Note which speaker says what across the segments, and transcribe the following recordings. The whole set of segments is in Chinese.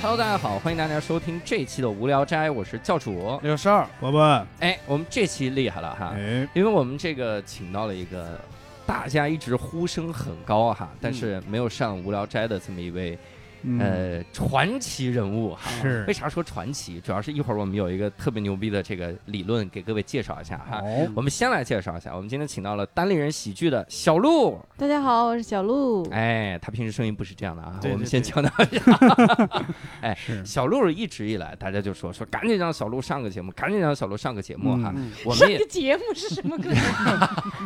Speaker 1: Hello，大家好，欢迎大家收听这一期的无聊斋，我是教主。
Speaker 2: 六十二，伯伯，
Speaker 1: 哎，我们这期厉害了哈，
Speaker 2: 哎，
Speaker 1: 因为我们这个请到了一个大家一直呼声很高哈，但是没有上无聊斋的这么一位、
Speaker 2: 嗯，
Speaker 1: 呃传奇人物哈。
Speaker 2: 是
Speaker 1: 为啥说传奇？主要是一会儿我们有一个特别牛逼的这个理论给各位介绍一下哈。
Speaker 2: 好，
Speaker 1: 我们先来介绍一下，我们今天请到了单立人喜剧的小鹿，
Speaker 3: 大家好，我是小鹿。
Speaker 1: 哎，他平时声音不是这样的啊，
Speaker 2: 对
Speaker 1: 我们
Speaker 2: 对
Speaker 1: 先
Speaker 2: 对
Speaker 1: 强调一下。哎，
Speaker 2: 是
Speaker 1: 小鹿一直以来，大家就说说赶紧让小鹿上个节目，赶紧让小鹿上个节目哈、
Speaker 2: 嗯
Speaker 1: 我
Speaker 3: 上
Speaker 1: 们也
Speaker 3: 个节目是什 么歌？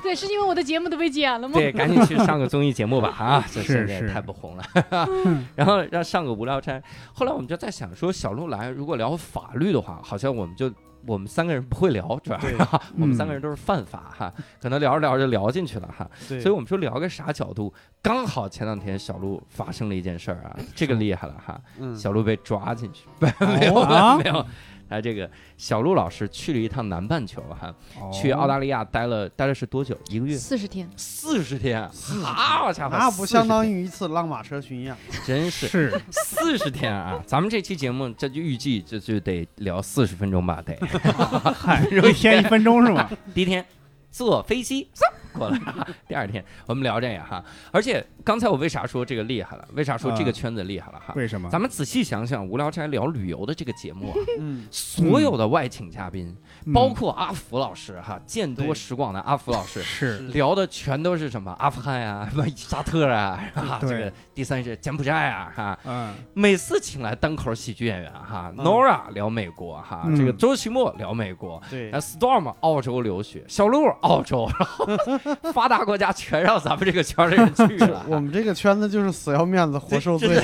Speaker 3: 对，是因为我的节目都被剪了吗？
Speaker 1: 对，赶紧去上个综艺节目吧 啊！这
Speaker 2: 是
Speaker 1: 现在
Speaker 2: 是嗯
Speaker 1: 太不红了， 然后让上个无聊斋。后来我们就在想说，小鹿来如果聊法律的话，好像我们就我们三个人不会聊，主要是哈 我们三
Speaker 2: 嗯
Speaker 1: 个人都是犯法哈，可能聊着聊着聊进去了哈。
Speaker 2: 对，
Speaker 1: 所以我们说聊个啥角度？刚好前两天小鹿发生了一件事儿啊，这个厉害了哈，
Speaker 2: 嗯
Speaker 1: 小鹿被抓进去，
Speaker 2: 哦
Speaker 1: 没有、
Speaker 2: 啊
Speaker 1: 没有。他这个小鹿老师去了一趟南半球哈，
Speaker 2: 哦
Speaker 1: 去澳大利亚待了待了是多久？一个月，
Speaker 3: 四十天，
Speaker 1: 四十天。
Speaker 2: 四
Speaker 1: 啊，我操！
Speaker 2: 那不相当
Speaker 1: 于，
Speaker 2: 于一次浪马车巡 演，
Speaker 1: 真
Speaker 4: 哦
Speaker 1: 是
Speaker 2: 是，
Speaker 1: 四十天啊！咱们这期节目这就预计这就得聊四十分钟吧，得。
Speaker 4: 哎
Speaker 2: 嗨，一天一分钟是 吗？
Speaker 1: 第一天坐飞机嗖过来， 第二天我们聊这个哈。而且刚才我为啥说这个厉害了？为啥说这个
Speaker 2: 啊
Speaker 1: 圈子厉害了哈？
Speaker 2: 为什么？
Speaker 1: 咱们仔细想想，《无聊斋》聊旅游的这个节目啊，
Speaker 2: 嗯，
Speaker 1: 所有的外请嘉宾，包
Speaker 2: 嗯
Speaker 1: 括阿福老师哈，见多
Speaker 2: 对
Speaker 1: 识广的阿福老师。
Speaker 2: 是，
Speaker 1: 聊的全都是什么阿富汗呀、什么沙特啊，啊这
Speaker 2: 对
Speaker 1: 个第三是柬埔寨啊，哈、
Speaker 2: 嗯，
Speaker 1: 每次请来单口喜剧演员哈、
Speaker 2: 嗯
Speaker 1: n o r a 聊美国哈，
Speaker 2: 嗯
Speaker 1: 这个周奇墨聊美国，
Speaker 2: 对。
Speaker 1: 那 Storm 澳洲留学，小鹿澳洲，然后发达国家全让咱们这个圈儿的人去了
Speaker 2: 我们这个圈子就是死要面子活受
Speaker 1: 这
Speaker 2: 罪，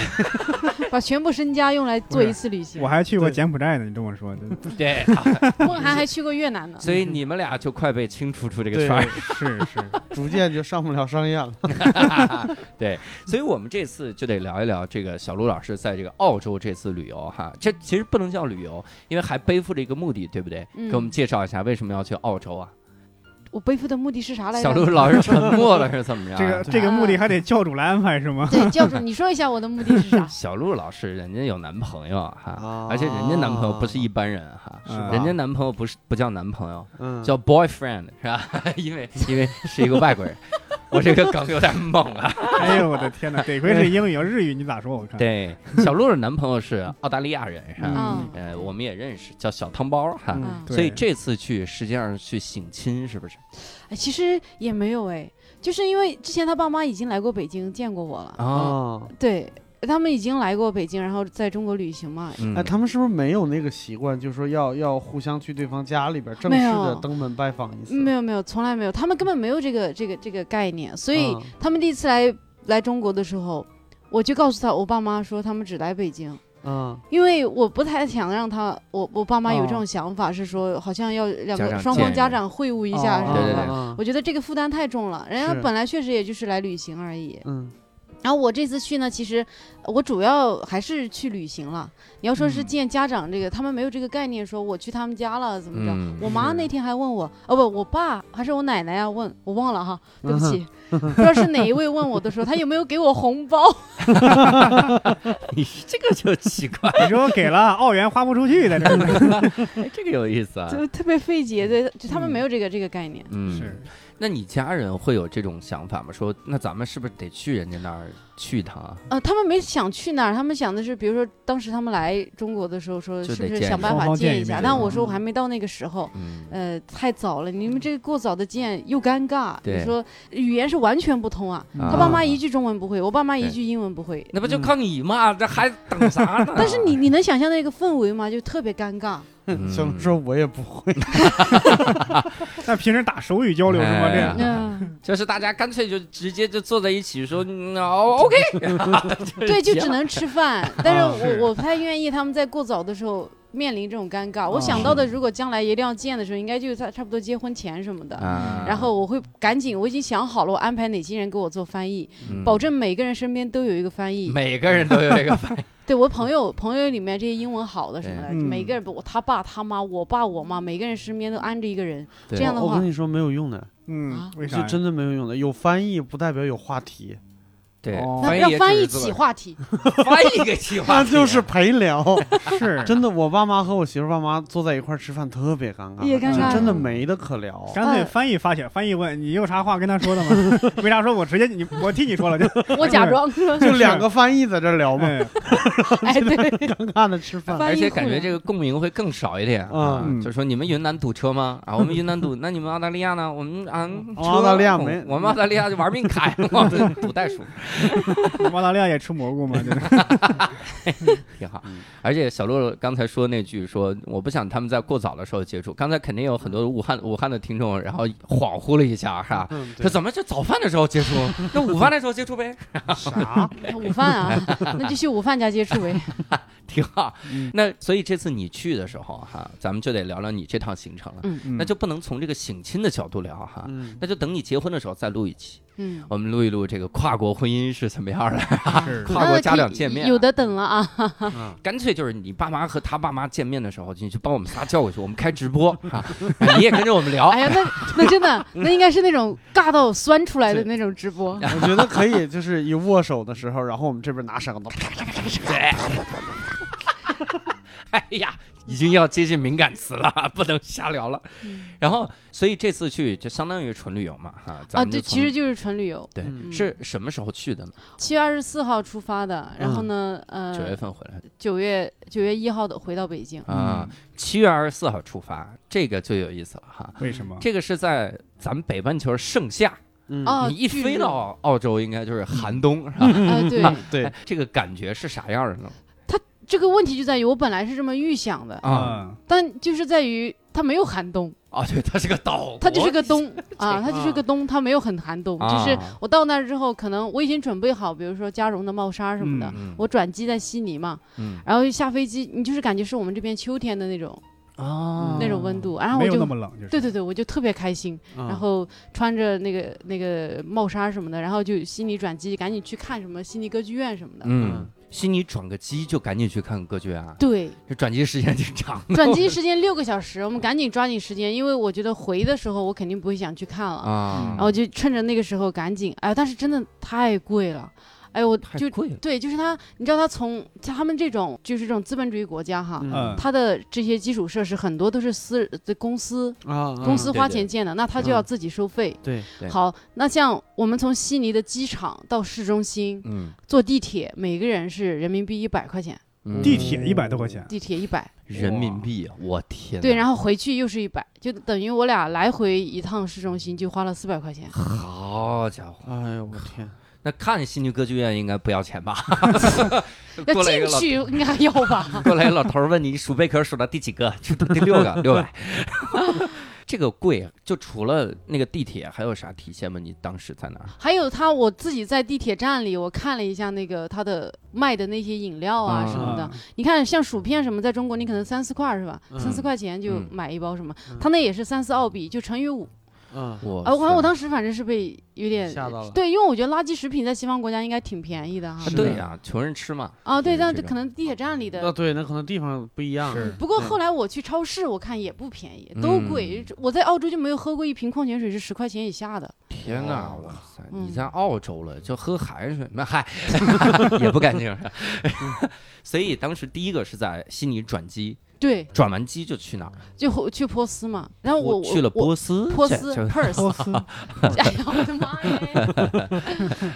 Speaker 3: 把全部身家用来做一次旅行
Speaker 4: 我。还去过
Speaker 2: 对
Speaker 4: 柬埔寨呢，你这么说，真的
Speaker 1: 对，啊
Speaker 3: 梦涵还去过越南呢。
Speaker 1: 所以你们俩就快被清除出这个
Speaker 2: 对
Speaker 1: 圈儿。
Speaker 4: 是 是，
Speaker 2: 逐渐就上不了商演了。
Speaker 1: 对，所以我们这次就得聊一聊这个小卢老师在这个澳洲这次旅游哈，这其实不能叫旅游，因为还背负着一个目的，对不对？
Speaker 3: 嗯
Speaker 1: 给我们介绍一下为什么要去澳洲啊？
Speaker 3: 我背负的目的是啥来着？
Speaker 1: 小卢老师沉默了是怎么着啊？？
Speaker 4: 这个这个目的还得教主来安排是吗？
Speaker 3: 对，教主，你说一下我的目的是啥
Speaker 1: 小鹿老师人家有男朋友哈
Speaker 2: 啊，
Speaker 1: 而且人家男朋友不是一般人哈。
Speaker 2: 是吧
Speaker 1: 人家男朋友不是不叫男朋友，
Speaker 2: 嗯，
Speaker 1: 叫 boyfriend 是吧？ 因为因为是一个外国人，我这个梗有点猛啊。
Speaker 4: 哎呦我的天哪，得亏是英语，要日语你咋说？我 看，
Speaker 1: 对，小鹿的男朋友是澳大利亚人是吧？
Speaker 3: 嗯
Speaker 1: 呃，我们也认识，叫小汤包哈。
Speaker 2: 嗯
Speaker 4: 对
Speaker 1: 所以这次去实际上是去省亲，是不是？
Speaker 3: 哎，其实也没有哎，就是因为之前他爸妈已经来过北京见过我了。
Speaker 5: 哦
Speaker 1: 啊，
Speaker 2: 啊，
Speaker 3: 对。他们已经来过北京，然后在中国旅行嘛，
Speaker 1: 嗯
Speaker 5: 啊
Speaker 2: 哎，他们是不是没有那个习惯，就是说要要互相去对方家里边正式
Speaker 3: 没
Speaker 2: 的
Speaker 3: 有
Speaker 2: 登门拜访一次？
Speaker 3: 没有没有，从来没有，他们根本没有这个这个这个概念，所以
Speaker 1: 嗯
Speaker 2: 啊
Speaker 3: 他们第一次来来中国的时候，我就告诉他，我爸妈说他们只来北京，
Speaker 2: 嗯，
Speaker 3: 因为我不太想让他，我我爸妈有这
Speaker 2: 哦
Speaker 3: 种想法，是说好像要两
Speaker 1: 家
Speaker 3: 个
Speaker 1: 长
Speaker 3: 双
Speaker 1: 见
Speaker 3: 方
Speaker 1: 一
Speaker 3: 家
Speaker 1: 面
Speaker 3: 长会晤一下
Speaker 2: 哦
Speaker 3: 什
Speaker 1: 对对
Speaker 3: 么
Speaker 1: 对
Speaker 3: 的。
Speaker 2: 啊
Speaker 3: 我觉得这个负担太重了，人家
Speaker 2: 是
Speaker 3: 本来确实也就是来旅行而已。
Speaker 2: 嗯，
Speaker 3: 然后我这次去呢，其实我主要还是去旅行了。你要说是
Speaker 4: 嗯
Speaker 3: 见家长这个，他们没有这个概念，说我去他们家了怎么着。
Speaker 1: 嗯
Speaker 3: 我妈
Speaker 2: 是
Speaker 3: 那天还问我，哦不，我爸还是我奶奶呀？问我忘了哈，对不起，
Speaker 1: 嗯
Speaker 3: 不知道是哪一位问我的时候，他有没有给我红包？
Speaker 1: 你这个就奇怪，
Speaker 4: 你说给了澳元花不出去，在这 儿
Speaker 1: 这个有意思啊。
Speaker 3: 就特别费解，对，就他们没有这个这个概念。
Speaker 1: 嗯，
Speaker 4: 是
Speaker 1: 那你家人会有这种想法吗？说那咱们是不是得去人家那儿去一趟啊？
Speaker 3: 呃，他们没想去那儿，他们想的是，比如说当时他们来中国的时候，说
Speaker 1: 就是得
Speaker 3: 不是
Speaker 1: 见
Speaker 3: 想办
Speaker 4: 双
Speaker 3: 法
Speaker 4: 方见
Speaker 3: 见
Speaker 4: 一
Speaker 3: 一下？
Speaker 4: 面
Speaker 3: 但
Speaker 4: 嗯
Speaker 3: 我说我还没到那个时候。
Speaker 1: 嗯，
Speaker 3: 呃，太早了，你们这个过早的见又尴尬。
Speaker 1: 对
Speaker 3: 你说语言是完全不通啊，
Speaker 4: 嗯
Speaker 1: 啊哎
Speaker 3: 他爸妈一句中文不会，我爸妈一句英文不会。
Speaker 1: 那不就靠你吗？这还等啊啥呢？
Speaker 3: 但是你你能想象那个氛围吗？就特别尴尬。
Speaker 1: 嗯
Speaker 2: 小鹿说我也不会，
Speaker 4: 那平时打手语交流是吗？
Speaker 1: 哎
Speaker 4: 这
Speaker 1: 呀
Speaker 4: 样
Speaker 3: 嗯，
Speaker 1: 就是大家干脆就直接就坐在一起说，嗯哦，OK，
Speaker 3: 对，就只能吃饭。但
Speaker 1: 啊
Speaker 3: 是
Speaker 4: 是
Speaker 3: 我我不太愿意他们在过早的时候面临这种尴尬。我
Speaker 2: 啊
Speaker 3: 想到的，如果将来一定要见的时候，应该就是差差不多结婚前什么的。
Speaker 1: 啊
Speaker 3: 嗯然后我会赶紧，我已经想好了，我安排哪些人给我做翻译，
Speaker 1: 嗯
Speaker 3: 保证每个人身边都有一个翻译。
Speaker 1: 每个人都有这个反应。
Speaker 3: 对我朋友朋友里面这些英文好的什么的，
Speaker 4: 对
Speaker 3: 每
Speaker 1: 嗯
Speaker 3: 个人我他爸他妈我爸我妈，每个人身边都安着一个人。
Speaker 1: 对
Speaker 3: 这样的
Speaker 2: 我
Speaker 3: 话
Speaker 2: 跟你说没有用的，
Speaker 4: 嗯
Speaker 3: 啊，
Speaker 4: 为啥
Speaker 2: 这
Speaker 4: 呀？
Speaker 2: 真的没有用的。有翻译不代表有话题，
Speaker 1: 对，
Speaker 2: 哦
Speaker 3: 那
Speaker 1: 翻译
Speaker 3: 让
Speaker 1: 也
Speaker 3: 翻
Speaker 1: 只
Speaker 3: 译
Speaker 1: 是自
Speaker 3: 起
Speaker 1: 个儿
Speaker 3: 话题，
Speaker 1: 翻译给企划
Speaker 2: 那
Speaker 1: 题，
Speaker 2: 就是陪聊。
Speaker 4: 是
Speaker 2: 真的，我爸妈和我媳妇儿爸妈坐在一块儿吃饭特别
Speaker 1: 啊
Speaker 2: 尴尬，
Speaker 3: 也尴
Speaker 2: 就
Speaker 3: 尬
Speaker 2: 真的没得可聊。
Speaker 1: 哦
Speaker 4: 干
Speaker 3: 嗯
Speaker 4: 脆翻译发起来，翻译问你有啥话跟他说的吗？ 没啥说，我直接你我替你 说了就。
Speaker 3: 我假装
Speaker 2: 就两个翻译在这儿聊嘛，
Speaker 4: 哎
Speaker 3: 哎，对，
Speaker 2: 尴尬的吃饭。
Speaker 3: 翻
Speaker 1: 啊而且
Speaker 3: 译
Speaker 1: 感
Speaker 3: 互
Speaker 1: 觉
Speaker 3: 联
Speaker 1: 这个共鸣会更少一点啊
Speaker 2: 嗯。
Speaker 1: 就说你们云南堵车吗？ 啊，我们云南堵，那你们澳大利亚呢？我们啊，嗯
Speaker 2: 我
Speaker 1: 车
Speaker 2: 哦澳大利亚
Speaker 1: 我
Speaker 2: 没
Speaker 1: 我们澳大利亚就玩命砍，我 们堵袋鼠
Speaker 4: 澳哎大利亚也吃蘑 菇嘛，就是
Speaker 1: 挺好
Speaker 2: 嗯。
Speaker 1: 而且小洛刚才说那句说我不想他们在过早的时候接触，刚才肯定有很多武汉武汉的听众，然后恍惚了一下，是吧？
Speaker 2: 嗯，
Speaker 1: 说
Speaker 2: 对
Speaker 1: 怎么就早饭的时候接触？ 那午饭的时候接触呗，
Speaker 2: 啥？
Speaker 3: 午饭啊， 那就去午饭家接触呗。
Speaker 1: 挺好
Speaker 4: 嗯。
Speaker 1: 那所以这次你去的时候哈，咱们就得聊聊你这趟行程了。那就不能从这个省亲的角度聊哈，
Speaker 2: 嗯，
Speaker 1: 那就等你结婚的时候再录一期，
Speaker 3: 嗯，
Speaker 1: 我们录一录这个跨国婚姻是怎么样的，
Speaker 4: 嗯是
Speaker 1: 跨
Speaker 3: 那
Speaker 1: 国
Speaker 3: 可
Speaker 1: 家长
Speaker 3: 以
Speaker 1: 见面啊
Speaker 3: 呃有的等了啊，
Speaker 2: 嗯
Speaker 1: 干脆就是你爸妈和他爸妈见面的时候，你就把我们仨叫过去，我们开直播啊， 你也跟着我们聊
Speaker 3: 哎。呀，那那真 的，那应该是那种尬到酸出来的那种直播。
Speaker 2: 我觉得可以，就是一握手的时候，然后我们这边拿勺子，
Speaker 1: 哎呀，已经要接近敏感词了，不能瞎聊了。
Speaker 3: 嗯
Speaker 1: 然后，所以这次去就相当于纯旅游嘛，哈、咱
Speaker 3: 啊，
Speaker 1: 们就
Speaker 3: 对，
Speaker 1: 从
Speaker 3: 其实就是纯旅游，
Speaker 1: 对。
Speaker 2: 嗯
Speaker 1: 是什么时候去的呢？
Speaker 3: 七月二十四号出发的，然后呢，
Speaker 1: 嗯九月
Speaker 3: 呃，
Speaker 1: 份回来的
Speaker 3: 九月九月一号的回到北京。
Speaker 4: 嗯
Speaker 1: 啊，七月二十四号出发，这个就有意思了哈。
Speaker 4: 为什
Speaker 3: 嗯
Speaker 4: 么？
Speaker 1: 这个是在咱们北半球盛夏，
Speaker 2: 嗯，
Speaker 3: 哦，
Speaker 1: 你一
Speaker 3: 巨
Speaker 1: 飞
Speaker 3: 热
Speaker 1: 到澳洲，应该就是寒冬，是吧？
Speaker 3: 啊，对，
Speaker 2: 嗯对
Speaker 1: 哎，这个感觉是啥样的呢？
Speaker 3: 这个问题就在于我本来是这么预想的，
Speaker 1: 啊，
Speaker 4: 嗯
Speaker 3: 但就是在于它没有寒冬，
Speaker 1: 啊，对，它是个岛，
Speaker 3: 它就是个冬啊，它就是
Speaker 2: 啊
Speaker 3: 个冬，它没有很寒冬，
Speaker 1: 哦啊，
Speaker 3: 就是我到那儿之后，可能我已经准备好，比如说加绒的帽衫什么的。
Speaker 1: 嗯
Speaker 3: 我转机在悉尼嘛，
Speaker 1: 嗯
Speaker 3: 然后一下飞机，你就是感觉是我们这边秋天的那种、
Speaker 1: 啊
Speaker 3: 那种温，度，然后
Speaker 4: 哦没
Speaker 3: 我
Speaker 4: 有那
Speaker 3: 就
Speaker 4: 么冷，嗯就是
Speaker 3: 对对对，我就特别开心，
Speaker 2: 然
Speaker 3: 然后穿着那个那个帽衫什么的，然后就悉尼转机，赶紧去看什么悉尼歌剧院什么的。
Speaker 1: 嗯，悉尼转个机就赶紧去看歌剧啊，
Speaker 3: 对，
Speaker 1: 这转机时间挺长的
Speaker 3: 转机时间六个小时，我们赶紧抓紧时间，因为我觉得回的时候我肯定不会想去看了。
Speaker 1: 啊，
Speaker 3: 然后就趁着那个时候赶紧，哎，但是真的太贵了，哎，我
Speaker 1: 太
Speaker 3: 就
Speaker 1: 贵了，
Speaker 3: 对，就是他，你知道他从像他们这种就是这种资本主义国家哈，
Speaker 4: 嗯
Speaker 2: 啊
Speaker 3: 他的这些基础设施很多都是私的公司
Speaker 2: 啊，
Speaker 3: 公司
Speaker 1: 嗯对
Speaker 3: 花
Speaker 1: 对
Speaker 3: 钱建的，那他就要
Speaker 2: 嗯
Speaker 3: 自己收费。
Speaker 2: 对，
Speaker 1: 对
Speaker 3: 好，那像我们从悉尼的机场到市中心
Speaker 1: 嗯，
Speaker 3: 坐地铁，每个人是人民币一百块钱，
Speaker 1: 嗯
Speaker 4: 地铁一百多块钱，
Speaker 3: 地铁一百，
Speaker 1: 人民币啊，我嗯天哪，
Speaker 3: 对，然后回去又是一百，就等于我俩来回一趟市中心就花了四百 块钱。
Speaker 1: 好家伙，
Speaker 2: 哎呦我天，
Speaker 1: 那看悉尼歌剧院应该不要钱 吧？
Speaker 3: 要
Speaker 1: 过来一
Speaker 3: 进
Speaker 1: 个老
Speaker 3: 去应该要吧？
Speaker 1: 过来一老头儿问你数贝壳数到第几个？数到第六个，六百。 这个贵，啊就除了那个地铁，还有啥体现吗？你当时在哪儿？
Speaker 3: 还有他，我自己在地铁站里，我看了一下那个他的卖的那些饮料啊
Speaker 1: 嗯
Speaker 3: 什么的，
Speaker 4: 嗯
Speaker 3: 你看像薯片什么，在中国你可能三四块儿是吧？
Speaker 2: 嗯
Speaker 3: 三四块钱就
Speaker 1: 嗯哦
Speaker 3: 买一包什么，
Speaker 2: 嗯
Speaker 3: 他那也是三四澳币，就乘以五。
Speaker 2: 嗯，
Speaker 1: 我
Speaker 3: 啊，我反正我当时反正是被有点
Speaker 2: 吓到了
Speaker 3: 对，因为我觉得垃圾食品在西方国家应该挺便宜的哈
Speaker 1: 啊。
Speaker 2: 是
Speaker 1: 对呀、穷人吃嘛。
Speaker 3: 啊，对，
Speaker 1: 是
Speaker 3: 但
Speaker 1: 这种
Speaker 3: 可能地铁站里
Speaker 2: 那
Speaker 3: 的。
Speaker 2: 对，那可能地方不一样，
Speaker 4: 是
Speaker 3: 不过
Speaker 2: 对
Speaker 3: 后来我去超市，我看也不便宜，都贵。我在澳洲就没有喝过一瓶矿泉水是十块钱以下的。
Speaker 1: 天哪，
Speaker 2: 哇
Speaker 1: 哇塞！
Speaker 3: 嗯
Speaker 1: 你在澳洲了，就喝海水，那 嗨也不干净。 所以当时第一个是在悉尼转机，
Speaker 3: 对，
Speaker 1: 转完机就去哪儿？
Speaker 3: 就后去波斯嘛。然后哦我
Speaker 1: 去了
Speaker 3: 我
Speaker 1: 波斯，
Speaker 3: 波
Speaker 1: 这
Speaker 3: 斯
Speaker 1: 这
Speaker 3: Perth，
Speaker 4: 波斯
Speaker 3: 哎呀，我的妈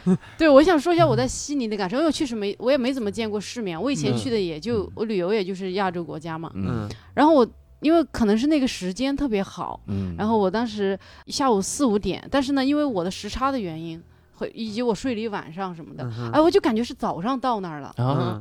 Speaker 3: 耶！ 对，我想说一下我在悉尼的感受，因为我确实没，我也没怎么见过世面。我以前
Speaker 2: 嗯
Speaker 3: 去的也就、我旅游也就是亚洲国家嘛。
Speaker 1: 嗯
Speaker 3: 然后我因为可能是那个时间特别好，
Speaker 1: 嗯，
Speaker 3: 然后我当时下午四五点，但是呢，因为我的时差的原因，和以及我睡了一晚上什么的，
Speaker 2: 嗯
Speaker 3: 哎，我就感觉是早上到那儿了。
Speaker 1: 啊，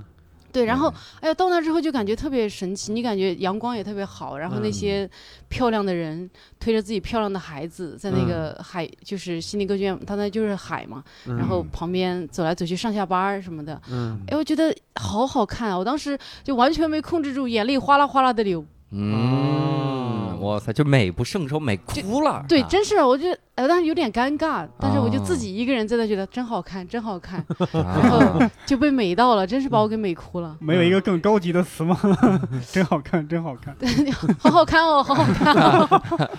Speaker 3: 对，然后哎呀，到那之后就感觉特别神奇，你感觉阳光也特别好，然后那
Speaker 2: 嗯
Speaker 3: 些漂亮的人推着自己漂亮的孩子在那个
Speaker 1: 嗯
Speaker 3: 海，就是悉尼歌剧院，它那就是海嘛，
Speaker 2: 嗯
Speaker 3: 然后
Speaker 1: 嗯
Speaker 3: 旁边走来走去上下班儿什么的，
Speaker 2: 嗯
Speaker 3: 哎，我觉得好好看啊！我当时就完全没控制住，眼泪哗啦哗啦的流。
Speaker 1: 嗯，哇塞，就美不胜收，美哭了。
Speaker 3: 对，
Speaker 1: 啊
Speaker 3: 真是我就哎，当时有点尴尬，但是我就
Speaker 1: 哦
Speaker 3: 自己一个人在那觉得真好看，真好看，
Speaker 1: 啊
Speaker 3: 就被美到了，真是把
Speaker 1: 嗯
Speaker 3: 我给美哭了。
Speaker 4: 没有一个更高级的词吗？ 真好看，真好看。
Speaker 3: 好好看哦，好 好看哦。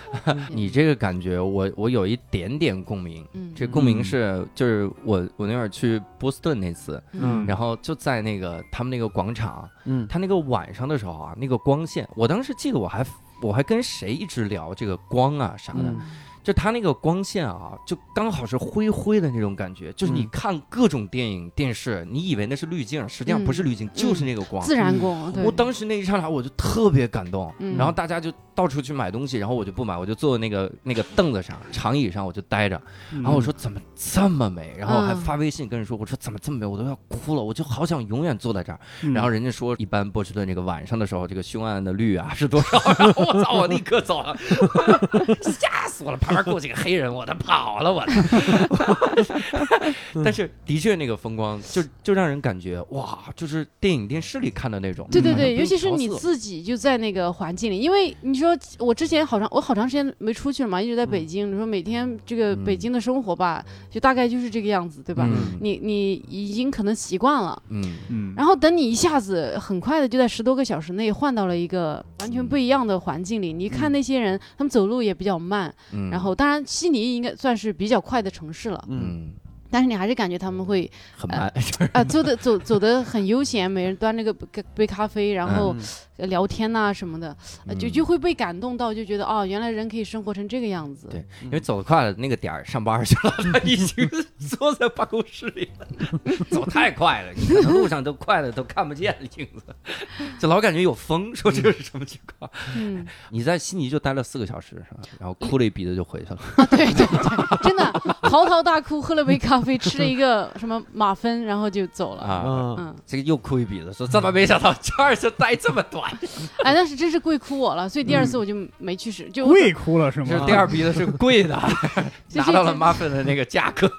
Speaker 1: 你这个感觉，我我有一点点共鸣。
Speaker 3: 嗯，
Speaker 1: 这共鸣是，就是我我那会儿去波士顿那次，
Speaker 2: 嗯
Speaker 1: 然后就在那个他们那个广场，
Speaker 2: 嗯
Speaker 1: 他那个晚上的时候啊，那个光线，我当时记得我还我还跟谁一直聊这个光啊啥的，
Speaker 2: 嗯
Speaker 1: 就他那个光线啊，就刚好是灰灰的那种感觉，就是你
Speaker 2: 嗯
Speaker 1: 看各种电影电视，你以为那是滤镜，实际上不是滤镜，就是那个光。
Speaker 3: 嗯自然光，对
Speaker 1: 我当时那一刹那我就特别感动，
Speaker 3: 嗯
Speaker 1: 然后大家就到处去买东西，然后我就不买，我就坐那个那个凳子上长椅上我就待着，
Speaker 4: 嗯
Speaker 1: 然后我说怎么这么美，然后还
Speaker 3: 嗯
Speaker 1: 发微信跟人说，我说怎么这么美，我都要哭了，我就好想永远坐在这儿。
Speaker 4: 嗯，
Speaker 1: 然后人家说，一般波士顿这个晚上的时候，这个凶案的率啊是多少？然后我操，我立刻走了，吓死我了！旁边过几个黑人，我的跑了，我的。
Speaker 3: 嗯
Speaker 1: 但是的确，那个风光就就让人感觉哇，就是电影电视里看的那种。
Speaker 3: 对对
Speaker 1: 好像嗯不
Speaker 3: 对，尤
Speaker 1: 用
Speaker 3: 其是
Speaker 1: 调
Speaker 3: 你
Speaker 1: 色
Speaker 3: 自己就在那个环境里，因为你说我之前好长我好长时间没出去了嘛，一直在北京。你说每天这个北
Speaker 1: 嗯
Speaker 3: 京的生活吧，就大概就是这个样子，对吧？
Speaker 1: 嗯
Speaker 3: 你你已经可能习惯了，
Speaker 1: 嗯
Speaker 4: 嗯，
Speaker 3: 然后等你一下子很快的就在十多个小时内换到了一个完全不一样的环境里。你看那些人，他们走路也比较慢，
Speaker 1: 嗯，
Speaker 3: 然后当然悉尼应该算是比较快的城市了，
Speaker 2: 嗯
Speaker 1: 嗯
Speaker 3: 但是你还是感觉他们 会
Speaker 1: 很
Speaker 3: 呃
Speaker 1: 慢，就是
Speaker 3: 啊、走的走走的很悠闲，每人端那个杯杯咖啡，然后
Speaker 2: 嗯
Speaker 3: 呃聊天呐、什么的，呃就
Speaker 1: 嗯
Speaker 3: 就会被感动到，就觉得哦，原来人可以生活成这个样子。
Speaker 1: 对因为走得快了，那个点儿上班去了， 他已经坐在办公室里 了，走太快了，你可能路上都快的都看不见影子，就老感觉有风，说这是什么情况？
Speaker 3: 嗯，
Speaker 1: 你在悉尼就待了四个小时是吧？然后哭了一鼻子就回去了。
Speaker 3: 啊，对对对，真的嚎啕大哭，喝了杯咖啡，吃了一个什么马芬，然后就走了。
Speaker 1: 啊，
Speaker 2: 嗯
Speaker 3: 嗯，
Speaker 1: 这个又哭一鼻子，说怎么没想到这儿就待这么 短？
Speaker 3: 哎，但是真是跪哭我了，所以第
Speaker 1: 嗯
Speaker 3: 二次我就没去试，就我
Speaker 4: 跪哭了是吗？
Speaker 1: 这第二鼻子是贵 的，
Speaker 3: 就
Speaker 1: 拿
Speaker 3: 这
Speaker 1: 到了
Speaker 3: 这
Speaker 1: 马粪的那个价格。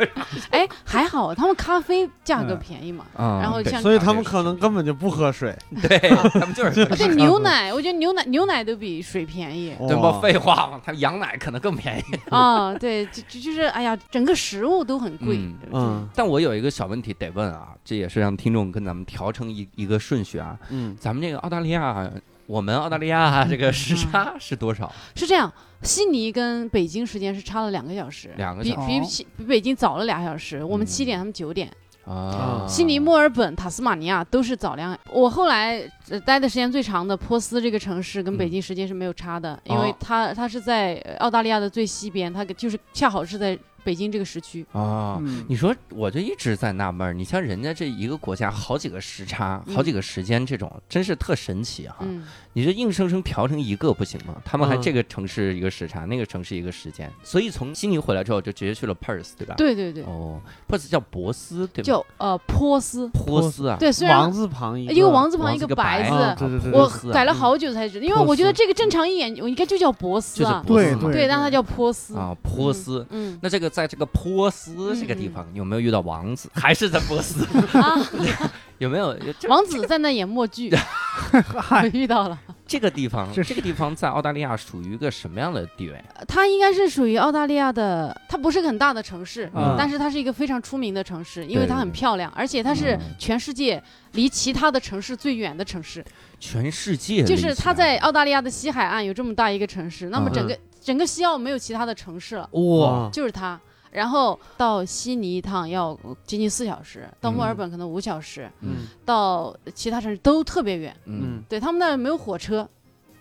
Speaker 3: 哎，还好他们咖啡价格
Speaker 4: 嗯
Speaker 3: 便宜嘛，
Speaker 1: 然
Speaker 3: 然后像
Speaker 2: 所以他们可能根本就不喝水，
Speaker 1: 嗯对他们就是
Speaker 3: 对牛奶，我觉得牛奶牛奶都比水便宜
Speaker 1: 这
Speaker 2: 哇
Speaker 1: 不废话吗？他们羊奶可能更便宜。
Speaker 3: 啊、对，就就就是哎呀，整个食物都很贵，
Speaker 1: 嗯
Speaker 2: 嗯
Speaker 1: 但我有一个小问题得问啊，这也是让听众跟咱们调成一一个顺序啊。
Speaker 2: 嗯
Speaker 1: 咱们这个澳大利亚，我们澳大利亚这个时差是多少？
Speaker 3: 是这样。悉尼跟北京时间是差了两个小时，
Speaker 1: 两个
Speaker 3: 比
Speaker 1: 小
Speaker 4: 时
Speaker 3: 比起比北京早了俩小时，我们
Speaker 1: 嗯
Speaker 3: 七点，他们九点。
Speaker 1: 啊，
Speaker 3: 悉尼、墨尔本、塔斯马尼亚都是早两。我后来、呃待的时间最长的波斯这个城市跟北京时间是没有差的，因为
Speaker 1: 嗯哦
Speaker 3: 它它是在呃澳大利亚的最西边，它就是恰好是在北京这个时区。
Speaker 1: 啊。
Speaker 4: 嗯，
Speaker 1: 你说，我就一直在纳闷儿，你像人家这一个国家好几个时差、
Speaker 3: 嗯
Speaker 1: 好几个时间，这种真是特神奇哈、
Speaker 3: 嗯，
Speaker 1: 你这硬生生调成一个不行吗？他们还
Speaker 2: 嗯
Speaker 1: 这个城市一个时差，那个城市一个时间，所以从悉尼回来之后就直接去了 Perth，对吧？。
Speaker 3: 对对对，
Speaker 1: 哦，Perth 叫博斯，对吧？
Speaker 3: 叫呃波斯。
Speaker 1: 波斯啊。
Speaker 3: 对，虽然
Speaker 2: 王字旁一
Speaker 3: 一个王字旁
Speaker 1: 王
Speaker 3: 一
Speaker 1: 字
Speaker 3: 个
Speaker 1: 个
Speaker 3: 白
Speaker 1: 白
Speaker 3: 字，
Speaker 2: 啊对对对
Speaker 3: 我
Speaker 1: 波斯啊
Speaker 3: 改了好久才知道，因为
Speaker 2: 波
Speaker 3: 我觉得
Speaker 2: 斯
Speaker 3: 这个正常一眼我应该就叫波斯
Speaker 1: 就是
Speaker 3: 啊，
Speaker 1: 波斯
Speaker 4: 对
Speaker 1: 嘛
Speaker 4: 对
Speaker 3: 但它叫波斯。
Speaker 1: 啊，波斯。
Speaker 3: 嗯
Speaker 1: 那这个在这个波斯这个地方，你有没有遇到王子？ 还是在波斯？
Speaker 3: 啊，
Speaker 1: 有没有这
Speaker 3: 王子在那演默剧， 我遇到了。
Speaker 1: 这个地方？
Speaker 4: 这是
Speaker 1: 这个地方在澳大利亚属于一个什么样的地位？
Speaker 3: 它呃应该是属于澳大利亚的，它不是个很大的城市，
Speaker 1: 嗯
Speaker 3: 但是它是一个非常出名的城市，因
Speaker 1: 对
Speaker 3: 为它很漂亮，而且它是
Speaker 1: 嗯
Speaker 3: 全世界离其他的城市最远的城市，
Speaker 1: 全世界
Speaker 3: 就是它在
Speaker 1: 类似啊
Speaker 3: 澳大利亚的西海岸有这么大一个城市，那么
Speaker 1: 嗯哦
Speaker 3: 整个、整个西澳没有其他的城市了，
Speaker 1: 哇，
Speaker 3: 就是它。然后到悉尼一趟要接近四小时，到墨尔本可能五小时，
Speaker 2: 嗯
Speaker 3: 到其他城市都特别远。
Speaker 1: 嗯
Speaker 2: 嗯
Speaker 3: 对他们那儿没有火车，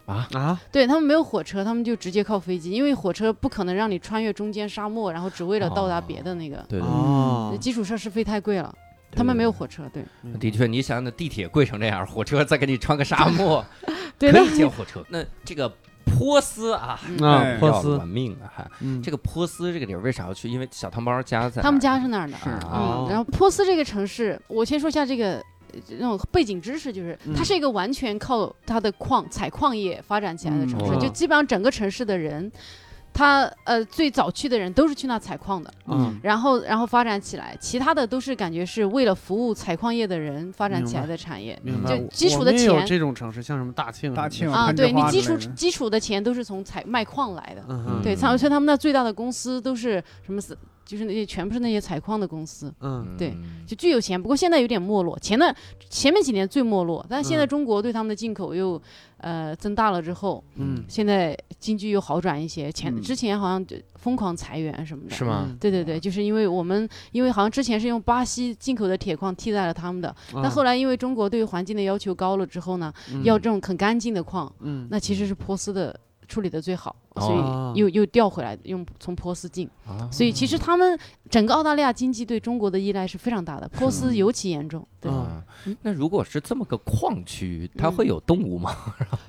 Speaker 3: 嗯
Speaker 2: 啊
Speaker 3: 对他们没有火车，他们就直接靠飞机，因为火车不可能让你穿越中间沙漠，然后只为了到达别的那个，
Speaker 1: 对对
Speaker 2: 哦
Speaker 3: 那，基础设施费太贵了。他们没有火车，对
Speaker 1: 对嗯的确，你想想，地铁贵成这样，火车再给你穿个沙漠，
Speaker 3: 对
Speaker 1: 可
Speaker 3: 的，
Speaker 1: 以接火车。那这个波斯啊，
Speaker 2: 啊
Speaker 4: 哎
Speaker 2: 波
Speaker 1: 要
Speaker 2: 斯
Speaker 1: 玩命啊！还
Speaker 2: 嗯
Speaker 1: 这个波斯这个地儿为啥要去？因为小汤包家在
Speaker 3: 他们
Speaker 1: 那儿
Speaker 3: 家是那儿的。
Speaker 1: 是
Speaker 3: 嗯
Speaker 2: 哦，
Speaker 3: 然后波斯这个城市，我先说一下这个呃那种背景知识，就是
Speaker 2: 嗯
Speaker 3: 它是一个完全靠它的矿采矿业发展起来的城市，
Speaker 4: 嗯
Speaker 3: 就基本上整个城市的人他呃最早去的人都是去那采矿的，
Speaker 2: 嗯
Speaker 3: 然后然后发展起来，其他的都是感觉是为了服务采矿业的人发展起来的产业。
Speaker 2: 明白。
Speaker 3: 就
Speaker 2: 我
Speaker 3: 基础的
Speaker 2: 我们也有
Speaker 3: 钱
Speaker 2: 这种城市，像什么大庆、
Speaker 4: 大庆
Speaker 3: 啊，
Speaker 4: 攀
Speaker 3: 对
Speaker 4: 枝
Speaker 3: 你
Speaker 4: 花
Speaker 3: 基
Speaker 4: 之
Speaker 3: 础
Speaker 4: 类的
Speaker 3: 基础的钱都是从采卖矿来的，
Speaker 2: 嗯哼，
Speaker 3: 对，像像他们那最大的公司都是什么死，就是那些全部是那些采矿的公司，
Speaker 2: 嗯
Speaker 3: 对
Speaker 1: 嗯
Speaker 3: 就巨有钱。不过现在有点没落，前段前面几年最没落，但现在
Speaker 2: 嗯
Speaker 3: 中国对他们的进口又呃增大了之后，
Speaker 2: 嗯，
Speaker 3: 现在经济又好转一些。前
Speaker 4: 嗯
Speaker 3: 之前好像就疯狂裁员什么的，
Speaker 1: 是吗？
Speaker 3: 对对对，就是因为我们，因为好像之前是用巴西进口的铁矿替代了他们的，
Speaker 5: 啊
Speaker 3: 但后
Speaker 2: 来
Speaker 3: 来因为中国对环境的要求高了之后呢，要这种很干净的矿，
Speaker 2: 嗯
Speaker 3: 那其实是波斯的处理的最好，
Speaker 2: 哦
Speaker 3: 所以又又调回来用从波斯进，
Speaker 1: 啊
Speaker 3: 所以其实他们整个澳大利亚经济对中国的依赖是非常大的，波斯尤其严重。对，
Speaker 2: 嗯
Speaker 1: 啊那如果是这么个矿区，它会有动物吗？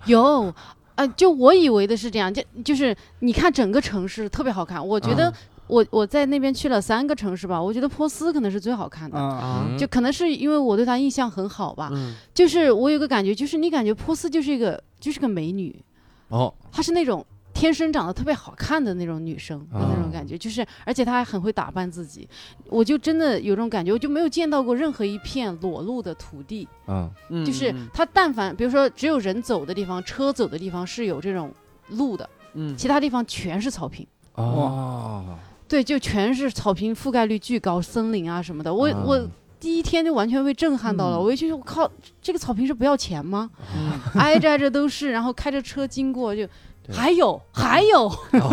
Speaker 3: 有。呃，就我以为的是这样，就就是你看整个城市特别好看，我觉得
Speaker 1: 啊
Speaker 3: 我我在那边去了三个城市吧，我觉得波斯可能是最好看的，
Speaker 4: 啊，
Speaker 2: 啊
Speaker 1: 嗯
Speaker 3: 就可能是因为我对她印象很好吧，
Speaker 2: 嗯
Speaker 3: 就是我有个感觉，就是你感觉波斯就是一个就是个美女，
Speaker 1: 哦，
Speaker 3: 她是那种天生长得特别好看的那种女生
Speaker 2: 啊
Speaker 3: 的那种感觉，就是而且她还很会打扮自己，我就真的有种感觉，我就没有见到过任何一片裸露的土地，
Speaker 1: 嗯
Speaker 2: 嗯，
Speaker 3: 就是
Speaker 2: 嗯
Speaker 3: 她但凡比如说只有人走的地方、车走的地方是有这种路的，
Speaker 2: 嗯
Speaker 3: 其他地方全是草坪。
Speaker 1: 哦，
Speaker 3: 对，就全是草坪，覆盖率巨高，森林啊什么的。我、
Speaker 1: 啊
Speaker 3: 我第一天就完全被震撼到了，
Speaker 4: 嗯
Speaker 3: 我一去，我靠，这个草坪是不要钱吗？
Speaker 2: 嗯
Speaker 3: 挨着挨着都是，然后开着车经过就
Speaker 1: 对
Speaker 3: 还有还有，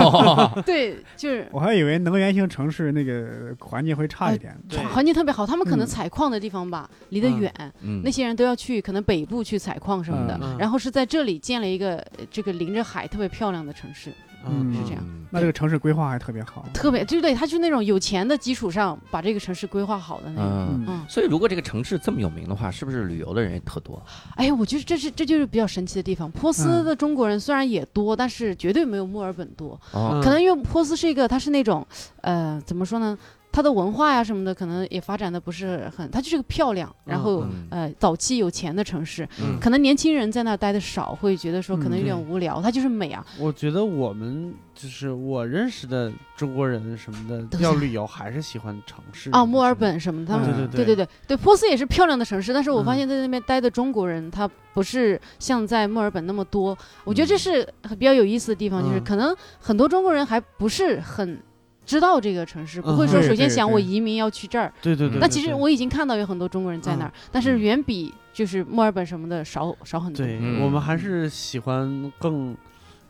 Speaker 3: 对，就是
Speaker 4: 我还以为能源型城市那个环境会差一点，
Speaker 2: 对
Speaker 3: 环境特别好。他们可能
Speaker 4: 嗯
Speaker 3: 采矿的地方吧，离得
Speaker 2: 嗯
Speaker 3: 远，
Speaker 1: 嗯
Speaker 3: 那些人都要去可能北部去采矿什么的，
Speaker 2: 嗯嗯
Speaker 3: 然后是在这里建了一个呃这个临着海特别漂亮的城市，
Speaker 2: 嗯
Speaker 4: 是
Speaker 3: 这样
Speaker 1: 嗯
Speaker 4: 那这个城市规划还特别好。
Speaker 3: 特别对对，他去那种有钱的基础上把这个城市规划好的那种。
Speaker 1: 嗯。
Speaker 3: 嗯，
Speaker 1: 所以，如果这个城市这么有名的话，是不是旅游的人也特多？
Speaker 3: 哎呀，我觉得这是这就是比较神奇的地方。波斯
Speaker 4: 嗯
Speaker 3: 的中国人虽然也多，但是绝对没有墨尔本多。
Speaker 1: 哦
Speaker 2: 嗯
Speaker 3: 可能因为波斯是一个，它是那种，呃，怎么说呢？它的文化呀什么的，可能也发展的不是很，它就是个漂亮，然后、
Speaker 1: 嗯
Speaker 3: 呃，早期有钱的城市，
Speaker 1: 嗯
Speaker 3: 可能年轻人在那儿待的少，会觉得说可能有点
Speaker 2: 嗯
Speaker 3: 无聊。它就是美啊，
Speaker 2: 我觉得我们就是我认识的中国人什么
Speaker 3: 都
Speaker 2: 的，
Speaker 3: 是
Speaker 2: 要旅游还是喜欢城市
Speaker 3: 啊，墨尔，本什么的，他
Speaker 2: 对对
Speaker 5: 嗯
Speaker 3: 们、对
Speaker 2: 对
Speaker 3: 对对对，波斯也是漂亮的城市，但是我发
Speaker 2: 嗯
Speaker 3: 现在那边待的中国人，他不是像在墨尔本那么多。我觉得这是很比较有意思的地方，就是
Speaker 2: 嗯
Speaker 3: 可能很多中国人还不是很知道这个城市，不会
Speaker 2: 嗯
Speaker 3: 说
Speaker 4: 对
Speaker 3: 首
Speaker 4: 对
Speaker 3: 先想我
Speaker 4: 对
Speaker 3: 移民要去这儿。
Speaker 2: 对对对。
Speaker 3: 那
Speaker 2: 对
Speaker 3: 其实
Speaker 2: 对嗯
Speaker 3: 我已经看到有很多中国人在那儿，但是远比就是墨尔本什么的少少很多。
Speaker 2: 对
Speaker 1: 嗯
Speaker 2: 我们还是喜欢更。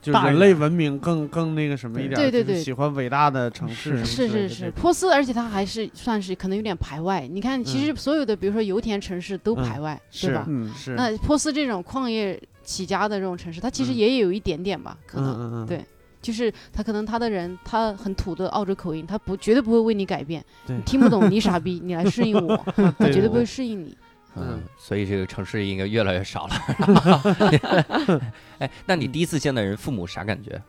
Speaker 2: 就
Speaker 4: 大一
Speaker 2: 人
Speaker 4: 点
Speaker 2: 类文明更更那个什么一点儿，
Speaker 3: 对对
Speaker 2: 就是
Speaker 3: 对
Speaker 2: 喜欢伟大的城市什
Speaker 4: 是
Speaker 3: 是
Speaker 2: 么之类
Speaker 3: 是
Speaker 2: 的
Speaker 3: 是，波斯，而且它还是算是可能有点排外。你看，其实所有的，比如说油田城市都
Speaker 2: 嗯
Speaker 3: 排外，对
Speaker 2: 是
Speaker 3: 吧？
Speaker 4: 嗯，
Speaker 2: 是，
Speaker 3: 那波斯这种矿业起家的这种城市，它其实
Speaker 2: 嗯
Speaker 3: 也有一点点吧，可能
Speaker 2: 嗯嗯嗯，
Speaker 3: 对就是他可能他的人他很土的澳洲口音，他不绝对不会为你改变，
Speaker 2: 对
Speaker 3: 你听不懂你傻逼，你来适应 我，他绝对不会适应你。
Speaker 1: 嗯
Speaker 2: 嗯，
Speaker 1: 所以这个城市应该越来越 少了。哎，那你第一次见到人父母啥感觉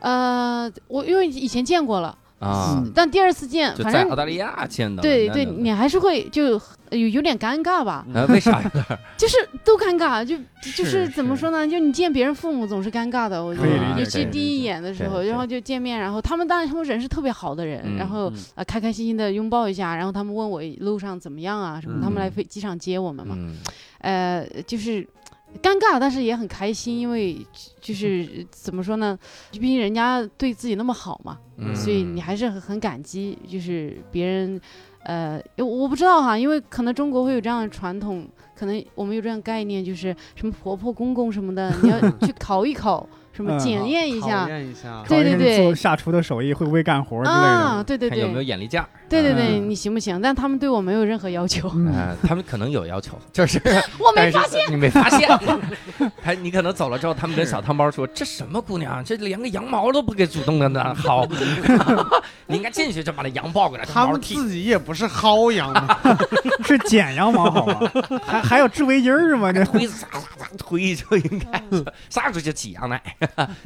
Speaker 3: 呃，我因为以前见过了，
Speaker 1: 啊？
Speaker 4: 嗯
Speaker 3: 但第二次见，
Speaker 1: 就
Speaker 3: 反
Speaker 1: 在澳
Speaker 3: 正
Speaker 1: 大利亚见到的，
Speaker 3: 对
Speaker 1: 那
Speaker 3: 对，
Speaker 1: 那
Speaker 3: 你还是会就有有点尴尬吧，
Speaker 1: 啊，
Speaker 2: 哎
Speaker 1: 为啥呀？
Speaker 3: 就是都尴尬，就就是
Speaker 4: 是
Speaker 3: 怎么说呢，就你见别人父母总是尴尬的，我觉
Speaker 1: 可以理解
Speaker 3: 得，尤
Speaker 1: 可以
Speaker 3: 其
Speaker 1: 理
Speaker 3: 第一眼的时候，
Speaker 1: 对对
Speaker 3: 然后就见面，然后他们当然他们人是特别好的人，
Speaker 1: 嗯
Speaker 3: 然后
Speaker 2: 嗯
Speaker 3: 呃开开心心的拥抱一下，然后他们问我路上怎么样啊什么，他们来
Speaker 1: 嗯
Speaker 3: 飞机场接我们嘛，
Speaker 1: 嗯，
Speaker 3: 呃，就是尴尬，但是也很开心，因为就是怎么说呢，毕竟人家对自己那么好嘛，
Speaker 1: 嗯
Speaker 3: 所以你还是很很感激，就是别人，呃，我我不知道哈，因为可能中国会有这样的传统，可能我们有这样的概念，就是什么婆婆公公什么的，你要去考一考，什么
Speaker 4: 嗯
Speaker 3: 检验一
Speaker 2: 考
Speaker 3: 下。啊
Speaker 2: 验一下，
Speaker 3: 对对
Speaker 4: 考验
Speaker 3: 对
Speaker 4: 做下厨的手艺会不会干活之类
Speaker 3: 啊，
Speaker 4: 的。
Speaker 3: 对对
Speaker 1: 看
Speaker 3: 对，
Speaker 1: 有没有眼力见儿。
Speaker 3: 对对对，
Speaker 4: 嗯
Speaker 3: 你行不行？但他们对我没有任何要求，
Speaker 1: 啊，他们可能有要求，就是
Speaker 3: 我
Speaker 1: 但
Speaker 3: 没
Speaker 1: 是
Speaker 3: 发现。
Speaker 1: 你没发现，他你可能走了之后，他们跟小汤包说：“这什么姑娘，这连个羊毛都不给主动的呢。”好，你应该进去就把那羊抱过来，
Speaker 2: 他
Speaker 1: 毛
Speaker 2: 们
Speaker 1: 剃
Speaker 2: 自己也不是薅羊 嘛，
Speaker 4: 是剪羊毛好吗？还还有织围巾 儿吗？这
Speaker 1: 推撒撒撒推就应该撒出去挤羊奶，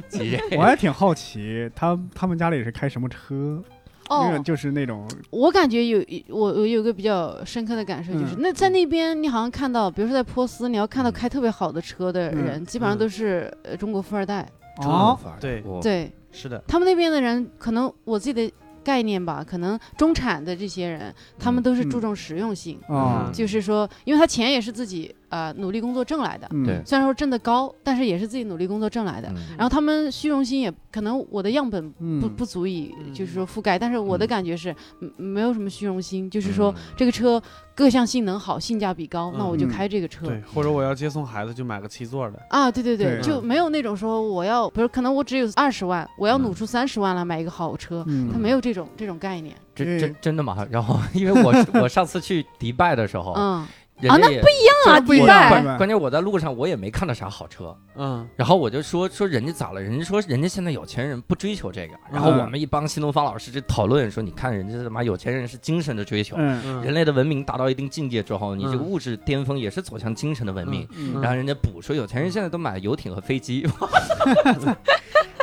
Speaker 1: 挤这
Speaker 4: 我还挺好奇，他他们家里是开什么车？
Speaker 3: 哦，
Speaker 4: 因为就是那种
Speaker 3: 我感觉有我我有个比较深刻的感受，就是、
Speaker 4: 嗯
Speaker 3: 那在那边你好像看到，比如说在波斯，你要看到开特别好的车的人，基本上都是、呃中国富二代，
Speaker 1: 中国
Speaker 2: 哦，
Speaker 1: 范儿的。
Speaker 5: 对
Speaker 1: 我
Speaker 3: 对
Speaker 5: 是的，
Speaker 3: 他们那边的人，可能我自己的概念吧，可能中产的这些人，他们都是注重实用性，
Speaker 2: 啊
Speaker 1: 嗯，
Speaker 3: 就是说，因为他钱也是自己呃努力工作挣来的，
Speaker 2: 嗯
Speaker 1: 对
Speaker 3: 虽然说挣得高，但是也是自己努力工作挣来的。
Speaker 1: 嗯
Speaker 3: 然后他们虚荣心也可能我的样本
Speaker 2: 嗯
Speaker 3: 不不足以
Speaker 5: 嗯
Speaker 3: 就是说覆盖，但是我的
Speaker 1: 嗯
Speaker 3: 感觉是嗯没有什么虚荣心，就是说
Speaker 1: 嗯
Speaker 3: 这个车各项性能好，性价比高，那我就
Speaker 2: 嗯
Speaker 3: 开这个车。
Speaker 5: 对，或者我要接送孩子就买个七座的，
Speaker 3: 啊，对对对，
Speaker 4: 对
Speaker 3: 就没有那种说我要不是，可能我只有二十万，我要努
Speaker 1: 嗯
Speaker 3: 出三十万来买一个好车，他
Speaker 2: 嗯
Speaker 3: 没有这种这种概念。
Speaker 1: 真
Speaker 4: 嗯
Speaker 1: 真真的吗？ 然后因为我我上次去迪拜的时候，
Speaker 3: 嗯，
Speaker 1: 人家
Speaker 3: 那
Speaker 1: 也
Speaker 3: 啊，
Speaker 4: 不一
Speaker 3: 迪
Speaker 4: 样
Speaker 3: 拜，
Speaker 4: 吧
Speaker 1: 关键我在路上我也没看到啥好车，
Speaker 5: 嗯，
Speaker 1: 然后我就说说人家咋了？人家说人家现在有钱人不追求这个，然后我们一帮新东方老师就讨论说，你看人家他妈有钱人是精神的追求，
Speaker 2: 嗯
Speaker 1: 人类的文明达到一定境界之后，你这个
Speaker 5: 嗯
Speaker 1: 物质巅峰也是走向精神的文明。
Speaker 2: 嗯
Speaker 1: 然后人家补说，有钱人现在都买游艇和飞机
Speaker 5: 我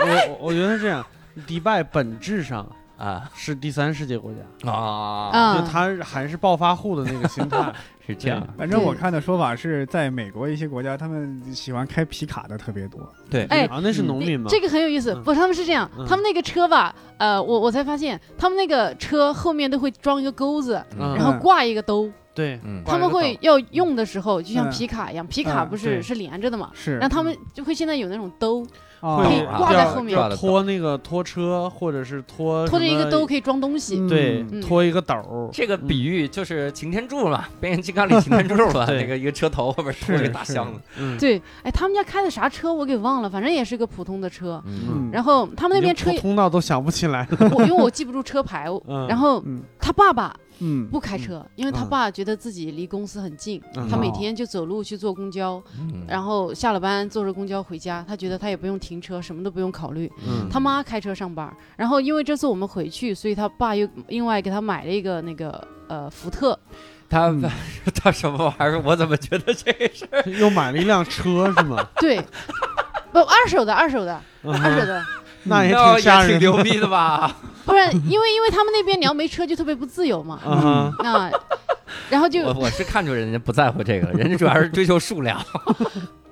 Speaker 5: 我我觉得是这样，迪拜本质上
Speaker 1: 啊
Speaker 5: 是第三世界国家，
Speaker 1: 啊，
Speaker 3: 啊
Speaker 5: 就它还是暴发户的那个心 态，
Speaker 1: 是这样，
Speaker 4: 反正我
Speaker 3: 对
Speaker 4: 看的说法是在美国一些国家，他们喜欢开皮卡的特别多。
Speaker 1: 对
Speaker 3: 哎
Speaker 5: 啊，那是农民嘛，
Speaker 3: 这个很有意思。
Speaker 5: 嗯
Speaker 3: 不，他们是这样，他们那个车吧，呃，我我才发现，他们那个车后面都会装一个钩子，
Speaker 1: 嗯
Speaker 3: 然后
Speaker 4: 嗯
Speaker 3: 挂一个兜。
Speaker 5: 对，
Speaker 1: 嗯
Speaker 3: 他们会要用的时候，就
Speaker 4: 嗯
Speaker 3: 像皮卡一样，皮卡不
Speaker 5: 对
Speaker 3: 是是连着的嘛，
Speaker 4: 是，哦
Speaker 3: 然后他们就会现在有那种兜，
Speaker 5: 嗯
Speaker 2: 啊
Speaker 3: 可以
Speaker 5: 会
Speaker 1: 嗯
Speaker 3: 挂在后面
Speaker 5: 要拖那个拖车或者是拖
Speaker 3: 拖着一
Speaker 5: 什
Speaker 3: 个
Speaker 5: 么
Speaker 3: 兜可以装东西。
Speaker 5: 对
Speaker 3: 嗯，
Speaker 5: 拖一个斗儿，
Speaker 1: 这个比喻就是擎天柱嘛，变形金刚里擎天柱嘛，
Speaker 5: 对
Speaker 1: 那个一个车头后边拖一个
Speaker 4: 是
Speaker 1: 大
Speaker 4: 是
Speaker 1: 箱子，
Speaker 5: 嗯，
Speaker 3: 对，哎，他们家开的啥车我给忘了，反正也是个普通的车。
Speaker 1: 嗯
Speaker 3: 然后他们那边
Speaker 5: 已经
Speaker 3: 车
Speaker 5: 跑，通道都想不起来了，
Speaker 3: 我因为我记不住车 牌，我
Speaker 5: 嗯
Speaker 3: 然后
Speaker 2: 嗯
Speaker 3: 他爸爸
Speaker 2: 嗯
Speaker 3: 不开车，因为他
Speaker 5: 嗯
Speaker 3: 爸觉得自己离公司很近，
Speaker 5: 嗯
Speaker 3: 他每
Speaker 2: 哦
Speaker 3: 天就走路去坐公交，
Speaker 1: 嗯
Speaker 3: 然后下了班坐着公交回家，他觉得他也不用停车，什么都不用考虑。
Speaker 5: 嗯
Speaker 3: 他妈开车上班，然后因为这次我们回去，所以他爸又另外给他买了一个那个呃福特，
Speaker 1: 他
Speaker 2: 嗯
Speaker 1: 他什么玩意儿？我怎么觉得这个是
Speaker 5: 又买了一辆车是 吗？
Speaker 3: 对，不二手的二手的
Speaker 5: 嗯
Speaker 3: 二手的，
Speaker 5: 那 也
Speaker 1: 那
Speaker 5: 挺吓
Speaker 1: 也挺
Speaker 5: 人
Speaker 1: 牛
Speaker 5: 的，嗯
Speaker 1: 逼的吧？
Speaker 3: 不然因为因为他们那边你要没车就特别不自 由嘛，
Speaker 5: 嗯哼，
Speaker 3: 那然后
Speaker 1: 我
Speaker 3: 就
Speaker 1: 我是看出人家不在乎这个，人家主要是追求数量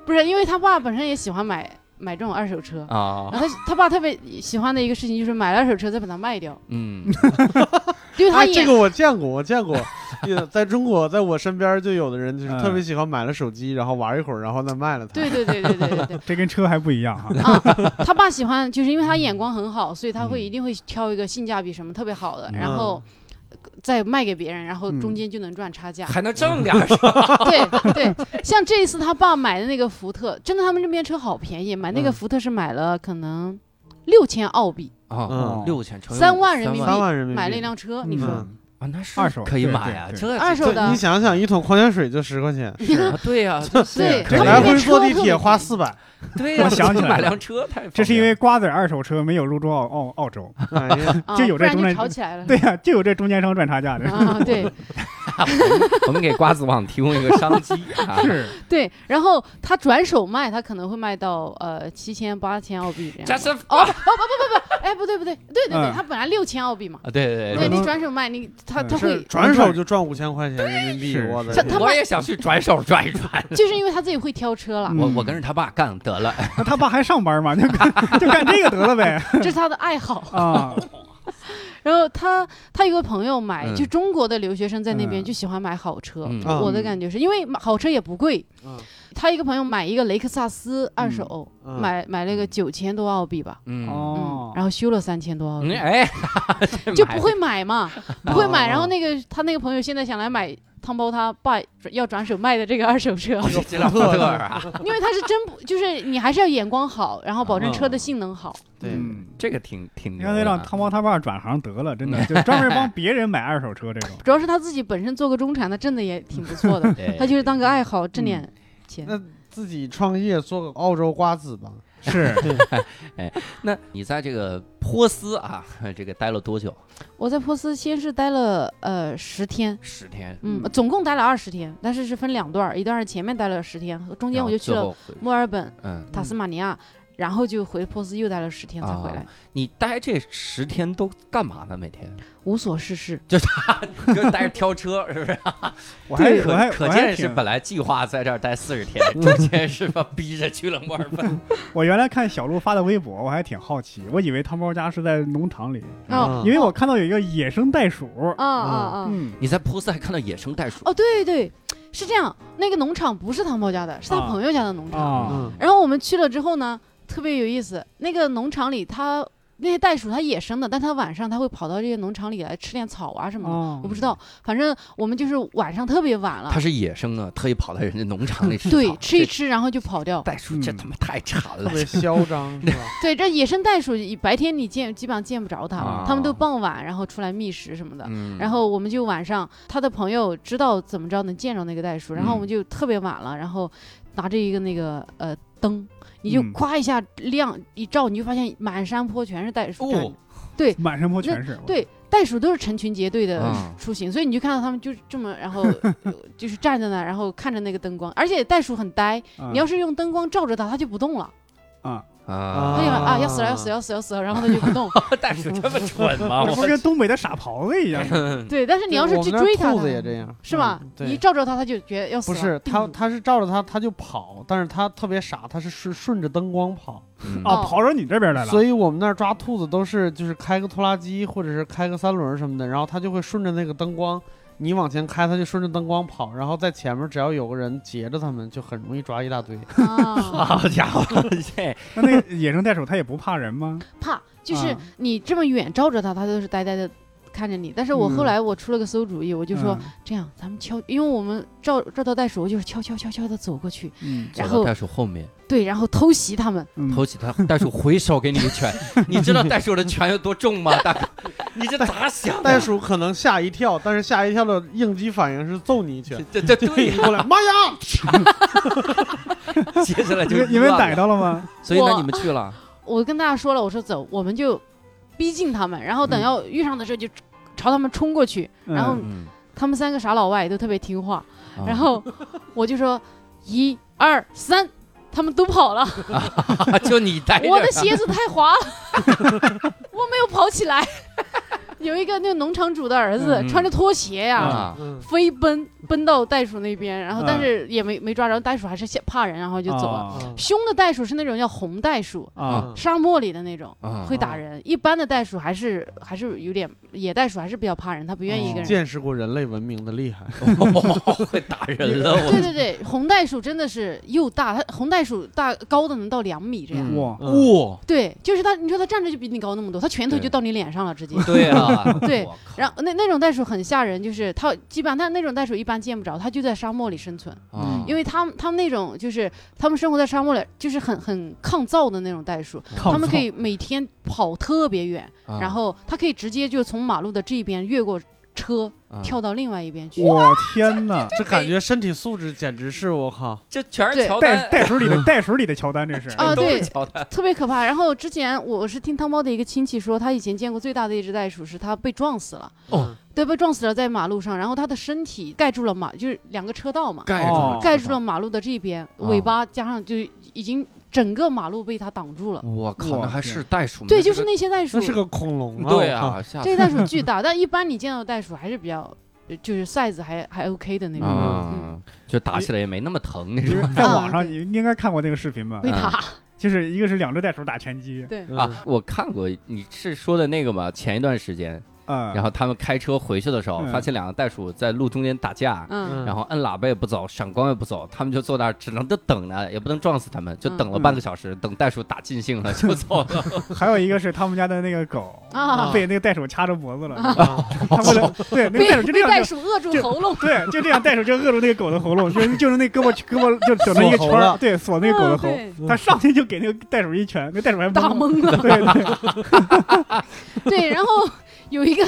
Speaker 3: 不是因为他爸本身也喜欢买买这种二手车。
Speaker 1: 啊，
Speaker 3: 然后他他爸特别喜欢的一个事情就是买了二手车再把它卖掉，
Speaker 1: 嗯，
Speaker 3: 因 为他
Speaker 1: 啊
Speaker 5: 哎，
Speaker 3: 也、
Speaker 5: 这个我见过，我见过，也在中国，在我身边就有的人就是
Speaker 4: 嗯
Speaker 5: 特别喜欢买了手机，然后玩一会儿，然后再卖了它。
Speaker 3: 对对对对对对 对
Speaker 4: 这跟车还不一样哈。
Speaker 3: 啊！他爸喜欢，就是因为他眼光很好，所以他会
Speaker 1: 嗯
Speaker 3: 一定会挑一个性价比什么特别好的，
Speaker 1: 嗯
Speaker 3: 然后再卖给别人，然后
Speaker 2: 嗯
Speaker 3: 中间就能赚差价。
Speaker 1: 还能挣点 儿是吧，
Speaker 3: 对对，像这一次他爸买的那个福特，真的他们这边车好便宜，买那个
Speaker 5: 嗯
Speaker 3: 福特是买了可能六千澳币，
Speaker 1: 啊
Speaker 5: 嗯
Speaker 2: 哦
Speaker 1: 六千乘以
Speaker 3: 三万人民
Speaker 1: 三
Speaker 5: 三
Speaker 1: 万
Speaker 5: 万人民币
Speaker 3: 买了一辆车，你说
Speaker 5: 嗯
Speaker 1: 啊，那是
Speaker 4: 二手
Speaker 1: 可以
Speaker 4: 对
Speaker 1: 买
Speaker 4: 对
Speaker 1: 啊，
Speaker 4: 对
Speaker 1: 这
Speaker 3: 二手
Speaker 5: 对
Speaker 3: 的
Speaker 5: 你，想想，一桶矿泉水就十块钱，
Speaker 1: 啊对呀，
Speaker 3: 对，
Speaker 1: 可以
Speaker 3: 他
Speaker 5: 来
Speaker 3: 们那
Speaker 5: 回
Speaker 3: 边车
Speaker 5: 坐地
Speaker 3: 特
Speaker 5: 铁
Speaker 3: 别
Speaker 5: 花
Speaker 3: 便宜
Speaker 5: 四 百。
Speaker 1: 对呀，
Speaker 4: 我想起来
Speaker 1: 买
Speaker 4: 了
Speaker 1: 辆车太方便了，
Speaker 4: 这是 因为瓜子二手车没有入驻澳澳澳洲，
Speaker 5: 哎呀，
Speaker 3: 啊
Speaker 4: 就有
Speaker 3: 不
Speaker 4: 这
Speaker 3: 然
Speaker 4: 中
Speaker 3: 就
Speaker 4: 间
Speaker 3: 吵起来了。
Speaker 4: 对呀、就有这中间商赚差价 的。
Speaker 3: 啊，对
Speaker 1: 我们给瓜子网提供一个商 机啊，
Speaker 4: 是，
Speaker 3: 对，然后他转手卖，他可能会卖到呃七千八千澳币这
Speaker 1: 这
Speaker 3: 样。
Speaker 1: 是
Speaker 3: 哦不不不不不，哎不对不对对对对，
Speaker 4: 嗯
Speaker 3: 他本来六千澳币嘛，
Speaker 1: 啊，对对
Speaker 3: 对
Speaker 1: 对，
Speaker 3: 你转手卖你他
Speaker 4: 嗯
Speaker 3: 他
Speaker 5: 是
Speaker 3: 会
Speaker 5: 转手就赚五千块钱人民币，
Speaker 4: 是
Speaker 5: 我的
Speaker 3: 这
Speaker 5: 天
Speaker 3: 他
Speaker 1: 我也想去转手转一转，
Speaker 3: 就是因为他自己会挑车了，
Speaker 4: 嗯
Speaker 1: 我我跟着他爸干得了，
Speaker 4: 那他爸还上班嘛，就干就干这个得了 呗。
Speaker 5: 嗯
Speaker 3: 这是他的爱好。
Speaker 4: 啊，
Speaker 3: 然后他他有个朋友买，
Speaker 1: 嗯
Speaker 3: 就中国的留学生在那边
Speaker 4: 嗯
Speaker 3: 就喜欢买好车，
Speaker 1: 嗯
Speaker 5: 啊
Speaker 3: 我的感觉是因为好车也不贵
Speaker 5: 嗯。
Speaker 3: 他一个朋友买一个雷克萨斯二手，
Speaker 5: 嗯
Speaker 3: 买买了个九千多澳币吧，
Speaker 1: 嗯，
Speaker 3: 嗯
Speaker 4: 哦，，
Speaker 3: 然后修了三千多澳币
Speaker 1: 嗯，哎，
Speaker 3: 就不会买嘛，不会买。
Speaker 5: 哦
Speaker 3: 然后那个他那个朋友现在想来买汤包他爸要转手卖的这个二手车，
Speaker 1: 这这辆福特啊，
Speaker 3: 因为他是真不就是你还是要眼光好，然后保证车的
Speaker 1: 嗯
Speaker 3: 性能好。。
Speaker 5: 对，
Speaker 4: 嗯
Speaker 1: 这个挺挺
Speaker 4: 你
Speaker 1: 牛
Speaker 4: 看那
Speaker 1: 的，
Speaker 4: 让汤包他爸转行得了，真的就专门帮别人买二手车这种
Speaker 3: 主要是他自己本身做个中产，他挣的也挺不错 的
Speaker 1: 对
Speaker 3: 他就是当个爱好挣点钱。
Speaker 5: 嗯那自己创业做个澳洲瓜子吧，
Speaker 4: 是，
Speaker 1: 那你在这个波斯啊， 这个待了多久？
Speaker 3: 我在波斯先是待了呃十天。
Speaker 1: 十天。
Speaker 3: 嗯
Speaker 2: 嗯，
Speaker 3: 总共待了二十天，但是是分两段儿，一段儿是前面待了十天，中间我就去
Speaker 1: 然
Speaker 3: 了
Speaker 1: 啊后最后回，
Speaker 3: 墨尔本、
Speaker 1: 嗯
Speaker 3: 塔斯马尼亚，然后就回波斯又待了十天才回来，
Speaker 1: 啊你待这十天都干嘛呢？每天
Speaker 3: 无所事事。
Speaker 1: 就待着挑车，是不是？
Speaker 4: 我还
Speaker 3: 对
Speaker 4: 我还
Speaker 1: 可可见是
Speaker 4: 挺嗯
Speaker 1: 本来计划在这儿待四十天，中间是吧逼着去了墨尔 本。
Speaker 4: 我原来看小鹿发的微博，我还挺好奇，我以为汤包家是在农场里，
Speaker 5: 嗯
Speaker 3: 哦
Speaker 4: 因为我看到有一个野生袋鼠，
Speaker 3: 啊啊啊！
Speaker 4: 嗯，
Speaker 1: 你在波斯还看到野生袋鼠，
Speaker 3: 哦，对对，是这样，那个农场不是唐包家的，是他
Speaker 4: 啊
Speaker 3: 朋友家的农场。
Speaker 4: 啊，
Speaker 5: 嗯
Speaker 3: 然后我们去了之后呢，特别有意思。那个农场里它，那些袋鼠它野生的，但它晚上它会跑到这些农场里来吃点草啊什么的。
Speaker 4: 哦
Speaker 1: 嗯
Speaker 3: 我不知道，反正我们就是晚上特别晚了
Speaker 1: 它，是野生的，特意跑到人家农场里吃草。
Speaker 3: 对，吃一
Speaker 1: 这
Speaker 3: 吃然后就跑掉。
Speaker 1: 袋鼠，这他妈太馋了
Speaker 2: 特。别嚣 张，是吧？
Speaker 3: 对，这野生袋鼠白天你见基本上见不着它
Speaker 1: 啊
Speaker 3: 们，它们都傍晚然后出来觅食什么的。
Speaker 1: 嗯
Speaker 3: 然后我们就晚上，他的朋友知道怎么着能见着那个袋鼠，然后我
Speaker 1: 嗯
Speaker 3: 们就特别晚了，然后拿着一个那个呃灯，你就
Speaker 4: 嗯
Speaker 3: 夸一下亮一照，你就发现满山坡全是袋鼠站着
Speaker 1: 哦，
Speaker 4: 满山坡全是，
Speaker 3: 嗯对，袋鼠都是成群结队的
Speaker 1: 啊
Speaker 3: 出行，所以你就看到它们就这么，然后 呃就是站在那儿，然后看着那个灯光，而且袋鼠很呆，
Speaker 4: 啊
Speaker 3: 你要是用灯光照着它，它就不动了，它
Speaker 1: 啊
Speaker 3: 就想啊
Speaker 5: 啊
Speaker 3: 要死了要死了要死了要死了，然后它就不 动。
Speaker 1: 袋鼠这么蠢吗？
Speaker 4: 这不
Speaker 1: 我
Speaker 4: 跟东北的傻狍子一样吗？
Speaker 3: 对，但是 你要是
Speaker 2: 我
Speaker 3: 去
Speaker 2: 们那
Speaker 3: 追它
Speaker 2: 兔
Speaker 3: 呢嗯
Speaker 2: 子也这样，
Speaker 3: 是吧
Speaker 2: 嗯？对
Speaker 3: 你一照着它，它就觉得要死
Speaker 2: 不
Speaker 3: 了。
Speaker 2: 是他，他是照着他，他就跑，但是他特别傻，他是顺顺着灯光跑，
Speaker 4: 哦，跑到你这边来了，
Speaker 2: 所以我们那儿抓兔子都是就是开个拖拉机或者是开个三轮什么的，然后它就会顺着那个灯光，你往前开，它就顺着灯光跑，然后在前面只要有个人截着它们，就很容易抓一大堆。
Speaker 3: 啊，
Speaker 1: 好家 伙，这
Speaker 4: 那那个野生袋鼠它也不怕人吗？
Speaker 3: 怕，就是
Speaker 4: 啊
Speaker 3: 你这么远照着它，它都是呆呆的看着你。但是我后
Speaker 4: 嗯
Speaker 3: 来我出了个馊主意，我就说、
Speaker 4: 嗯
Speaker 3: 这样，咱们悄，因为我们照照到袋鼠，我就是悄悄悄悄的走过去，
Speaker 4: 嗯
Speaker 1: 走
Speaker 3: 然
Speaker 1: 到
Speaker 3: 后
Speaker 1: 袋鼠后面，
Speaker 3: 对，然后偷袭它们。
Speaker 4: 嗯
Speaker 1: 投起它， 袋鼠回手给你一拳。你知道袋鼠的拳有多重吗，大哥？你这咋想
Speaker 2: 袋
Speaker 1: 的？
Speaker 2: 鼠可能吓一跳，但是吓一跳的应激反应是揍你一 拳，
Speaker 1: 这这 对
Speaker 2: 你
Speaker 1: 呀，
Speaker 2: 过来，妈呀！
Speaker 1: 接下来
Speaker 4: 你
Speaker 1: 就
Speaker 4: 们你们
Speaker 1: 乱
Speaker 4: 逮
Speaker 1: 了，
Speaker 4: 到了吗？
Speaker 1: 所以那
Speaker 3: 我
Speaker 1: 你们去了
Speaker 3: 我跟大家说了，我说走，我们就逼近他们，然后等
Speaker 4: 嗯
Speaker 3: 要遇上的时候就朝他们冲过去。 然后
Speaker 4: 嗯
Speaker 1: 嗯，
Speaker 3: 他们三个傻老外都特别听话，
Speaker 1: 啊
Speaker 3: 嗯然后我就说一二三。他们都跑了，
Speaker 1: 就你待着，
Speaker 3: 我的鞋子太滑了， 我没有跑起来。 有一个那个农场主的儿子
Speaker 1: 嗯
Speaker 3: 穿着拖鞋呀、
Speaker 1: 啊，
Speaker 2: 嗯，
Speaker 3: 飞奔奔到袋鼠那边，然后
Speaker 4: 嗯
Speaker 3: 但是也没没抓着，袋鼠还是吓怕人，然后就走了。嗯
Speaker 4: 哦
Speaker 3: 凶的袋鼠是那种叫红袋鼠，
Speaker 4: 啊
Speaker 1: 嗯
Speaker 3: 沙漠里的那种，
Speaker 1: 啊
Speaker 3: 会打人。一般的袋鼠还是还是有点野袋鼠还是比较怕人，它不愿意一
Speaker 1: 哦
Speaker 3: 个人。
Speaker 2: 见识过人类文明的厉害，
Speaker 1: 会打人了，
Speaker 3: 对
Speaker 1: 我
Speaker 3: 对对，红袋鼠真的是又大，它红袋鼠大高的能到两米这样。
Speaker 1: 嗯
Speaker 4: 哇，
Speaker 2: 嗯
Speaker 1: 哇，
Speaker 3: 对，就是它，你说它站着就比你高那么多，它拳头就到你脸上了，直接。
Speaker 1: 对啊，
Speaker 3: 对
Speaker 1: 我靠
Speaker 3: 然后那那种袋鼠很吓人，就是它基本上，但那种袋鼠一般见不着，它就在沙漠里生存。
Speaker 1: 啊
Speaker 3: 嗯因为他们他们那种就是他们生活在沙漠里，就是很很抗造的那种袋鼠，
Speaker 4: 靠
Speaker 3: 他们可以每天跑特别远，
Speaker 1: 啊
Speaker 3: 然后它可以直接就从马路的这边越过车
Speaker 1: 啊
Speaker 3: 跳到另外一边去。
Speaker 4: 我天 哪！
Speaker 2: 这感觉身体素质简直是我靠，
Speaker 1: 这全是
Speaker 3: 对
Speaker 1: 乔
Speaker 4: 袋
Speaker 1: 丹
Speaker 4: 袋鼠里
Speaker 2: 嗯
Speaker 4: 的袋鼠里的乔丹，这是
Speaker 3: 啊
Speaker 1: 都是
Speaker 3: 对
Speaker 1: 乔丹
Speaker 3: 特别可怕。然后之前我是听汤猫的一个亲戚说，他以前见过最大的一只袋鼠是他被撞死了，
Speaker 1: 哦
Speaker 3: 对，被撞死了在马路上，然后他的身体盖住了马，就是两个车道嘛，
Speaker 1: 盖
Speaker 4: 住了
Speaker 1: 住
Speaker 4: 哦
Speaker 3: 盖住了马路的这边，尾巴加上就已经整个马路被它挡住了。
Speaker 1: 我靠，
Speaker 4: 我
Speaker 1: 那还
Speaker 4: 天
Speaker 1: 是袋鼠吗？嗯
Speaker 3: 对，
Speaker 1: 那
Speaker 3: 就是
Speaker 1: 个
Speaker 3: 那些袋鼠，
Speaker 2: 那是个恐龙啊！
Speaker 1: 对
Speaker 2: 我靠，
Speaker 1: 啊，吓
Speaker 3: 这个袋鼠巨大，但一般你见到的袋鼠还是比较，呃就是 size 还还 OK 的那种。
Speaker 1: 啊，就打起来也没那么疼那
Speaker 4: 因
Speaker 1: 种
Speaker 4: 为在网
Speaker 3: 啊
Speaker 4: 上
Speaker 3: 对
Speaker 4: 你应该看过那个视频吧
Speaker 3: 会？打，
Speaker 4: 就是一个是两只袋鼠打拳击，
Speaker 3: 对，
Speaker 2: 嗯
Speaker 1: 啊。我看过，你是说的那个吗？前一段时间，
Speaker 4: 啊，
Speaker 1: 然后他们开车回去的时候，
Speaker 4: 嗯
Speaker 1: 发现两个袋鼠在路中间打架。
Speaker 3: 嗯，
Speaker 1: 然后摁喇叭也不走，闪光也不走，他们就坐那儿，只能就等着，也不能撞死他们，就等了
Speaker 4: 嗯
Speaker 1: 半个小时，等袋鼠打尽兴了就走 了。
Speaker 4: 还有一个是他们家的那个狗
Speaker 3: 啊
Speaker 4: 被那个袋鼠掐着脖子了，
Speaker 2: 啊
Speaker 4: 他为了对那个袋鼠
Speaker 3: 被
Speaker 4: 就这
Speaker 3: 被袋
Speaker 4: 样就。
Speaker 3: 鼠扼住
Speaker 4: 就
Speaker 3: 喉咙，
Speaker 4: 对，就这样，袋鼠就扼住那个狗的喉咙，就是就是那胳膊胳膊就整成一个圈
Speaker 2: 锁喉
Speaker 4: 儿，
Speaker 2: 了
Speaker 4: 对，锁那个狗的喉。
Speaker 3: 嗯啊对
Speaker 4: 他上去就给那个袋鼠一拳，那袋鼠还
Speaker 3: 打
Speaker 4: 懵了。
Speaker 3: 懵了。
Speaker 4: 对对，
Speaker 3: 对，然后 有一个，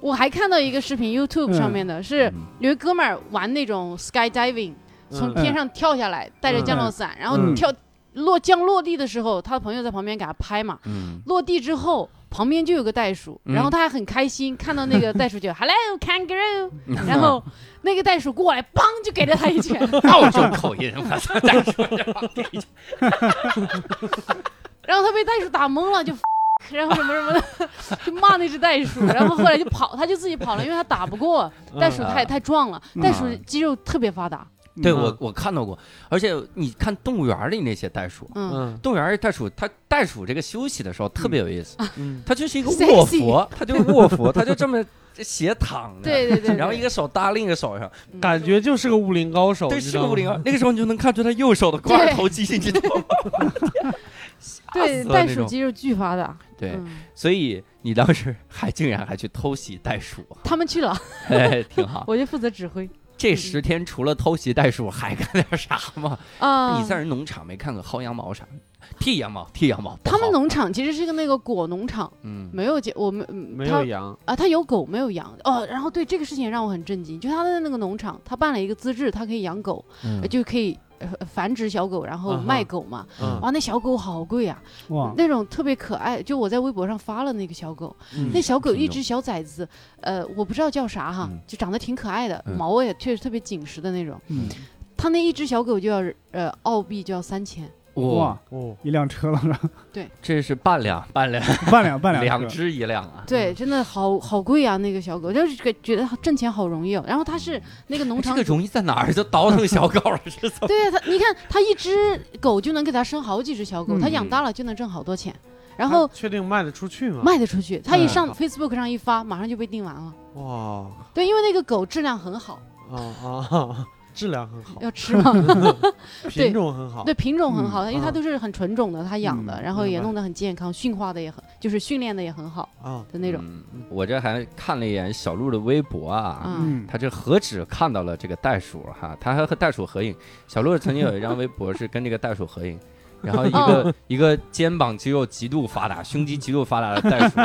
Speaker 3: 我还看到一个视频，YouTube
Speaker 4: 嗯
Speaker 3: 上面的是
Speaker 1: 嗯
Speaker 3: 有一哥们儿玩那种 skydiving，从
Speaker 2: 嗯
Speaker 3: 天上跳下来，带着降落伞，然后
Speaker 4: 嗯
Speaker 3: 跳落降落地的时候，他的朋友在旁边给他拍嘛，
Speaker 1: 嗯，
Speaker 3: 落地之后旁边就有个袋鼠，然后
Speaker 1: 嗯
Speaker 3: 他还很开心，看到那个袋 鼠就 “hello kangaroo”，然
Speaker 1: 嗯
Speaker 3: 后那个袋鼠过来，梆就给了他 一拳。
Speaker 1: 澳洲口音，我操！但是我这
Speaker 3: 然后他被袋鼠打懵了，就。 然后什么什么的， 就骂那只袋鼠，然后后来就跑，他就自己跑了，因为他打不过
Speaker 1: 嗯
Speaker 2: 嗯
Speaker 3: 袋鼠太，太壮了，
Speaker 4: 嗯
Speaker 3: 袋鼠肌肉特别发达，
Speaker 1: 对
Speaker 5: 嗯
Speaker 1: 我我看到过，而且你看动物园里那些袋鼠，
Speaker 3: 嗯，
Speaker 5: 嗯
Speaker 1: 动物园里袋鼠，它袋鼠这个休息的时候特别有意思，
Speaker 5: 嗯，
Speaker 1: 它就是一个
Speaker 3: Sexy
Speaker 1: 卧佛，它就卧佛，它就这么斜躺着，
Speaker 3: 对对对，
Speaker 1: 然后一个手搭另一个手上，
Speaker 3: 嗯
Speaker 5: 感觉就是个武林高手，
Speaker 1: 对，
Speaker 5: 你知
Speaker 1: 是
Speaker 5: 道啊
Speaker 1: 个
Speaker 5: 吗
Speaker 1: 五零二，那个时候你就能看出它右手的肱二头肌，你知道吗？
Speaker 3: 对
Speaker 1: 死了
Speaker 3: 袋
Speaker 1: 那
Speaker 3: 鼠
Speaker 1: 种
Speaker 3: 肌肉巨发达，
Speaker 1: 对，
Speaker 3: 嗯
Speaker 1: 所以你当时还竟然还去偷袭袋鼠，
Speaker 3: 他们去了，
Speaker 1: 哎，挺好。
Speaker 3: 我就负责指挥
Speaker 1: 这十天除了偷袭袋鼠，还干点啥吗？
Speaker 3: 啊。
Speaker 1: 你在人农场没看过薅羊毛啥？剃羊毛，剃羊毛。不
Speaker 3: 他们
Speaker 1: 薅，
Speaker 3: 农场其实是个那个果农场，
Speaker 1: 嗯，
Speaker 3: 没有结，我们嗯
Speaker 5: 没
Speaker 3: 他
Speaker 5: 有羊，
Speaker 3: 啊，他有狗没有羊哦。然后对这个事情让我很震惊，就他的那个农场，他办了一个资质，他可以养狗，呃就可以呃繁殖小狗，然后
Speaker 5: 啊哈
Speaker 3: 卖狗嘛。
Speaker 1: 嗯
Speaker 3: 哇，那小狗好贵啊，
Speaker 4: 哇，
Speaker 3: 那种特别可爱。就我在微博上发了那个小狗，
Speaker 5: 嗯
Speaker 3: 那小狗
Speaker 1: 品
Speaker 3: 一
Speaker 1: 种
Speaker 3: 只小崽子，呃，我不知道叫啥哈
Speaker 1: 嗯，
Speaker 3: 就长得挺可爱的，
Speaker 1: 嗯
Speaker 3: 毛也确实特别紧实的那种。
Speaker 4: 嗯
Speaker 3: 他那一只小狗就要呃澳币就要三千，
Speaker 1: 哇
Speaker 4: 哇，，
Speaker 5: 哦，
Speaker 4: 一辆车了是吧？
Speaker 1: 这是半两半两，
Speaker 4: 半辆半辆
Speaker 1: 两
Speaker 4: 车，
Speaker 1: 只一辆啊。
Speaker 3: 对，真的好好贵啊！那个小狗就是觉觉得挣钱好容易哦。然后它是那个农
Speaker 1: 这
Speaker 3: 场
Speaker 1: 个，容易在哪儿？就倒腾小狗了，是 怎么？
Speaker 3: 对它，你看它一只狗就能给它生好几只小狗，它养
Speaker 1: 嗯
Speaker 3: 大了就能挣好多钱，然后
Speaker 5: 他确定卖得出去吗？
Speaker 3: 卖得出去。它一
Speaker 5: 嗯
Speaker 3: 上 Facebook 上一发，马上就被订完了。
Speaker 5: 哇
Speaker 3: 对，因为那个狗质量很好，
Speaker 5: 啊啊， 质量很好，
Speaker 3: 要吃嘛，
Speaker 5: 品种很好，
Speaker 3: 对品种很
Speaker 4: 嗯
Speaker 3: 好，因为它
Speaker 5: 嗯
Speaker 3: 都是很纯种的，它养的，
Speaker 4: 嗯
Speaker 3: 然后
Speaker 5: 明
Speaker 3: 也
Speaker 5: 白
Speaker 3: 弄得很健康，驯化的也很，就是训练的也很好
Speaker 5: 啊，
Speaker 3: 的那种。
Speaker 1: 嗯我这还看了一眼小鹿的微博啊，
Speaker 3: 嗯，
Speaker 4: 嗯，
Speaker 1: 他这何止看到了这个袋鼠哈，他还和袋鼠合影。小鹿曾经有一张微博是跟这个袋鼠合影。然后一
Speaker 3: 哦
Speaker 1: 个一个肩膀肌肉极度发达、胸肌极度发达的袋 鼠，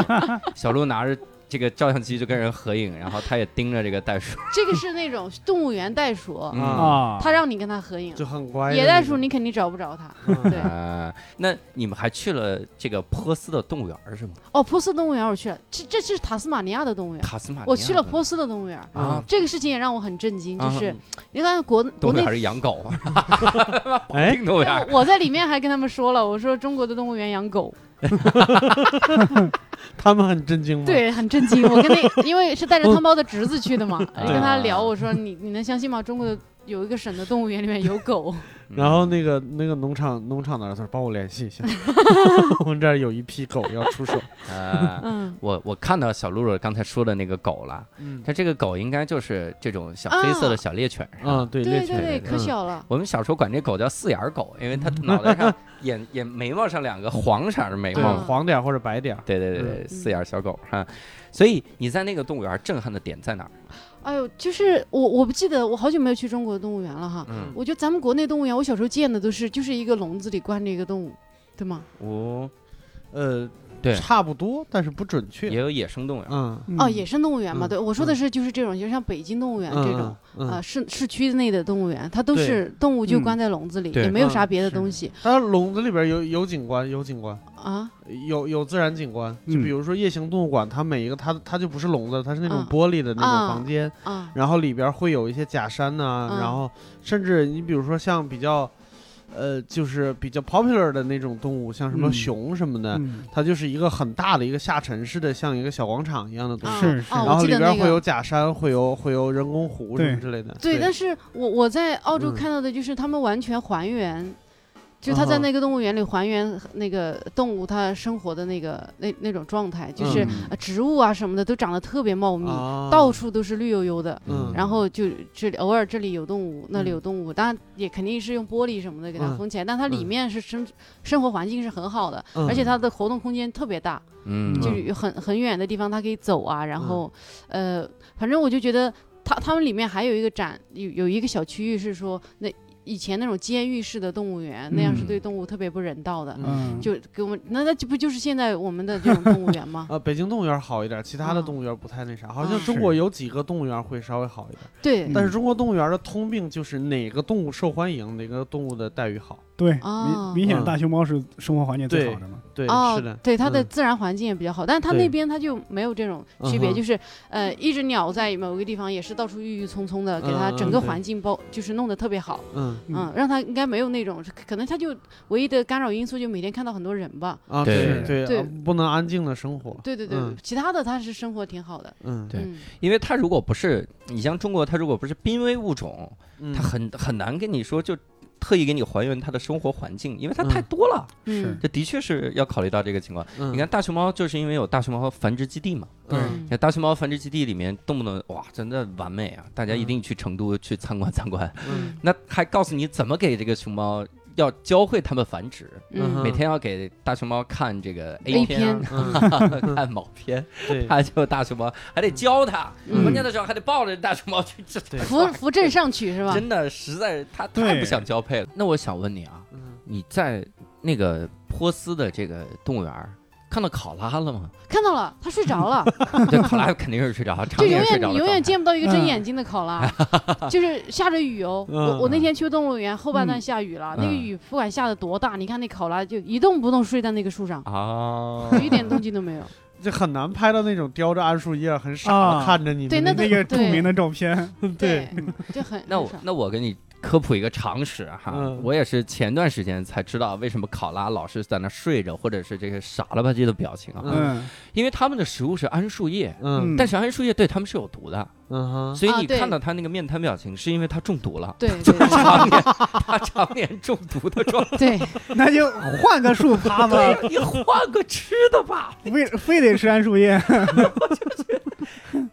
Speaker 1: 小鹿拿着这个照相机就跟人合影，然后他也盯着这个袋鼠。
Speaker 3: 这个是那种动物园袋鼠，
Speaker 5: 哦
Speaker 1: 嗯
Speaker 4: 啊，
Speaker 3: 它让你跟它合影。
Speaker 5: 就很乖的那种。
Speaker 3: 野袋鼠你肯定找不着它，
Speaker 5: 嗯
Speaker 3: 对。
Speaker 1: 啊，那你们还去了这个波斯的动物园儿是吗？
Speaker 3: 哦，波斯动物园我去了，这这是塔斯马尼亚的动物园，
Speaker 1: 塔斯马尼亚的
Speaker 3: 我去了波斯的动物园。
Speaker 1: 啊，
Speaker 3: 这个事情也让我很震惊，就
Speaker 1: 啊
Speaker 3: 是你看国国
Speaker 1: 动物
Speaker 3: 内
Speaker 1: 园，是养狗，
Speaker 5: 哎，
Speaker 1: 定动物园
Speaker 3: 哎
Speaker 1: 儿
Speaker 3: 我在里面还跟他们说了，我说中国的动物园养狗，
Speaker 5: 他们很震惊吗？，
Speaker 3: 对，很震惊。我跟那因为是带着汤包的侄子去 的嘛，
Speaker 1: 啊
Speaker 3: 跟他聊，我说你你能相信吗？中国的有一个省的动物园里面有 狗，
Speaker 1: 嗯
Speaker 5: 然后那个那个农场农场的儿子帮我联系 一下，我们这儿有一批狗要出手。
Speaker 1: 啊。
Speaker 3: 嗯，
Speaker 1: 我我看到小露露刚才说的那个狗了，
Speaker 5: 嗯
Speaker 1: 它这个狗应该就是这种小黑色的小猎犬是吧
Speaker 5: 啊， 对
Speaker 3: 对
Speaker 5: 猎
Speaker 3: 对
Speaker 5: 犬
Speaker 1: 对
Speaker 3: 对，可小了。
Speaker 1: 我们小时候管这狗叫四眼儿狗，因为它脑 袋上眼眼眉毛上两个黄色儿的眉
Speaker 5: 对哦嗯
Speaker 1: 毛
Speaker 3: 嗯。
Speaker 5: 黄点儿或者白点儿，
Speaker 1: 对对对对，四眼儿小狗哈。所以你在那个动物园儿震撼的点在哪儿？
Speaker 3: 哎呦，就是我我不记得，我好久没有去中国的动物园了哈。
Speaker 1: 嗯，
Speaker 3: 我觉得咱们国内动物园，我小时候见的都是就是一个笼子里关着一个动物，对吗？
Speaker 5: 哦
Speaker 1: 我
Speaker 5: 呃，
Speaker 1: 对
Speaker 5: 差不多，但是不准确。
Speaker 1: 也有野生动物园儿。
Speaker 5: 嗯，
Speaker 3: 哦，野生动物园嘛，
Speaker 5: 嗯
Speaker 3: 对，我说的是就是这种，就像北京动物园这种
Speaker 5: 嗯，嗯
Speaker 3: 啊，
Speaker 5: 嗯
Speaker 3: 市市区内的动物园，它都
Speaker 5: 对
Speaker 3: 是动物就
Speaker 4: 嗯
Speaker 3: 关在笼子里，
Speaker 1: 对
Speaker 3: 也没有啥
Speaker 5: 嗯
Speaker 3: 别的
Speaker 4: 是
Speaker 3: 东西
Speaker 5: 它笼子里边有有景观，有景观，
Speaker 3: 啊。
Speaker 5: 有有自然景观，就
Speaker 4: 嗯
Speaker 5: 比如说夜行动物馆，它每一个它它就不是笼子，它是那种
Speaker 3: 啊
Speaker 5: 玻璃的那
Speaker 3: 啊
Speaker 5: 种房间，
Speaker 3: 啊，
Speaker 5: 然后里边会有一些假山呐、
Speaker 3: 嗯
Speaker 5: 然后甚至你比如说像比较，呃，就是比较 popular 的那种动物，像什么
Speaker 4: 嗯
Speaker 5: 熊什么的，
Speaker 4: 嗯
Speaker 5: 它就是一个很大的一个下沉式的，像一个小广场一样的东西。
Speaker 3: 啊
Speaker 4: 是是
Speaker 3: 啊
Speaker 5: 然
Speaker 3: 我
Speaker 5: 后
Speaker 3: 记
Speaker 5: 里
Speaker 3: 得
Speaker 5: 边
Speaker 3: 那
Speaker 5: 会有
Speaker 3: 个。
Speaker 5: 假山，会有会有人工湖什
Speaker 4: 对
Speaker 5: 么之类的。
Speaker 3: 对，但
Speaker 5: 是
Speaker 3: 是我我在澳洲
Speaker 5: 嗯
Speaker 3: 看到的就是他们完全还原，就他在
Speaker 5: 啊哈
Speaker 3: 那个动物园里还原那个动物它生活的那个那那种状态，就是
Speaker 5: 嗯
Speaker 3: 呃植物啊什么的都长得特别茂密，
Speaker 5: 啊，
Speaker 3: 到处都是绿油油的。
Speaker 5: 嗯
Speaker 3: 然后就这里偶尔这里有动物，那里
Speaker 5: 嗯
Speaker 3: 有动物，当然也肯定是用玻璃什么的给它
Speaker 5: 嗯
Speaker 3: 封起来，但它里
Speaker 5: 嗯
Speaker 3: 面是生生活环境是很好的，
Speaker 5: 嗯
Speaker 3: 而且它的活动空间特别大，
Speaker 1: 嗯
Speaker 3: 就是有很很远的地方它可以走啊，
Speaker 5: 嗯
Speaker 3: 然后呃，反正我就觉得它他们里面还有一个展，有有一个小区域是说那以前那种监狱式的动物园，那样是
Speaker 1: 嗯
Speaker 3: 对动物特别不人道的，
Speaker 4: 嗯，
Speaker 3: 就给我们那那就不就是现在我们的这种动物园吗？
Speaker 5: 啊，北京动物园好一点，其他
Speaker 3: 啊
Speaker 5: 的动物园不太那啥。好
Speaker 3: 啊
Speaker 5: 像中国有几个动物园会稍微好一点，
Speaker 3: 对
Speaker 4: 嗯
Speaker 5: 但是中国动物园的通病就是哪个动物受欢迎，哪个动物的待遇好。
Speaker 4: 对，
Speaker 3: 哦
Speaker 4: 明明显大熊猫是生活环境最好的嘛。
Speaker 5: 对，是
Speaker 3: 哦
Speaker 5: 的，，
Speaker 3: 对，它的
Speaker 5: 嗯
Speaker 3: 自然环境也比较好，但是它
Speaker 5: 对
Speaker 3: 那边它就没有这种区
Speaker 5: 嗯
Speaker 3: 别，
Speaker 5: 哼
Speaker 3: 就是呃，一只鸟在某个地方也是到处郁郁葱葱的，给它
Speaker 5: 嗯嗯
Speaker 3: 整个
Speaker 5: 对
Speaker 3: 环境包就是弄得特别好，
Speaker 5: 嗯
Speaker 3: 嗯
Speaker 4: 嗯，
Speaker 3: 让它应该没有那种，可能它就唯一的干扰因素就每天看到很多人吧。
Speaker 5: 啊，
Speaker 1: 对
Speaker 5: 对
Speaker 3: 对
Speaker 5: 啊不能安静的生活，
Speaker 3: 对对对，
Speaker 5: 嗯
Speaker 3: 其他的它是生活挺好的。
Speaker 5: 嗯，
Speaker 1: 对
Speaker 3: 嗯
Speaker 1: 因为它如果不是你像中国，它如果不是濒危物种，
Speaker 5: 嗯
Speaker 1: 它很很难跟你说就特意给你还原它的生活环境，因为它
Speaker 5: 嗯
Speaker 1: 太多了，
Speaker 3: 嗯，
Speaker 1: 这的确是要考虑到这个情况。
Speaker 5: 嗯
Speaker 1: 你看大熊猫就是因为有大熊猫繁殖基地嘛，
Speaker 5: 对
Speaker 1: 你
Speaker 3: 嗯
Speaker 1: 看大熊猫繁殖基地里面动不动哇，真的完美啊！大家一
Speaker 5: 嗯
Speaker 1: 定去成都去参观参观。
Speaker 5: 嗯
Speaker 1: 那还告诉你怎么给这个熊猫，要教会它们繁殖，
Speaker 5: 嗯
Speaker 3: 嗯
Speaker 1: 每天要给大熊猫看这个
Speaker 3: A
Speaker 1: 片啊，
Speaker 5: 嗯，
Speaker 1: 看毛片，
Speaker 5: 对，
Speaker 1: 它就大熊猫还得教它，
Speaker 3: 嗯
Speaker 1: 关键的时候还得抱着大熊猫去这
Speaker 5: 对
Speaker 3: 扶 扶正上去是
Speaker 1: 嗯
Speaker 3: 吧？
Speaker 1: 真的实在是他
Speaker 4: 对
Speaker 1: 太不想交配了。那我想问你啊，
Speaker 5: 嗯
Speaker 1: 你在那个波斯的这个动物园儿看到考拉了吗？
Speaker 3: 看到了，它睡着 了，
Speaker 1: 这考拉肯定是睡着，常
Speaker 3: 就永
Speaker 1: 年睡
Speaker 3: 远
Speaker 1: 着嗯
Speaker 3: 你
Speaker 1: 的
Speaker 3: 永
Speaker 1: 状态。
Speaker 3: 远见不到一个睁
Speaker 4: 嗯
Speaker 3: 眼睛的考拉， 就是下着雨哦。我我那天去动物园后半段下雨了，那个
Speaker 1: 嗯
Speaker 3: 雨不管下的多大，你看那考拉就一动不动睡在那个树上，
Speaker 1: 啊，
Speaker 3: 一点动静都没 有。
Speaker 2: 就很难拍到那种叼着桉树叶很傻的
Speaker 4: 啊
Speaker 2: 看着你
Speaker 3: 对，
Speaker 2: 们的。
Speaker 3: 那都
Speaker 4: 那个著名的
Speaker 3: 的
Speaker 4: 照片，
Speaker 3: 对，就很
Speaker 1: 那
Speaker 3: 很
Speaker 1: 我
Speaker 3: 少
Speaker 1: 那我给你科普一个常识哈，
Speaker 5: 嗯
Speaker 1: 我也是前段时间才知道为什么考拉老是在那睡着，或者是这个傻了吧唧的表情啊，
Speaker 4: 嗯
Speaker 1: 因为它们的食物是桉树叶。
Speaker 5: 嗯
Speaker 1: 但是桉树叶对它们是有毒的，
Speaker 5: 嗯哼，
Speaker 1: 所以
Speaker 3: 啊
Speaker 1: 你
Speaker 3: 对
Speaker 1: 看到它那个面瘫表情，是因为它中毒 了，
Speaker 3: 对对对
Speaker 1: 常年它常年中毒的状态。
Speaker 3: 对，
Speaker 4: 那就换个树趴吧，
Speaker 1: 对，你换个吃的吧，
Speaker 4: 为非得吃桉树叶，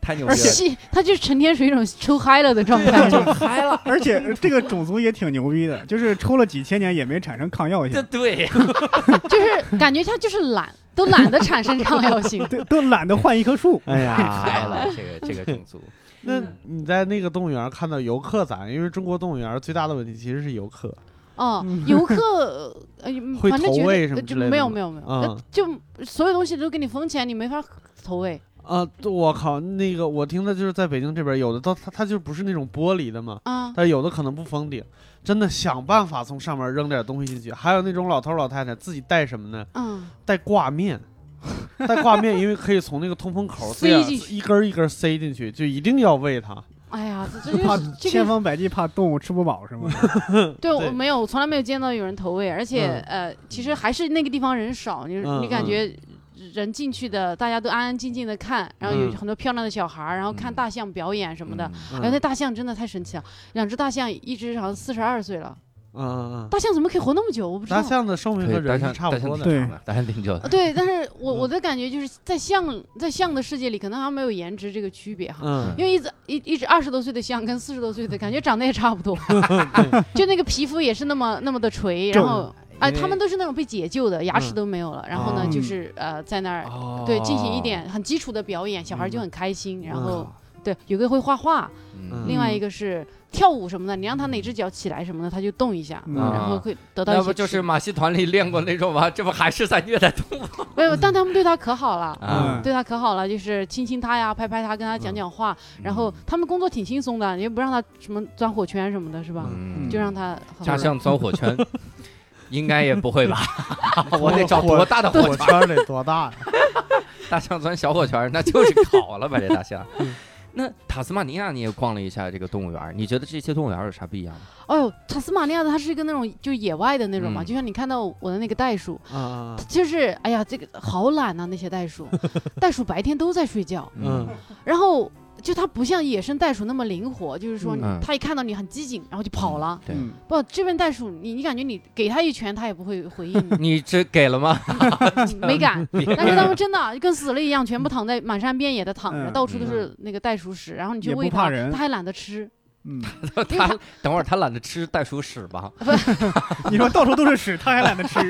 Speaker 1: 太牛逼了。
Speaker 3: 对吸它就成天属于一种抽嗨了的状态，
Speaker 5: 啊
Speaker 4: 就嗨了。而且这个种族也挺牛逼的，就是抽了几千年也没产生抗药
Speaker 1: 这
Speaker 4: 性，
Speaker 1: 对，
Speaker 3: 就是感觉它就是懒，都懒得产生抗药 性。
Speaker 4: 对，都懒得换一棵树。
Speaker 5: 哎
Speaker 1: 嗨
Speaker 5: 呀，
Speaker 1: 了这个这个种族，
Speaker 5: 那
Speaker 3: 嗯
Speaker 5: 你在那个动物园看到游客咋样？因为中国动物园最大的问题其实是游客，
Speaker 3: 哦，游客 呃，
Speaker 5: 嗯会
Speaker 3: 反正
Speaker 5: 投
Speaker 3: 觉
Speaker 5: 喂
Speaker 3: 得
Speaker 5: 什
Speaker 3: 呃
Speaker 5: 么
Speaker 3: 就
Speaker 5: 之类的
Speaker 3: 没有
Speaker 5: 吗
Speaker 3: 没有没有，
Speaker 5: 嗯
Speaker 3: 呃就所有东西都给你封起来，你没法投喂。
Speaker 5: 啊，对我靠，那个我听的就是在北京这边有的都它它就不是那种玻璃的嘛，
Speaker 3: 啊，
Speaker 5: 但有的可能不封顶，真的想办法从上面扔点东西进去。还有那种老头儿老太太自己带什么呢？
Speaker 3: 嗯，
Speaker 5: 带挂面，带挂面，因为可以从那个通风口
Speaker 3: 塞
Speaker 5: 这样
Speaker 3: 进去
Speaker 5: 一根儿一根儿塞进去，就一定要喂它。
Speaker 3: 哎呀，这这
Speaker 4: 怕
Speaker 3: 就是这
Speaker 4: 千
Speaker 3: 个
Speaker 4: 方百计怕动物吃不饱是吗？
Speaker 3: 对我
Speaker 5: 对
Speaker 3: 没有，我从来没有见到有人投喂，而且呃，其实还是那个地方人少，你
Speaker 5: 嗯
Speaker 3: 你感觉人进去的，大家都安安静静的看，然后有
Speaker 5: 嗯
Speaker 3: 很多漂亮的小孩儿，然后看
Speaker 1: 嗯
Speaker 3: 大象表演 什么的。
Speaker 1: 嗯
Speaker 5: 嗯
Speaker 3: 哎然后那大象真的太神奇了，两只大象，一只好像四十二岁了，
Speaker 5: 嗯嗯嗯，
Speaker 3: 大象怎么可以活那么久？我不知道
Speaker 5: 大。象的寿命和
Speaker 1: 对，大
Speaker 5: 人
Speaker 1: 象
Speaker 5: 是差不多的。
Speaker 4: 对
Speaker 1: 大象挺久
Speaker 3: 啊
Speaker 1: 的，
Speaker 3: 对，但是我
Speaker 5: 嗯
Speaker 3: 我的感觉就是在象在象的世界里，可能还没有颜值这个区别哈，
Speaker 5: 嗯，
Speaker 3: 因为一直一一直二十多岁的象跟四十多岁的感觉长得也差 不多，就那个皮肤也是那么那么的垂，然
Speaker 4: 皱
Speaker 3: 后啊，
Speaker 1: 因为
Speaker 3: 他们都是那种被解救的，牙齿
Speaker 5: 嗯
Speaker 3: 都没有了，然后呢
Speaker 5: 哦
Speaker 3: 就是呃在那儿
Speaker 1: 哦
Speaker 3: 对进行一点很基础的表演，小孩就很开心，然后
Speaker 5: 嗯
Speaker 3: 对有个会画画，
Speaker 1: 嗯
Speaker 3: 另外一个是跳舞什么的，你让他哪只脚起来什么的，他就动一下，
Speaker 4: 嗯
Speaker 3: 然后会得到一
Speaker 1: 啊那
Speaker 3: 些
Speaker 1: 不就
Speaker 3: 刺
Speaker 1: 是马戏团里练过那种吗？这不还是在虐待动物
Speaker 3: 没有， 但他们对他可好了。
Speaker 4: 嗯
Speaker 1: 啊？
Speaker 3: 对他可好了，就是亲亲他呀，拍拍他，跟他
Speaker 1: 嗯
Speaker 3: 讲讲话，然后他们工作挺轻松的，你也不让他什么钻火圈什么的，是吧？
Speaker 1: 嗯
Speaker 3: 就让他好
Speaker 1: 大
Speaker 3: 好
Speaker 1: 象钻火 圈，应该也不会吧？ 我得找多大的火
Speaker 5: 火
Speaker 1: 圈？
Speaker 5: 圈得多大 呀？
Speaker 1: 大象钻小火圈，那就是烤了吧？这大象。
Speaker 3: 嗯
Speaker 1: 那塔斯马尼亚你也逛了一下这个动物园，你觉得这些动物园有啥不一样吗？
Speaker 3: 哎呦，塔斯马尼亚的它是一个那种就野外的那种嘛，
Speaker 1: 嗯
Speaker 3: 就像你看到我的那个袋鼠，
Speaker 5: 啊，
Speaker 3: 就是哎呀，这个好懒啊呐、那些袋鼠， 袋鼠白天都在睡觉，
Speaker 5: 嗯
Speaker 3: 然后就它不像野生袋鼠那么灵活，就是说你
Speaker 1: 嗯
Speaker 3: 它一看到你很机警，然后就跑了。
Speaker 1: 对，
Speaker 4: 嗯
Speaker 3: 不，这边袋鼠你你感觉你给它一拳，它也不会回应你
Speaker 1: 嗯你这给了吗？
Speaker 3: 嗯没敢。但是它们真的啊跟死了一样，全部躺在满山遍野的躺着，
Speaker 4: 嗯
Speaker 3: 到处都是那个袋鼠屎，然后你去
Speaker 4: 也不
Speaker 3: 喂
Speaker 4: 怕
Speaker 3: 它，
Speaker 4: 人
Speaker 3: 它还懒得吃，
Speaker 4: 嗯，
Speaker 3: 因为
Speaker 1: 他等会儿他懒得吃袋鼠屎吧？
Speaker 4: 你说到处都是屎，它还懒得 吃。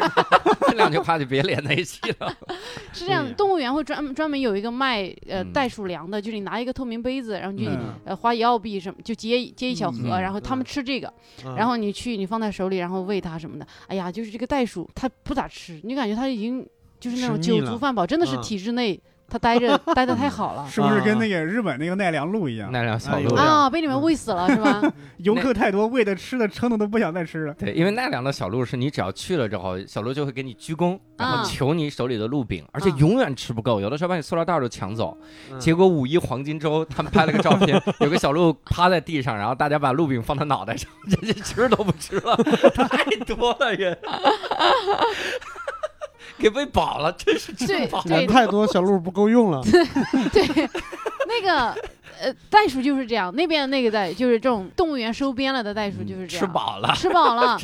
Speaker 1: 这两句话就别连在一起了。
Speaker 3: 哎是这样
Speaker 5: 对，
Speaker 3: 动物园会专专门有一个卖呃
Speaker 1: 嗯
Speaker 3: 袋鼠粮的，就是你拿一个透明杯子，然后你就
Speaker 5: 嗯
Speaker 3: 呃花一澳币什么，就接一接一小盒，
Speaker 1: 嗯
Speaker 3: 然后他们吃这个，
Speaker 5: 嗯
Speaker 3: 然后你去你放在手里，然后喂它什么的。哎呀，就是这个袋鼠它不咋吃，你感觉它已经就是那种
Speaker 5: 吃腻
Speaker 3: 酒
Speaker 5: 了
Speaker 3: 足饭饱，真的是
Speaker 5: 嗯
Speaker 3: 体制内他待着待的太好了
Speaker 4: 是不是跟那个日本那个奈良鹿一样？
Speaker 1: 啊奈良小
Speaker 4: 啊
Speaker 1: 鹿
Speaker 4: 有点
Speaker 1: 人。
Speaker 3: 啊，被你们喂死了是吧？
Speaker 4: 游客太多，喂的吃的撑的都不想再吃了。
Speaker 1: 对，因为奈良的小鹿是你只要去了之后，小鹿就会给你鞠躬，然
Speaker 3: 啊
Speaker 1: 后求你手里的鹿饼，而且
Speaker 3: 啊
Speaker 1: 永远吃不够，有的时候把你塑料袋儿都抢走。
Speaker 5: 嗯
Speaker 1: 结果五一黄金周，他们拍了个照 片，有个小鹿趴在地上，然后大家把鹿饼放他脑袋上， 人家吃都不吃了，太多了 人，给喂饱了， 真是吃
Speaker 3: 对
Speaker 1: 不饱。
Speaker 3: 对
Speaker 5: 人太多，小鹿不够用了。
Speaker 3: 对，那个呃，袋鼠就是这样，那边那个袋就是这种动物园收编了的袋鼠就是这
Speaker 1: 嗯
Speaker 3: 样，
Speaker 1: 吃饱了，
Speaker 3: 吃 饱了，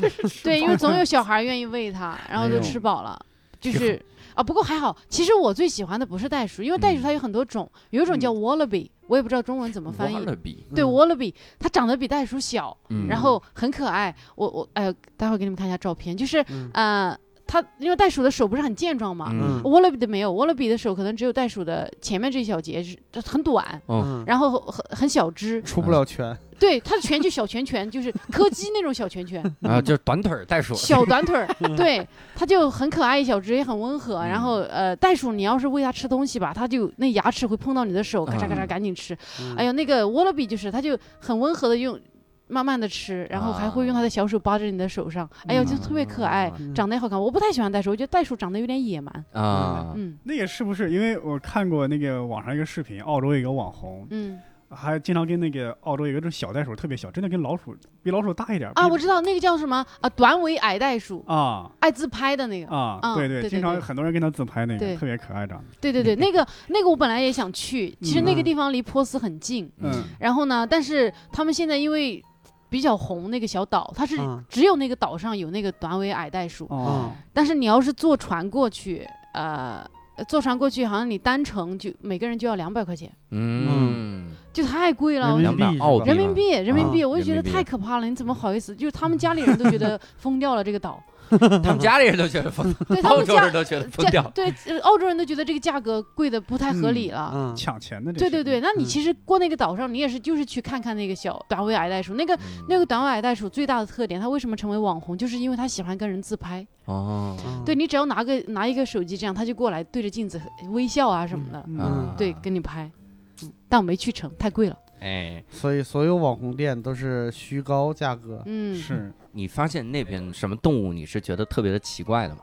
Speaker 3: 对，因为总有小孩儿愿意喂它，然后
Speaker 1: 哎
Speaker 3: 就
Speaker 1: 呦
Speaker 3: 吃饱了，就是啊，不过还好，其实我最喜欢的不是袋鼠，因为
Speaker 1: 嗯
Speaker 3: 袋鼠它有很多种，有一种叫 wallaby，我也不知道中文怎么翻译。
Speaker 1: 比，
Speaker 3: 对
Speaker 5: 嗯
Speaker 3: wallaby，它长得比袋鼠小，
Speaker 1: 嗯
Speaker 3: 然后很可爱。我我呃，待会儿给你们看一下照片，就是
Speaker 5: 嗯
Speaker 3: 呃，它因为袋鼠的手不是很健壮嘛，
Speaker 1: 嗯
Speaker 3: wallaby 的没有，wallaby 的手可能只有袋鼠的前面这一小节是就很短，
Speaker 5: 嗯，
Speaker 3: 然后很很小只，
Speaker 5: 出不了拳，
Speaker 3: 对，它的拳就小拳拳，就是柯基那种小拳拳，
Speaker 1: 啊，就是 短腿儿袋鼠，
Speaker 3: 小短 腿儿，对，它就很可爱，一小只也很温
Speaker 1: 嗯
Speaker 3: 和。然后呃，袋鼠你要是喂它吃东西吧，它就那牙齿会碰到你的手，咔嚓咔嚓
Speaker 1: 嗯
Speaker 3: 赶紧吃。哎呦，那个 wallaby 就是它就很温和的用。慢慢的吃，然后还会用它的小手扒着你的手上，哎呦，就特别可爱，
Speaker 5: 嗯
Speaker 3: 长得也好看。我不太喜欢袋鼠，我觉得袋鼠长得有点野蛮。
Speaker 1: 啊，
Speaker 3: 嗯
Speaker 4: 那个是不是？因为我看过那个网上一个视频，澳洲一个网红，
Speaker 3: 嗯
Speaker 4: 还经常跟那个澳洲有一个这种小袋鼠特别小，真的跟老鼠比老鼠大一点
Speaker 3: 啊，
Speaker 4: 比
Speaker 3: 我知道那个叫什么啊，短尾矮袋鼠，
Speaker 4: 啊
Speaker 3: 爱自拍的那个。
Speaker 4: 啊，
Speaker 3: 嗯
Speaker 4: 对
Speaker 3: 对对
Speaker 4: 经常
Speaker 3: 对
Speaker 4: 很多人跟它自拍那
Speaker 3: 对
Speaker 4: 个，特别可爱长得。
Speaker 3: 对对对，那个那个我本来也想去，其实那个地方离波斯很近。
Speaker 4: 嗯
Speaker 3: 然后呢，但是他们现在因为比较红那个小岛，它是
Speaker 5: 嗯
Speaker 3: 只有那个岛上有那个短尾矮袋鼠，
Speaker 1: 嗯
Speaker 4: 哦，
Speaker 3: 但是你要是坐船过去，呃，坐船过去好像你单程就每个人就要两百块钱，
Speaker 1: 嗯，
Speaker 3: 就太贵了。
Speaker 5: 人
Speaker 3: 我
Speaker 5: 民
Speaker 1: 两
Speaker 5: 币
Speaker 1: 百
Speaker 5: 是吧
Speaker 1: 澳币吗，
Speaker 3: 人民币，人民币，
Speaker 1: 啊
Speaker 3: 我就觉得
Speaker 1: 人民币
Speaker 3: 太可怕了！你怎么好意思？就是他们家里人都觉得疯掉了这个岛，
Speaker 1: 他们家里人都觉得疯，
Speaker 3: 对他
Speaker 1: 澳
Speaker 3: 们
Speaker 1: 洲
Speaker 3: 家
Speaker 1: 人都觉得疯
Speaker 3: 家
Speaker 1: 掉，
Speaker 3: 对呃澳洲人都觉得这个价格贵的不太合理了。
Speaker 5: 嗯，
Speaker 4: 抢钱的这
Speaker 3: 对
Speaker 4: 是
Speaker 3: 对对，，那
Speaker 5: 嗯
Speaker 3: 你其实过那个岛上，你也是就是去看看那个小短尾矮袋鼠，那个 那个短尾矮袋鼠最大的特点，它为什么成为网红，就是因为它喜欢跟人自拍。
Speaker 1: 哦，
Speaker 5: 嗯
Speaker 3: 对你只要拿个拿一个手机这样，它就过来对着镜子微笑啊什么的，
Speaker 4: 嗯
Speaker 1: 啊
Speaker 3: 对，跟你拍。但我没去成，太贵了。
Speaker 1: 哎，
Speaker 5: 所以所有网红店都是虚高价格。
Speaker 3: 嗯，
Speaker 4: 是
Speaker 1: 你发现那边什么动物你是觉得特别的奇怪的吗？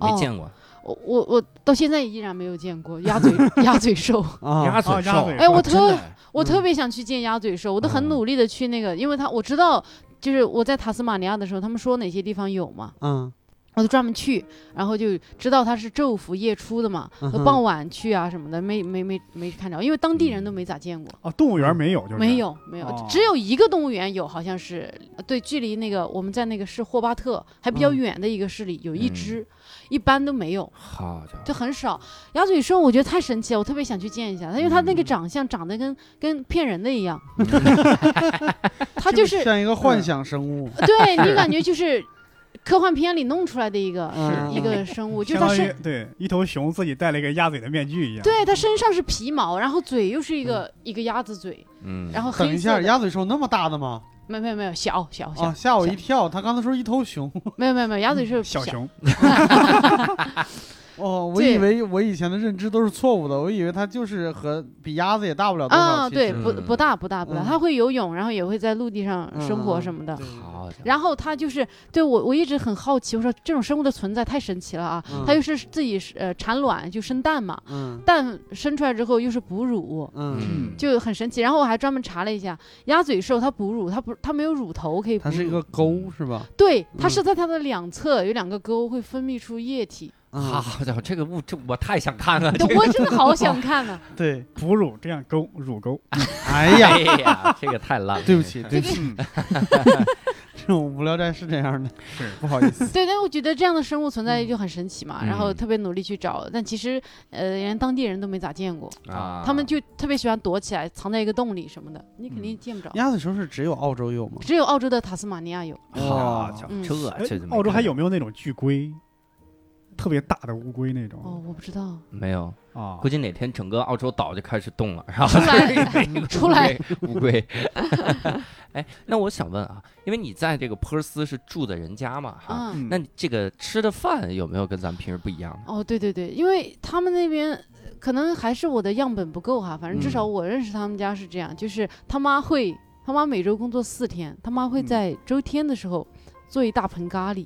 Speaker 3: 哦
Speaker 1: 没见过，
Speaker 3: 我我我到现在依然没有见过鸭嘴鸭嘴兽，
Speaker 5: 啊，
Speaker 4: 哦鸭嘴
Speaker 3: 哎，我
Speaker 1: 哦真
Speaker 3: 特
Speaker 1: 的
Speaker 3: 我特
Speaker 5: 嗯
Speaker 3: 别想去见鸭嘴兽，我都很
Speaker 1: 嗯
Speaker 3: 努力的去那个，因为它我知道，就是我在塔斯马尼亚的时候，他们说哪些地方有嘛，
Speaker 5: 嗯，
Speaker 3: 我就专门去，然后就知道它是昼伏夜出的嘛，
Speaker 5: 嗯
Speaker 3: 和
Speaker 5: 哼
Speaker 3: 傍晚去啊什么的，没没没没看着，因为当地人都没咋见过，
Speaker 4: 哦，动物园没有就是
Speaker 3: 没有没有，
Speaker 4: 哦
Speaker 3: 只有一个动物园有，好像是对，距离那个我们在那个市霍巴特还比较
Speaker 5: 嗯
Speaker 3: 远的一个市里有一
Speaker 1: 嗯
Speaker 3: 只，一般都没有，
Speaker 1: 好家伙，
Speaker 3: 就很少。鸭嘴兽我觉得太神奇了，我特别想去见一下它，因为它那个
Speaker 4: 嗯
Speaker 3: 长相长得跟跟骗人的 一样，它就嗯
Speaker 5: 就是像一个幻想生物，
Speaker 3: 对你感觉就是科幻片里弄出来的一个
Speaker 5: 嗯
Speaker 3: 一个生物，就是
Speaker 4: 相
Speaker 3: 它
Speaker 4: 当
Speaker 3: 身
Speaker 4: 于对一头熊自己戴了一个鸭嘴的面具一样。
Speaker 3: 对，它身上是皮毛，然后嘴又是一个、一个鸭子嘴，
Speaker 1: 嗯，
Speaker 3: 然后
Speaker 5: 等
Speaker 3: 黑
Speaker 5: 一
Speaker 3: 色
Speaker 5: 下，
Speaker 3: 的
Speaker 5: 鸭嘴兽那么大的吗？
Speaker 3: 没有没有没有小小小、
Speaker 5: 啊，吓我一跳！他刚才说一头熊，
Speaker 3: 没有没有没有鸭嘴是
Speaker 4: 小熊，
Speaker 5: 哦，我
Speaker 3: 对
Speaker 5: 以为我以前的认知都是错误的，我以为它就是和比鸭子也大不了多
Speaker 3: 啊，
Speaker 5: 少。其
Speaker 3: 对，
Speaker 5: 实
Speaker 3: 不不大不大不大，
Speaker 5: 嗯
Speaker 3: 它会游泳，然后也会在陆地上生活
Speaker 5: 嗯
Speaker 3: 什么的。
Speaker 5: 对
Speaker 1: 好家伙，
Speaker 3: 然后它就是对我，我一直很好奇，我说这种生物的存在太神奇了啊！
Speaker 5: 嗯
Speaker 3: 它又是自己呃产卵就生蛋嘛，
Speaker 5: 嗯
Speaker 3: 蛋生出来之后又是哺乳，
Speaker 5: 嗯，
Speaker 1: 嗯，
Speaker 3: 就很神奇。然后我还专门查了一下，鸭嘴兽它哺乳，它不它没有乳头可以哺
Speaker 5: 它
Speaker 3: 乳，
Speaker 5: 是一个沟是吧？
Speaker 3: 对，它
Speaker 5: 嗯
Speaker 3: 是在它的两侧有两个沟会分泌出液体，
Speaker 5: 啊，
Speaker 1: 好家伙，这个物这我太想看了，这
Speaker 3: 对
Speaker 1: 个
Speaker 3: 我真的 好想看呢、
Speaker 5: 对，
Speaker 4: 哺乳这样勾乳 沟，
Speaker 5: 哎呀，
Speaker 1: 哎呀，这个太烂了，
Speaker 5: 对不 起，对
Speaker 1: 这个
Speaker 5: 不起，这种无聊斋是这样的，不好 意思。
Speaker 3: 对，但我觉得这样的生物存在就很神奇嘛，
Speaker 1: 嗯
Speaker 3: 然后特别努力去找，但其实呃，连当地人都没咋见过，
Speaker 1: 啊，
Speaker 3: 他们就特别喜欢躲起来，藏在一个洞里什么的，你
Speaker 5: 嗯
Speaker 3: 肯定见不着。
Speaker 5: 鸭嘴兽是只有澳洲有吗？
Speaker 3: 只有澳洲的塔斯马尼亚有，
Speaker 5: 啊
Speaker 1: 好家伙
Speaker 3: 嗯
Speaker 1: 这这
Speaker 4: 哎
Speaker 1: 怎么
Speaker 4: 澳洲还
Speaker 1: 看
Speaker 4: 有没有那种巨龟，特别大的乌龟那
Speaker 3: 哦
Speaker 4: 种，
Speaker 3: 我不 知道，
Speaker 1: 没有？
Speaker 3: 哦
Speaker 4: 啊？
Speaker 1: 估计哪天整个澳洲岛就开始动了， 然后
Speaker 3: 出 来出来，
Speaker 1: 乌龟。哎，那我想问啊，因为你在这个珀斯是住的人家嘛，哈，
Speaker 3: 嗯，
Speaker 1: 那你这个吃的饭有没有跟咱们平时不一样呢？
Speaker 3: 哦对对对，因为他们那边呃可能还是我的样本不够哈，反正至少
Speaker 1: 嗯
Speaker 3: 我认识他们家是这样，就是他妈会，他妈每周工作四天，他妈会
Speaker 4: 嗯
Speaker 3: 在周天的时候做一大盆 咖喱，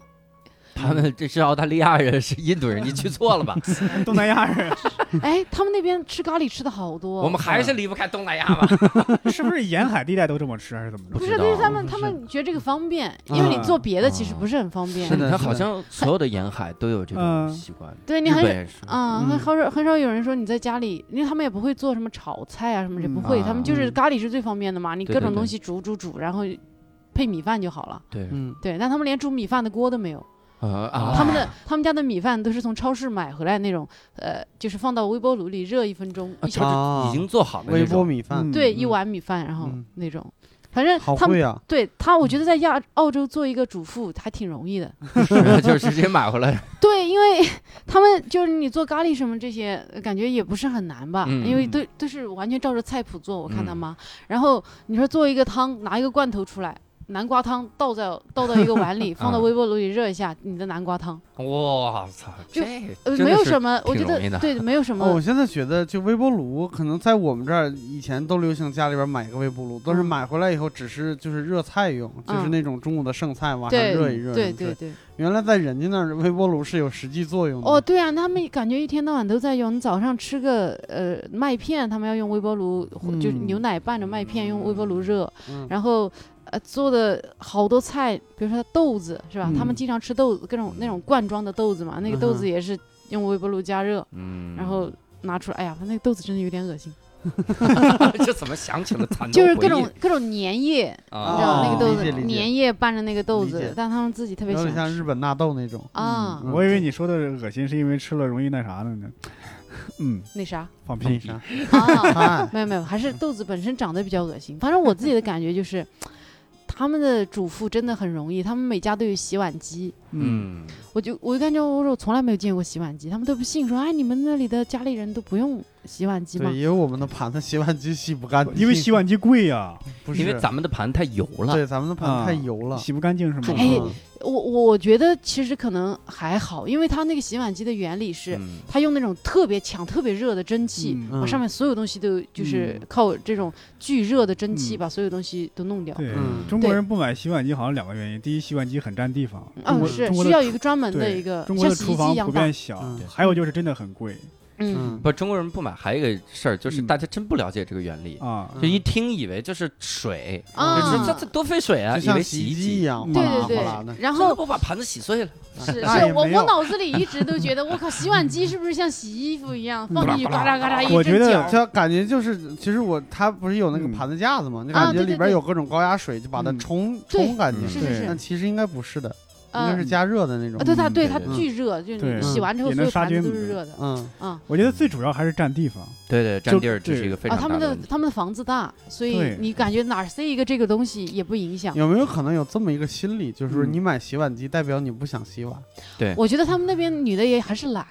Speaker 1: 他们 这是澳大利亚人，是印度人，你去错了 吧？
Speaker 4: 东南亚人啊
Speaker 3: 哎，他们那边吃咖喱吃的好多，
Speaker 1: 我们还是离不开东南亚吧？
Speaker 4: 是不是沿海地带都这么吃，还是怎么着
Speaker 1: 不
Speaker 3: 不？
Speaker 1: 知
Speaker 3: 是，就是
Speaker 1: 道
Speaker 3: 他们
Speaker 2: 不
Speaker 3: 他
Speaker 2: 是
Speaker 3: 们觉得这个方便，因为
Speaker 4: 啊
Speaker 3: 你做别的其实
Speaker 1: 啊
Speaker 3: 不是很方便
Speaker 2: 是。的
Speaker 1: 它 好像所有的沿海都有这种
Speaker 4: 嗯
Speaker 1: 习惯，
Speaker 3: 对你
Speaker 1: 日
Speaker 3: 很
Speaker 1: 本也是。
Speaker 3: 啊，
Speaker 2: 嗯
Speaker 3: 很很少很少有人说你在家里，因为他们也不会做什么炒菜啊什么的，
Speaker 4: 嗯
Speaker 3: 不会，他们就是
Speaker 2: 嗯
Speaker 3: 咖喱是最方便的嘛，你
Speaker 1: 对
Speaker 3: 各
Speaker 1: 对
Speaker 3: 种
Speaker 1: 对
Speaker 3: 东西煮煮煮，然后配米饭就好了。
Speaker 1: 对，
Speaker 2: 嗯，
Speaker 3: 对，但他们连煮米饭的锅都没有，
Speaker 1: 呃啊，
Speaker 3: 他们的他们家的米饭都是从超市买回来那种，呃，就是放到微波炉里热一分钟，一小
Speaker 2: 啊
Speaker 1: 已经做好了
Speaker 2: 微
Speaker 1: 这
Speaker 2: 波
Speaker 1: 种，
Speaker 2: 米饭
Speaker 4: 嗯
Speaker 3: 对
Speaker 2: 嗯
Speaker 3: 一碗米饭，然后
Speaker 2: 嗯
Speaker 3: 那种，反正
Speaker 2: 好
Speaker 3: 他们
Speaker 2: 贵啊，
Speaker 3: 对他，我觉得在亚澳洲做一个主妇还挺容易的，
Speaker 1: 是 就是直接买回来。
Speaker 3: 对，因为 他们就是你做咖喱什么这些，呃感觉也不是很难吧？
Speaker 1: 嗯
Speaker 3: 因为都都是完全照着菜谱做，我看他
Speaker 1: 嗯
Speaker 3: 妈。然后你说做一个汤，拿一个罐头出来，南瓜汤倒在倒到一个碗 里，放到
Speaker 1: 啊
Speaker 3: 微波炉里热一下，你的南瓜汤，
Speaker 1: 我操，
Speaker 3: 就
Speaker 1: 这
Speaker 3: 呃，
Speaker 1: 真的
Speaker 3: 没有
Speaker 1: 是
Speaker 3: 什么，我
Speaker 1: 挺
Speaker 3: 觉
Speaker 1: 容易的
Speaker 3: 得对，没有什么。
Speaker 2: 哦，我现在觉得就微波炉，可能在我们这儿以前都流行家里边买个微波炉，都是
Speaker 3: 嗯
Speaker 2: 买回来以后只是就是热菜用，就是
Speaker 3: 嗯
Speaker 2: 那种中午的剩菜往上
Speaker 3: 对
Speaker 2: 热一热。
Speaker 3: 对对，对，
Speaker 2: 原来在人家那儿微波炉是有实际作用的。
Speaker 3: 哦，，对啊，他们感觉一天到晚都在用。你早上吃个呃麦片，他们要用微波炉，或就是
Speaker 2: 嗯
Speaker 3: 牛奶拌着麦片用微波炉热，
Speaker 2: 嗯
Speaker 3: 然后呃做的好多菜，比如说豆子是吧？他
Speaker 2: 嗯
Speaker 3: 们经常吃豆子，各种那种罐装的豆子嘛，那个豆子也是用微波炉加热，
Speaker 1: 嗯，
Speaker 3: 然后拿出来，哎呀，那个豆子真的有点恶心，
Speaker 1: 这怎么想起了惨痛
Speaker 3: 就是
Speaker 1: 回
Speaker 3: 各
Speaker 1: 忆
Speaker 3: 种各种粘液，你知
Speaker 1: 啊
Speaker 3: 道那
Speaker 2: 哦
Speaker 3: 个豆
Speaker 2: 理
Speaker 3: 子
Speaker 2: 解理解
Speaker 3: 粘液拌着那个豆
Speaker 2: 理
Speaker 3: 子
Speaker 2: 解，
Speaker 3: 但他们自己特别
Speaker 2: 有
Speaker 3: 喜
Speaker 2: 点像
Speaker 3: 欢吃
Speaker 2: 日本纳豆那种。
Speaker 3: 啊，
Speaker 2: 嗯
Speaker 4: 我以为你说的恶心是因为吃了容易那啥的呢。嗯，
Speaker 3: 那啥
Speaker 4: 放
Speaker 2: 那
Speaker 4: 屁。
Speaker 2: 啥，
Speaker 3: 啊。
Speaker 2: 哎，
Speaker 3: 没有没有，还是豆子本身长得比较恶心。反正我自己的感觉就是，他们的主妇真的很容易，他们每家都有洗碗机。
Speaker 4: 嗯，
Speaker 3: 我就我就感觉我说我从来没有见过洗碗机，他们都不信说，哎，你们那里的家里人都不用洗碗机吗
Speaker 2: 对，？因为我们的盘子洗碗机洗不
Speaker 5: 嗯
Speaker 2: 干净，
Speaker 4: 因为洗碗机贵呀，
Speaker 2: 不是
Speaker 1: 因为咱们的盘太油了，
Speaker 2: 对咱们的盘子太油了。
Speaker 4: 洗不干净是吗？
Speaker 3: 哎
Speaker 2: 嗯
Speaker 3: 我我觉得其实可能还好，因为他那个洗碗机的原理是，
Speaker 1: 嗯
Speaker 3: 他用那种特别强、特别热的蒸汽，
Speaker 4: 嗯
Speaker 3: 把
Speaker 2: 嗯
Speaker 3: 上面所有东西都就是
Speaker 4: 嗯
Speaker 3: 靠这种巨热的蒸汽
Speaker 4: 嗯
Speaker 3: 把所有东西都弄掉。
Speaker 4: 对
Speaker 2: 嗯，
Speaker 4: 中国人不买洗碗机好像两个原因：第一，洗碗机很占地方，中
Speaker 3: 嗯，
Speaker 4: 国
Speaker 3: 是
Speaker 4: 中国
Speaker 3: 需
Speaker 4: 的
Speaker 3: 要一个专门的
Speaker 4: 对
Speaker 3: 一个
Speaker 4: 中国
Speaker 3: 像
Speaker 4: 的
Speaker 3: 洗
Speaker 4: 厨
Speaker 3: 衣机
Speaker 4: 房
Speaker 3: 一样
Speaker 4: 普
Speaker 3: 大
Speaker 4: 遍，小，
Speaker 2: 嗯
Speaker 1: 对
Speaker 4: 还有就是真的很贵
Speaker 3: 嗯
Speaker 2: 嗯，
Speaker 1: 不，中国人不买还有一个事儿，就是
Speaker 4: 嗯
Speaker 1: 大家真不了解这个原理，
Speaker 4: 啊。
Speaker 3: 嗯
Speaker 2: 嗯
Speaker 1: 就一听以为就是水，
Speaker 3: 啊，
Speaker 1: 就是这这多费水啊，
Speaker 2: 就
Speaker 1: 以
Speaker 2: 像
Speaker 1: 为洗
Speaker 2: 洗衣
Speaker 1: 机
Speaker 2: 机一样，
Speaker 4: 嗯
Speaker 2: 哗
Speaker 3: 对
Speaker 2: 啦
Speaker 3: 对
Speaker 2: 哗啦的
Speaker 3: 对，。然
Speaker 1: 真的
Speaker 3: 后
Speaker 1: 不把盘子洗碎了，
Speaker 3: 是是
Speaker 5: 哎
Speaker 2: 那也哎
Speaker 3: 我
Speaker 2: 没有
Speaker 3: 我脑子里一直都觉得，我靠，洗碗机是不是像洗衣服一样放进去嘎
Speaker 1: 嘎
Speaker 3: 啦
Speaker 1: 啦嘎
Speaker 3: 嘎啦
Speaker 1: 啦
Speaker 3: 一
Speaker 4: 我觉
Speaker 3: 阵
Speaker 4: 得
Speaker 3: 搅？
Speaker 2: 就感觉就是，其实我它不是有那个
Speaker 4: 嗯
Speaker 2: 盘子架子嘛，就
Speaker 3: 啊
Speaker 2: 感觉
Speaker 3: 对对
Speaker 2: 里边
Speaker 3: 对
Speaker 2: 有各种高压水，就把它
Speaker 4: 嗯
Speaker 2: 冲
Speaker 3: 对
Speaker 2: 冲干净。
Speaker 3: 是
Speaker 4: 对
Speaker 3: 是
Speaker 2: 但
Speaker 3: 是，
Speaker 2: 其实应该不是的，应该
Speaker 3: 嗯，
Speaker 2: 是加热的那种
Speaker 3: 啊。对它
Speaker 4: 嗯
Speaker 3: 对
Speaker 1: 对
Speaker 3: 它
Speaker 1: 对
Speaker 2: 对
Speaker 3: 巨热，就是
Speaker 4: 对
Speaker 3: 你洗完之后
Speaker 4: 也
Speaker 3: 所
Speaker 4: 能
Speaker 3: 有
Speaker 4: 杀
Speaker 3: 盘子
Speaker 4: 菌
Speaker 3: 都
Speaker 4: 米
Speaker 3: 是热的
Speaker 2: 嗯，
Speaker 3: 啊
Speaker 4: 我觉得最主要还是占地方，
Speaker 1: 对对，
Speaker 4: 就
Speaker 1: 占地儿这是一个非
Speaker 3: 啊！
Speaker 1: 常
Speaker 3: 他
Speaker 1: 大
Speaker 3: 们
Speaker 1: 的
Speaker 3: 的
Speaker 1: 问题。
Speaker 3: 他们的房子大，所以
Speaker 4: 对
Speaker 3: 你感觉哪儿塞一个这个东西也不影响。
Speaker 2: 有没有可能有这么一个心理，就是说
Speaker 4: 嗯
Speaker 2: 你买洗碗机代表你不想洗碗？
Speaker 3: 我觉得他们那边女的也还是懒，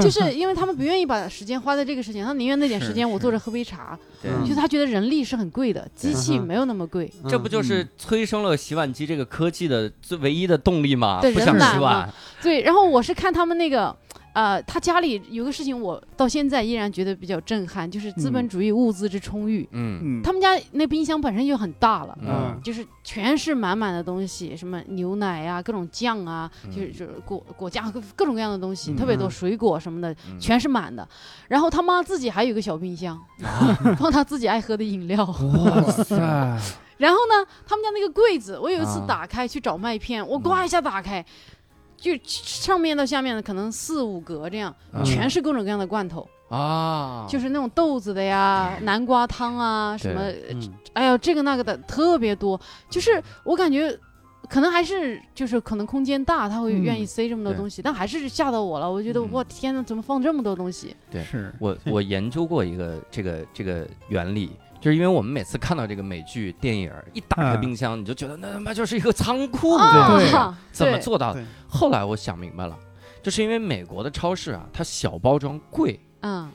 Speaker 3: 就是因为他们不愿意把时间花在这个事情，他宁愿那点时
Speaker 4: 是
Speaker 3: 间我
Speaker 4: 是
Speaker 3: 坐着喝杯茶。
Speaker 1: 对
Speaker 2: 嗯
Speaker 3: 就是他觉得人力是很贵的，机器
Speaker 2: 嗯哼
Speaker 3: 没有那么贵。
Speaker 1: 这
Speaker 2: 嗯
Speaker 1: 不
Speaker 3: 嗯
Speaker 1: 就是催生了洗碗机这个科技的最唯一的动力吗？
Speaker 3: 对
Speaker 1: 啊不想
Speaker 3: 人懒
Speaker 1: 洗碗，
Speaker 3: 对，然后我是看他们那个，呃，他家里有个事情，我到现在依然觉得比较震撼，就是资本
Speaker 4: 嗯
Speaker 3: 主义物资之充裕。
Speaker 1: 嗯
Speaker 4: 嗯，
Speaker 3: 他们家那冰箱本身就很大了。
Speaker 1: 嗯
Speaker 3: 就是全是满满的东西，什么牛奶啊，各种酱啊，
Speaker 1: 嗯
Speaker 3: 就是就是果果酱各各种各样的东西，特别多，
Speaker 2: 嗯
Speaker 3: 水果什么的，
Speaker 1: 嗯
Speaker 3: 全是满的。然后他妈自己还有个小冰箱，
Speaker 1: 啊
Speaker 3: 放他自己爱喝的饮料。
Speaker 1: 哇塞，
Speaker 3: 然后呢，他们家那个柜子，我有一次
Speaker 1: 啊嗯
Speaker 3: 打开去找麦片，我呱一下打开，就上面到下面的可能四五格这样，
Speaker 1: 嗯
Speaker 3: 全是各种各样的罐头，
Speaker 1: 啊，
Speaker 3: 就是那种豆子 的呀、南瓜汤啊什么，呃
Speaker 2: 嗯
Speaker 3: 哎呦这个那个的特别多，就是我感觉。可能还是就是可能空间大，他会
Speaker 4: 嗯
Speaker 3: 愿意塞这么多东西，但还是吓到我了。我觉得、
Speaker 1: 嗯
Speaker 3: 哇天呐，怎么放这么多东西？
Speaker 4: 是
Speaker 1: 我我研究过一个这个这个原理，就是因为我们每次看到这个美剧电影儿，一打开
Speaker 4: 嗯
Speaker 1: 冰箱，你就觉得那他妈就是一个仓库，
Speaker 4: 对
Speaker 3: 啊，
Speaker 1: 怎么
Speaker 3: 对？
Speaker 1: 做到的
Speaker 2: 对？
Speaker 1: 后来我想明白了，就是因为美国的超市啊，它小包装贵，
Speaker 3: 嗯，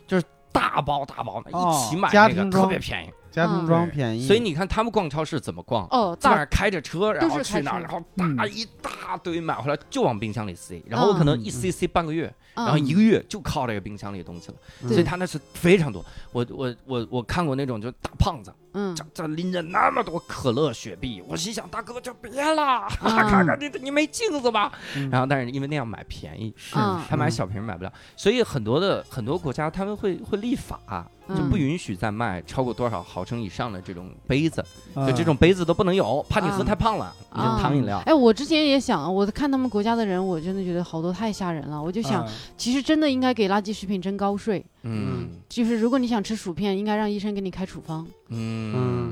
Speaker 1: 大包大包的
Speaker 4: 哦
Speaker 1: 一起买
Speaker 2: 家
Speaker 1: 那个
Speaker 2: 庭
Speaker 1: 特
Speaker 2: 装
Speaker 1: 别便宜，
Speaker 2: 家庭
Speaker 3: 嗯
Speaker 2: 装便宜，
Speaker 1: 所以你看他们逛超市怎么逛？
Speaker 3: 哦，
Speaker 1: 基本
Speaker 3: 大
Speaker 1: 上开着车，然后
Speaker 3: 都是开
Speaker 1: 去那儿，
Speaker 3: 车
Speaker 1: 然后大
Speaker 5: 嗯
Speaker 1: 一大堆买回来，就往冰箱里塞。然后我可能一塞塞半个月，然后
Speaker 3: 嗯，
Speaker 1: 一个月就靠这个冰箱里的东西了。
Speaker 2: 嗯
Speaker 1: 所以他那是非常多。我我我我看过那种就是大胖子，
Speaker 3: 嗯
Speaker 1: 这这拎着那么多可乐雪碧，我心想大哥就别了，
Speaker 3: 嗯
Speaker 1: 看看你你没镜子吧？
Speaker 2: 嗯
Speaker 1: 然后但是因为那样买便宜，
Speaker 2: 是
Speaker 3: 嗯
Speaker 1: 他买小瓶买不了，所以很多的很多国家他们会会立法，啊就
Speaker 3: 嗯
Speaker 1: 不允许再卖超过多少毫升以上的这种杯子，
Speaker 4: 嗯
Speaker 1: 就这种杯子都不能有，怕你喝
Speaker 3: 嗯
Speaker 1: 太胖了，你就
Speaker 3: 嗯
Speaker 1: 糖饮料。
Speaker 3: 哎，我之前也想，我看他们国家的人，我真的觉得好多太吓人了。我就想，
Speaker 4: 嗯
Speaker 3: 其实真的应该给垃圾食品征高税，
Speaker 1: 嗯
Speaker 3: 就是如果你想吃薯片，应该让医生给你开处方。
Speaker 1: 嗯。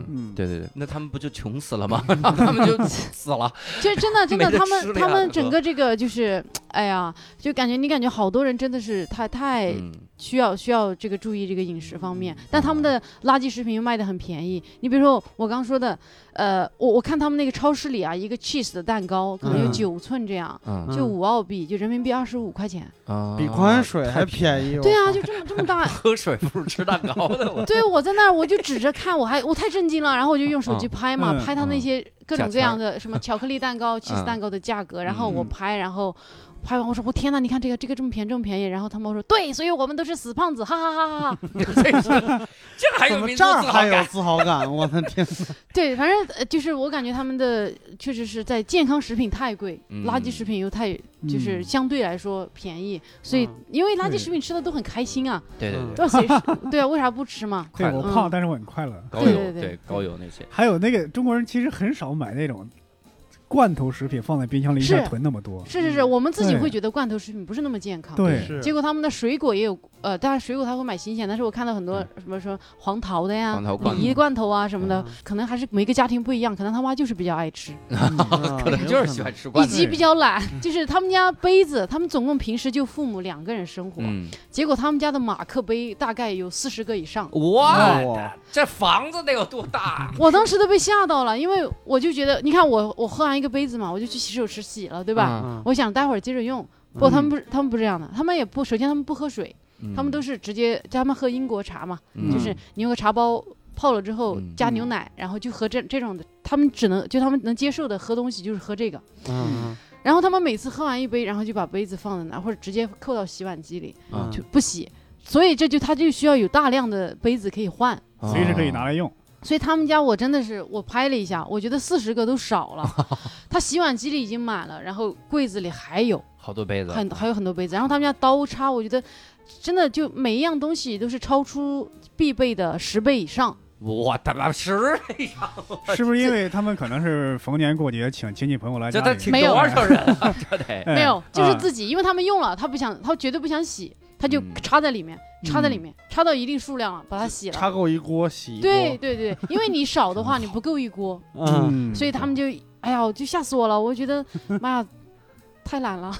Speaker 4: 嗯，
Speaker 1: 对对对，那他们不就穷死了吗？他们就死了。
Speaker 3: 其实真的真的，
Speaker 1: 没得
Speaker 3: 他
Speaker 1: 吃
Speaker 3: 们
Speaker 1: 了
Speaker 3: 他
Speaker 1: 呀
Speaker 3: 们
Speaker 1: 大
Speaker 3: 整
Speaker 1: 哥
Speaker 3: 个这个就是，哎呀，就感觉你感觉好多人真的是太太
Speaker 1: 嗯，
Speaker 3: 需要需要这个注意这个饮食方面，但他们的垃圾食品又卖的很便宜。你比如说我刚说的，呃，我我看他们那个超市里啊，一个 cheese 的蛋糕可能有
Speaker 2: 嗯
Speaker 3: 九寸这样，
Speaker 1: 嗯
Speaker 3: 就五澳币，就人民币二十五块钱。
Speaker 5: 嗯
Speaker 1: 啊。
Speaker 2: 比矿泉水还 便宜。
Speaker 3: 对啊，
Speaker 2: 我靠
Speaker 3: 就这么这么大
Speaker 1: 喝水不如吃蛋糕的，我
Speaker 3: 对，我在那儿我就指着看，我还我太震惊了，然后我就用手机拍嘛，
Speaker 4: 嗯
Speaker 3: 拍他那些各种各样 的什么巧克力蛋糕、起司
Speaker 1: 嗯
Speaker 3: 蛋糕的价格，然后我
Speaker 4: 嗯
Speaker 3: 拍，然后拍完我说我天呐，你看这个这个这么便宜这么便宜，然后他们说对，所以我们都是死胖子，哈哈哈哈哈。
Speaker 1: 这是这还
Speaker 2: 怎
Speaker 1: 有
Speaker 2: 么
Speaker 1: 民
Speaker 2: 这
Speaker 1: 族
Speaker 2: 儿
Speaker 1: 自豪
Speaker 2: 还有
Speaker 1: 感？
Speaker 2: 自豪感？我的天！
Speaker 3: 对，反正呃就是我感觉他们的确实是在健康食品太贵，
Speaker 1: 嗯
Speaker 3: 垃圾食品又太就是
Speaker 4: 嗯
Speaker 3: 相对来说便宜，所以
Speaker 2: 嗯
Speaker 3: 因为垃圾
Speaker 4: 对
Speaker 3: 食品吃的都很开心啊，
Speaker 1: 对对
Speaker 3: 不知道 谁吃对啊，为啥不吃嘛？
Speaker 4: 对
Speaker 1: 快乐
Speaker 4: 我胖，但是我很快乐。
Speaker 1: 高
Speaker 3: 对
Speaker 1: 油
Speaker 3: 对对
Speaker 1: 对高油那些，
Speaker 4: 还有那个中国人其实很少买那种罐头食品放在冰箱里一下
Speaker 3: 是
Speaker 4: 囤那么多。
Speaker 3: 是是是，我们自己
Speaker 4: 嗯对
Speaker 3: 会觉得罐头食品不是那么健康。
Speaker 4: 对，
Speaker 2: 嗯
Speaker 5: 是
Speaker 3: 结果他们的水果也有，呃，当然水果他会买新鲜，但是我看到很多
Speaker 1: 对
Speaker 3: 什么说黄桃的呀
Speaker 1: 黄、桃罐
Speaker 3: 梨
Speaker 1: 头嗯
Speaker 3: 罐头啊什么的，可能还是每个家庭不一样，可能他妈就是比较爱吃，
Speaker 2: 嗯
Speaker 5: 嗯
Speaker 1: 可能就是喜欢吃罐嗯
Speaker 3: 以
Speaker 1: 头。
Speaker 3: 及比较懒，就是他们家杯子，他们总共平时就父母两个人生活，
Speaker 1: 嗯，
Speaker 3: 结果他们家的马克杯大概有四十个以上，
Speaker 1: 哇，
Speaker 2: 哇，
Speaker 1: 这房子得有多大？啊
Speaker 3: 我当时都被吓到了，因为我就觉得，你看我我喝完一个杯子嘛，我就去洗手池洗了，对吧？
Speaker 1: 嗯？
Speaker 3: 我想待会儿接着用。不，他们不是，他们不是这样的，他们也不，首先他们不喝水，他们都是直接，他们喝英国茶嘛，
Speaker 1: 嗯
Speaker 3: 就是你用个茶包泡了之后
Speaker 1: 嗯
Speaker 3: 加牛奶，然后就喝这这种的，他们只能就他们能接受的喝东西就是喝这个，
Speaker 2: 嗯
Speaker 3: 然后他们每次喝完一杯，然后就把杯子放在那儿，或者直接扣到洗碗机里
Speaker 1: 啊
Speaker 3: 就不洗，所以这就他就需要有大量的杯子可以换，
Speaker 1: 啊
Speaker 4: 随时可以拿来 用。
Speaker 3: 所以他们家我真的是我拍了一下，我觉得四十个都 少了，他洗碗机里已经满了，然后柜子里还有
Speaker 1: 好多杯子，
Speaker 3: 很还有很多杯子，然后他们家刀叉，我觉得真的就每一样东西都是超出必备的十倍以上。
Speaker 1: 我他妈十，
Speaker 4: 是不是因为他们可能是逢年过节请亲戚朋友来家
Speaker 1: 这得
Speaker 4: 里
Speaker 1: 请
Speaker 3: 没有
Speaker 1: 多少人 啊？这得
Speaker 4: 哎
Speaker 3: 没有，就是
Speaker 4: 啊
Speaker 3: 自己，因为他们用了，他不想，他绝对不想洗，他就
Speaker 1: 嗯
Speaker 3: 插在里面，插在里
Speaker 4: 嗯
Speaker 3: 面，插到一定数量了，把它洗了。
Speaker 2: 插够一锅洗一锅。
Speaker 3: 对，对对，因为你少 的话你不够一锅，
Speaker 2: 嗯，
Speaker 3: 所以他们就，哎呀，我就吓死我了，我觉得，妈呀，太懒了。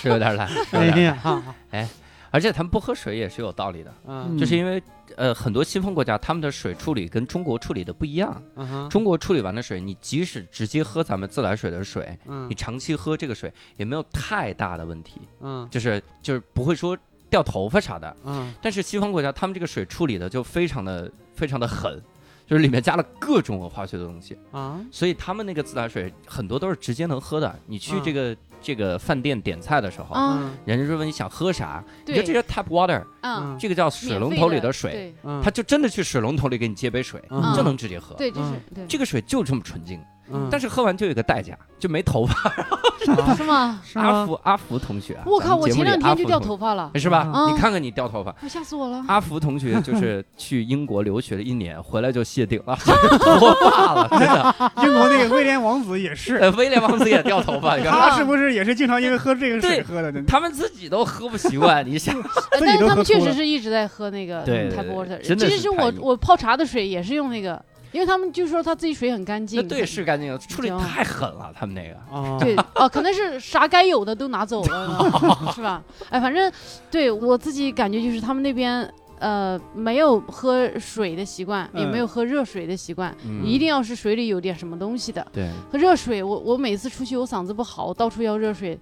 Speaker 1: 是有点懒，是有
Speaker 2: 哎
Speaker 1: 点懒
Speaker 2: 呀，
Speaker 1: 而且他们不喝水也是有道理的，
Speaker 2: 嗯
Speaker 1: 就是因为呃，很多西方国家他们的水处理跟中国处理的不一样。啊
Speaker 2: 嗯哼
Speaker 1: 中国处理完的水，你即使直接喝咱们自来水的水，
Speaker 2: 嗯
Speaker 1: 你长期喝这个水也没有太大的问题，
Speaker 2: 嗯
Speaker 1: 就是就是不会说掉头发啥的。
Speaker 2: 嗯
Speaker 1: 但是西方国家他们这个水处理的就非常的非常的狠，就是里面加了各种化学的东西，
Speaker 2: 啊，
Speaker 1: 所以他们那个自来水很多都是直接能喝的。你去
Speaker 2: 嗯
Speaker 1: 这个、这个饭店点菜的时候，
Speaker 3: 啊，
Speaker 2: 嗯
Speaker 1: 人家就问你想喝啥，你就
Speaker 3: 对
Speaker 1: 这个 tap water，
Speaker 3: 嗯，
Speaker 1: 这个叫水
Speaker 3: 免
Speaker 1: 龙
Speaker 3: 费
Speaker 1: 头里
Speaker 3: 的
Speaker 1: 的水，
Speaker 3: 对
Speaker 2: 嗯，
Speaker 1: 他就真的去水龙头里给你接杯水，
Speaker 2: 嗯
Speaker 1: 你就能直接喝。
Speaker 3: 对，就是
Speaker 2: 嗯
Speaker 3: 对，
Speaker 1: 这个水就这么纯净，
Speaker 2: 嗯
Speaker 1: 但是喝完就有个代价，就没头发。
Speaker 2: 啊
Speaker 3: 是吗？
Speaker 2: 是
Speaker 1: 阿
Speaker 2: 吗？
Speaker 1: 福阿福同学啊，
Speaker 3: 我
Speaker 1: 咱
Speaker 3: 靠，
Speaker 1: 们
Speaker 3: 我
Speaker 1: 节目
Speaker 3: 前两
Speaker 1: 里阿
Speaker 3: 天就
Speaker 1: 福
Speaker 3: 掉
Speaker 1: 同
Speaker 3: 头发了，
Speaker 1: 是吧？
Speaker 3: 嗯
Speaker 1: 你看看你掉头发。
Speaker 3: 我吓死我了。
Speaker 1: 阿福同学就是去英国留学了一年，回来就谢顶 了，脱发了，真的。
Speaker 4: 英国那个威廉王子 也是，
Speaker 1: 呃，威廉王子也掉头发，你看。
Speaker 3: 嗯
Speaker 4: 他是不是也是经常因为喝这个
Speaker 1: 对
Speaker 4: 水喝的呢？
Speaker 1: 他们自己都喝不习惯，你 想，
Speaker 3: 呃
Speaker 4: 自己
Speaker 3: 但是
Speaker 4: 都
Speaker 3: 他
Speaker 4: 喝
Speaker 3: 们确
Speaker 4: 多
Speaker 3: 实
Speaker 4: 了
Speaker 3: 是一直在喝那 个
Speaker 1: 对对
Speaker 3: tap
Speaker 1: 对
Speaker 3: water，
Speaker 1: 真的
Speaker 3: 其
Speaker 1: 是
Speaker 3: 实
Speaker 1: 太
Speaker 3: 我
Speaker 1: 硬
Speaker 3: 我泡茶的水也是用那个，因为他们就说他自己水很干
Speaker 1: 那
Speaker 3: 净。
Speaker 1: 对是干净，处理
Speaker 3: 行
Speaker 1: 太狠了，他们那个。
Speaker 2: 啊，
Speaker 3: 对，哦，可能是啥该有的都拿 走了，是吧？哎，反正对我自己感觉就是他们那边呃没有喝水的习惯，也
Speaker 5: 嗯
Speaker 3: 没有喝热水的习惯，
Speaker 1: 嗯
Speaker 3: 一定要是水里有点什么东西的。
Speaker 1: 对，
Speaker 3: 喝热水，我我每次出去我嗓子不好，我到处要热水。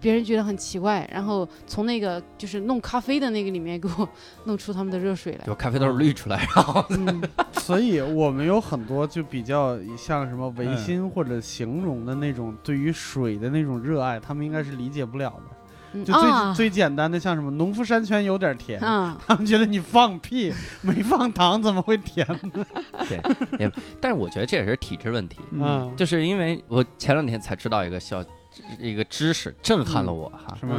Speaker 3: 别人觉得很奇怪，然后从那个就是弄咖啡的那个里面给我弄出他们的热水来
Speaker 1: 就。咖啡豆滤出 来，然后
Speaker 3: 嗯，
Speaker 5: 所以我们有很多就比较像什么唯心或者形容的那种对于水的那种热爱，他们应该是理解不了的。
Speaker 3: 嗯
Speaker 5: 就最、
Speaker 3: 啊
Speaker 5: 最简单的，像什么农夫山泉有点甜，
Speaker 3: 啊，
Speaker 5: 他们觉得你放屁没放糖怎么会甜呢？
Speaker 1: 但是我觉得这也是体质问题，
Speaker 5: 嗯，
Speaker 1: 就是因为我前两天才知道一个小一个知识，震撼
Speaker 3: 嗯
Speaker 1: 了我哈。
Speaker 5: 什么？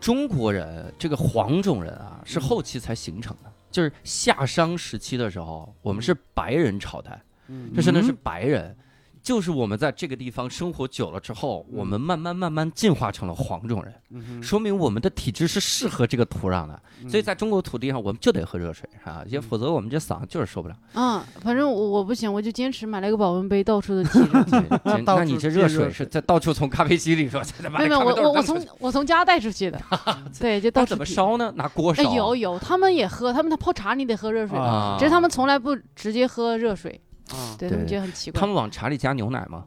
Speaker 1: 中国人这个黄种人啊，是后期才形成的，就是夏商时期的时候，我们是白人朝代，
Speaker 5: 嗯
Speaker 1: 这真的是
Speaker 2: 嗯
Speaker 1: 白人。就是我们在这个地方生活久了之后，我们慢慢慢慢进化成了黄种人，
Speaker 5: 嗯
Speaker 1: 说明我们的体质是适合这个土壤的。
Speaker 5: 哼
Speaker 1: 所以在中国土地上，我们就得喝热水啊，也否则我们这嗓子就是受不了。
Speaker 3: 嗯，反正我我不行，我就坚持买了个保温杯，到处都提着。
Speaker 1: 对这
Speaker 5: 到
Speaker 1: 那你
Speaker 5: 处
Speaker 1: 这
Speaker 5: 接
Speaker 1: 热
Speaker 5: 热
Speaker 1: 水
Speaker 5: 水
Speaker 1: 是在到处从咖啡机里说，在他妈
Speaker 3: 没有没有，我
Speaker 1: 咖啡豆
Speaker 3: 我
Speaker 1: 儿
Speaker 3: 我
Speaker 1: 扔
Speaker 3: 从
Speaker 1: 出去
Speaker 3: 我从家带 出去的，对，就到
Speaker 1: 那
Speaker 3: 处
Speaker 1: 怎么
Speaker 3: 提
Speaker 1: 烧呢？拿锅
Speaker 3: 哎
Speaker 1: 烧。，
Speaker 3: 有有，他们也喝，他们的泡茶你得喝热水的，
Speaker 1: 啊，
Speaker 3: 只是他们从来不直接喝热水，
Speaker 5: 啊，
Speaker 3: 对他们
Speaker 1: 对
Speaker 3: 觉得很奇怪。
Speaker 1: 他们往茶里加牛奶吗？